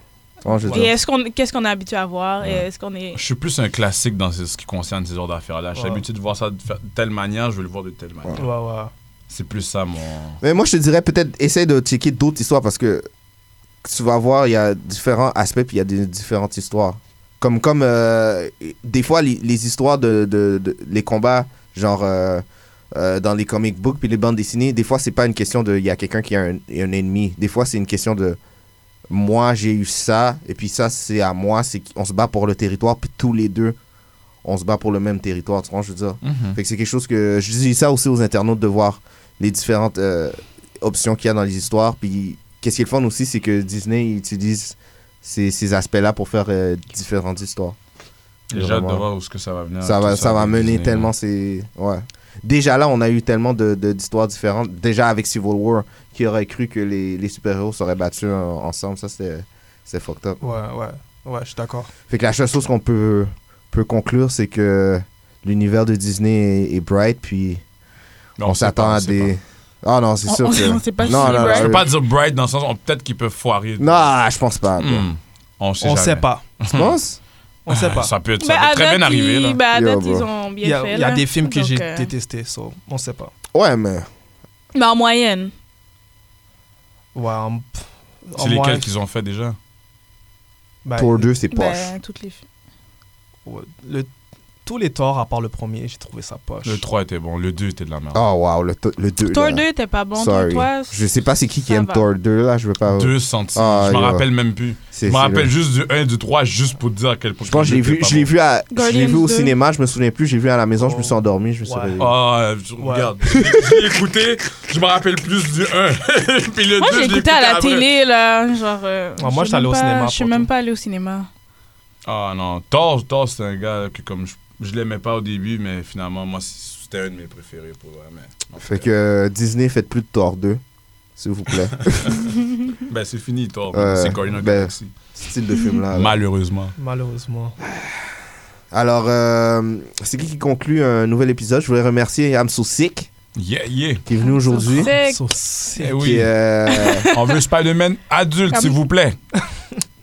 Speaker 3: Tu vois, je veux
Speaker 4: Et
Speaker 3: dire.
Speaker 4: est-ce qu'on, qu'est-ce qu'on est habitué à voir et Est-ce qu'on est...
Speaker 3: Oh,
Speaker 2: Je suis plus un classique dans ce ce qui concerne ces genres d'affaires-là. Je suis
Speaker 1: Ouais.
Speaker 2: habitué de voir ça de fa- de telle manière, je veux le voir de telle manière.
Speaker 1: Ouais, ouais.
Speaker 2: C'est plus ça, mon.
Speaker 3: Mais moi, je te dirais peut-être essaye de checker d'autres histoires parce que tu vas voir, il y a différents aspects puis il y a des différentes histoires. Comme, comme euh, des fois, les, les histoires de, de- de- les combats, genre euh, euh, dans les comic books puis les bandes dessinées, des fois, c'est pas une question de il y a quelqu'un qui a un, un ennemi. Des fois, c'est une question de moi, j'ai eu ça et puis ça, c'est à moi. C'est qu'on se bat pour le territoire puis tous les deux, on se bat pour le même territoire. Tu vois, je veux dire. Fait que c'est quelque chose que je dis ça aussi aux internautes de voir les différentes euh, options qu'il y a dans les histoires. Puis qu'est-ce qui est le fun aussi, c'est que Disney il utilise ces, ces aspects-là pour faire euh, différentes histoires.
Speaker 2: J'ai hâte
Speaker 3: Vraiment.
Speaker 2: de voir où ce que ça va venir.
Speaker 3: ça
Speaker 2: Ah, tout
Speaker 3: va, ça va mener
Speaker 2: Disney,
Speaker 3: tellement ces. Ouais. Déjà là, on a eu tellement de- de- d'histoires différentes. Déjà avec Civil War, qui aurait cru que les, les super-héros seraient battus en- ensemble. Ça, c'était c'est fucked up.
Speaker 1: Ouais, ouais. Ouais, je suis d'accord.
Speaker 3: Fait que la seule chose qu'on peut, peut conclure, c'est que l'univers de Disney est, est bright, puis
Speaker 2: Non,
Speaker 3: on,
Speaker 2: sait
Speaker 3: s'attend
Speaker 2: pas, on
Speaker 3: à
Speaker 2: sait
Speaker 3: des. Ah non, c'est
Speaker 4: On-
Speaker 3: sûr
Speaker 4: on-
Speaker 3: que.
Speaker 4: on sait pas si
Speaker 3: non,
Speaker 4: c'est
Speaker 3: non, non,
Speaker 2: pas. Je
Speaker 4: bright.
Speaker 2: peux
Speaker 3: euh,
Speaker 2: pas dire bright dans le sens, on- peut-être qu'ils peuvent foirer.
Speaker 3: Non, je pense pas. bro.
Speaker 2: Hmm. On sait
Speaker 1: On
Speaker 2: jamais.
Speaker 1: sait pas.
Speaker 3: Tu penses
Speaker 1: On sait pas.
Speaker 2: Ah, Ça peut, être,
Speaker 4: Ben,
Speaker 2: ça peut
Speaker 4: à
Speaker 2: très bien
Speaker 4: date,
Speaker 2: arriver.
Speaker 4: ils-
Speaker 2: Là.
Speaker 4: ben, à
Speaker 3: Yo,
Speaker 4: date,
Speaker 3: bro.
Speaker 4: ils ont bien
Speaker 1: Il y, a,
Speaker 4: fait.
Speaker 1: il y a
Speaker 4: là.
Speaker 1: des films que
Speaker 4: Donc,
Speaker 1: j'ai
Speaker 4: euh,
Speaker 1: détestés, so on sait pas.
Speaker 3: Ouais, mais.
Speaker 4: Mais en moyenne.
Speaker 1: Ouais, en- pff, en
Speaker 2: C'est lesquels
Speaker 1: moins-
Speaker 2: qu'ils ont fait déjà
Speaker 1: ben,
Speaker 3: Tour 2, c'est poche.
Speaker 4: Ben, toutes les films.
Speaker 1: ouais, le, tous les torts à part le premier, j'ai trouvé ça poche.
Speaker 2: Le 3 était bon, le 2 était de la merde.
Speaker 3: Oh, wow, le, to- le 2.
Speaker 4: Thor 2 était pas bon. Thor
Speaker 3: Sorry.
Speaker 4: 3,
Speaker 3: je sais pas c'est qui qui
Speaker 4: ça
Speaker 3: aime
Speaker 4: va.
Speaker 3: Thor 2, là, je veux pas.
Speaker 2: 2 centimes.
Speaker 3: Ah,
Speaker 2: je me
Speaker 3: yo.
Speaker 2: rappelle même plus.
Speaker 3: C'est-
Speaker 2: Je me
Speaker 3: c'est
Speaker 2: rappelle
Speaker 3: le-
Speaker 2: juste du 1 et du 3, juste pour te dire à quel point.
Speaker 3: Je pense que je l'ai
Speaker 2: le
Speaker 3: vu,
Speaker 2: jeu était
Speaker 3: je l'ai
Speaker 2: pas
Speaker 3: vu, à, je l'ai vu
Speaker 4: Guardians
Speaker 3: au
Speaker 4: 2.
Speaker 3: cinéma, je me souviens plus, j'ai vu à la maison, je me suis
Speaker 1: Oh.
Speaker 3: endormi, je me suis
Speaker 1: Ouais.
Speaker 3: réveillé.
Speaker 2: bon. Ah, je-
Speaker 1: Ouais.
Speaker 2: regarde. J'ai écouté, je me rappelle plus du 1. Puis le
Speaker 4: Moi,
Speaker 2: deux,
Speaker 4: j'ai
Speaker 2: je l'ai
Speaker 4: écouté à la
Speaker 2: après.
Speaker 4: télé, là. Genre. euh,
Speaker 1: Ah, moi,
Speaker 4: je
Speaker 1: j'étais
Speaker 4: sais
Speaker 1: allé au
Speaker 4: même pas-
Speaker 1: cinéma
Speaker 4: Je suis
Speaker 1: pour
Speaker 4: même
Speaker 1: tout.
Speaker 4: pas allé au cinéma.
Speaker 2: Ah non, Thor, Thor c'est un gars que comme je, je l'aimais pas au début, mais finalement, moi, c'était un de mes préférés pour vrai. Mais,
Speaker 3: Fait que euh, Disney, faites plus de Thor 2, s'il vous plaît.
Speaker 2: Ben, c'est fini, Thor.
Speaker 3: Euh,
Speaker 2: c'est Guardian of
Speaker 3: ben, ah
Speaker 2: Galaxy.
Speaker 3: Style de film là. là.
Speaker 2: Malheureusement.
Speaker 1: Malheureusement.
Speaker 3: Alors, euh, c'est qui qui conclut un nouvel épisode Je voulais remercier I'm So Sick
Speaker 2: Yeah, yeah.
Speaker 3: qui est venu aujourd'hui.
Speaker 4: C'est-
Speaker 1: So sick.
Speaker 2: Eh
Speaker 3: Qui,
Speaker 2: oui.
Speaker 3: euh,
Speaker 2: On veut Spider-Man adulte,
Speaker 4: Comme-
Speaker 2: s'il vous plaît.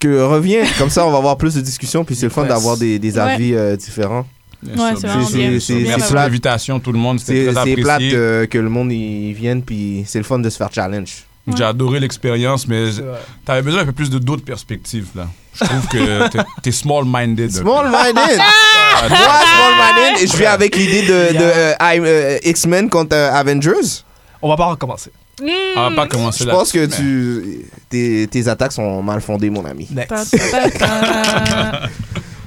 Speaker 3: que revient, comme ça on va avoir plus de discussions, puis c'est le fun
Speaker 2: Yes.
Speaker 3: d'avoir des, des
Speaker 4: Ouais.
Speaker 3: avis euh, différents.
Speaker 2: Bien
Speaker 4: Ouais,
Speaker 2: sûr,
Speaker 4: c'est
Speaker 2: bien
Speaker 4: vraiment
Speaker 2: sûr,
Speaker 3: bien.
Speaker 2: bien sûr.
Speaker 3: C'est-
Speaker 2: Merci
Speaker 3: c'est
Speaker 2: pour
Speaker 3: plate.
Speaker 2: l'invitation, tout le monde. C'était
Speaker 3: C'est
Speaker 2: très
Speaker 3: c'est plate
Speaker 2: apprécié.
Speaker 3: euh, que le monde y vienne, puis c'est le fun de se faire challenge.
Speaker 2: J'ai adoré l'expérience, mais
Speaker 1: C'est vrai.
Speaker 2: t'avais besoin un peu plus de d'autres perspectives, là. Je trouve que t'es- t'es small-minded. un peu.
Speaker 3: Small-minded
Speaker 2: Ah,
Speaker 3: Moi, Small-minded, je viens avec l'idée de, de, euh, I'm, euh, X-Men contre euh, Avengers.
Speaker 1: On va pas recommencer.
Speaker 2: On
Speaker 5: Ah,
Speaker 4: Hmm.
Speaker 2: va pas commencer
Speaker 3: Je
Speaker 2: là.
Speaker 3: pense que tu, tes, tes attaques sont mal fondées, mon ami.
Speaker 4: Ta-
Speaker 1: Next.
Speaker 4: ta- ta-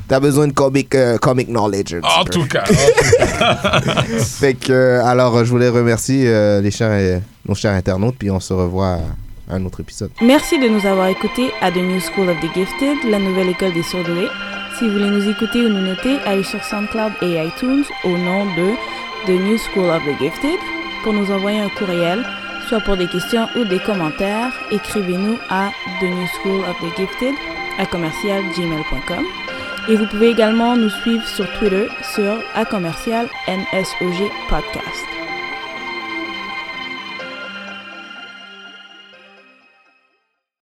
Speaker 3: T'as besoin de comic, euh, comic knowledge. un petit
Speaker 2: En
Speaker 3: peu.
Speaker 2: Ah, tout cas. en tout cas.
Speaker 3: Fait que, euh, alors, euh, je voulais remercier euh, les chers, euh, nos chers internautes, puis on se revoit à un autre épisode.
Speaker 5: Merci de nous avoir écoutés à The New School of the Gifted, la nouvelle école des surdoués. Si vous voulez nous écouter ou nous noter, allez sur SoundCloud et iTunes au nom de The New School of the Gifted pour nous envoyer un courriel, soit pour des questions ou des commentaires. Écrivez-nous à The New School of the Gifted à commercialgmail.com. Et vous pouvez également nous suivre sur Twitter sur à commercial NSOG Podcast.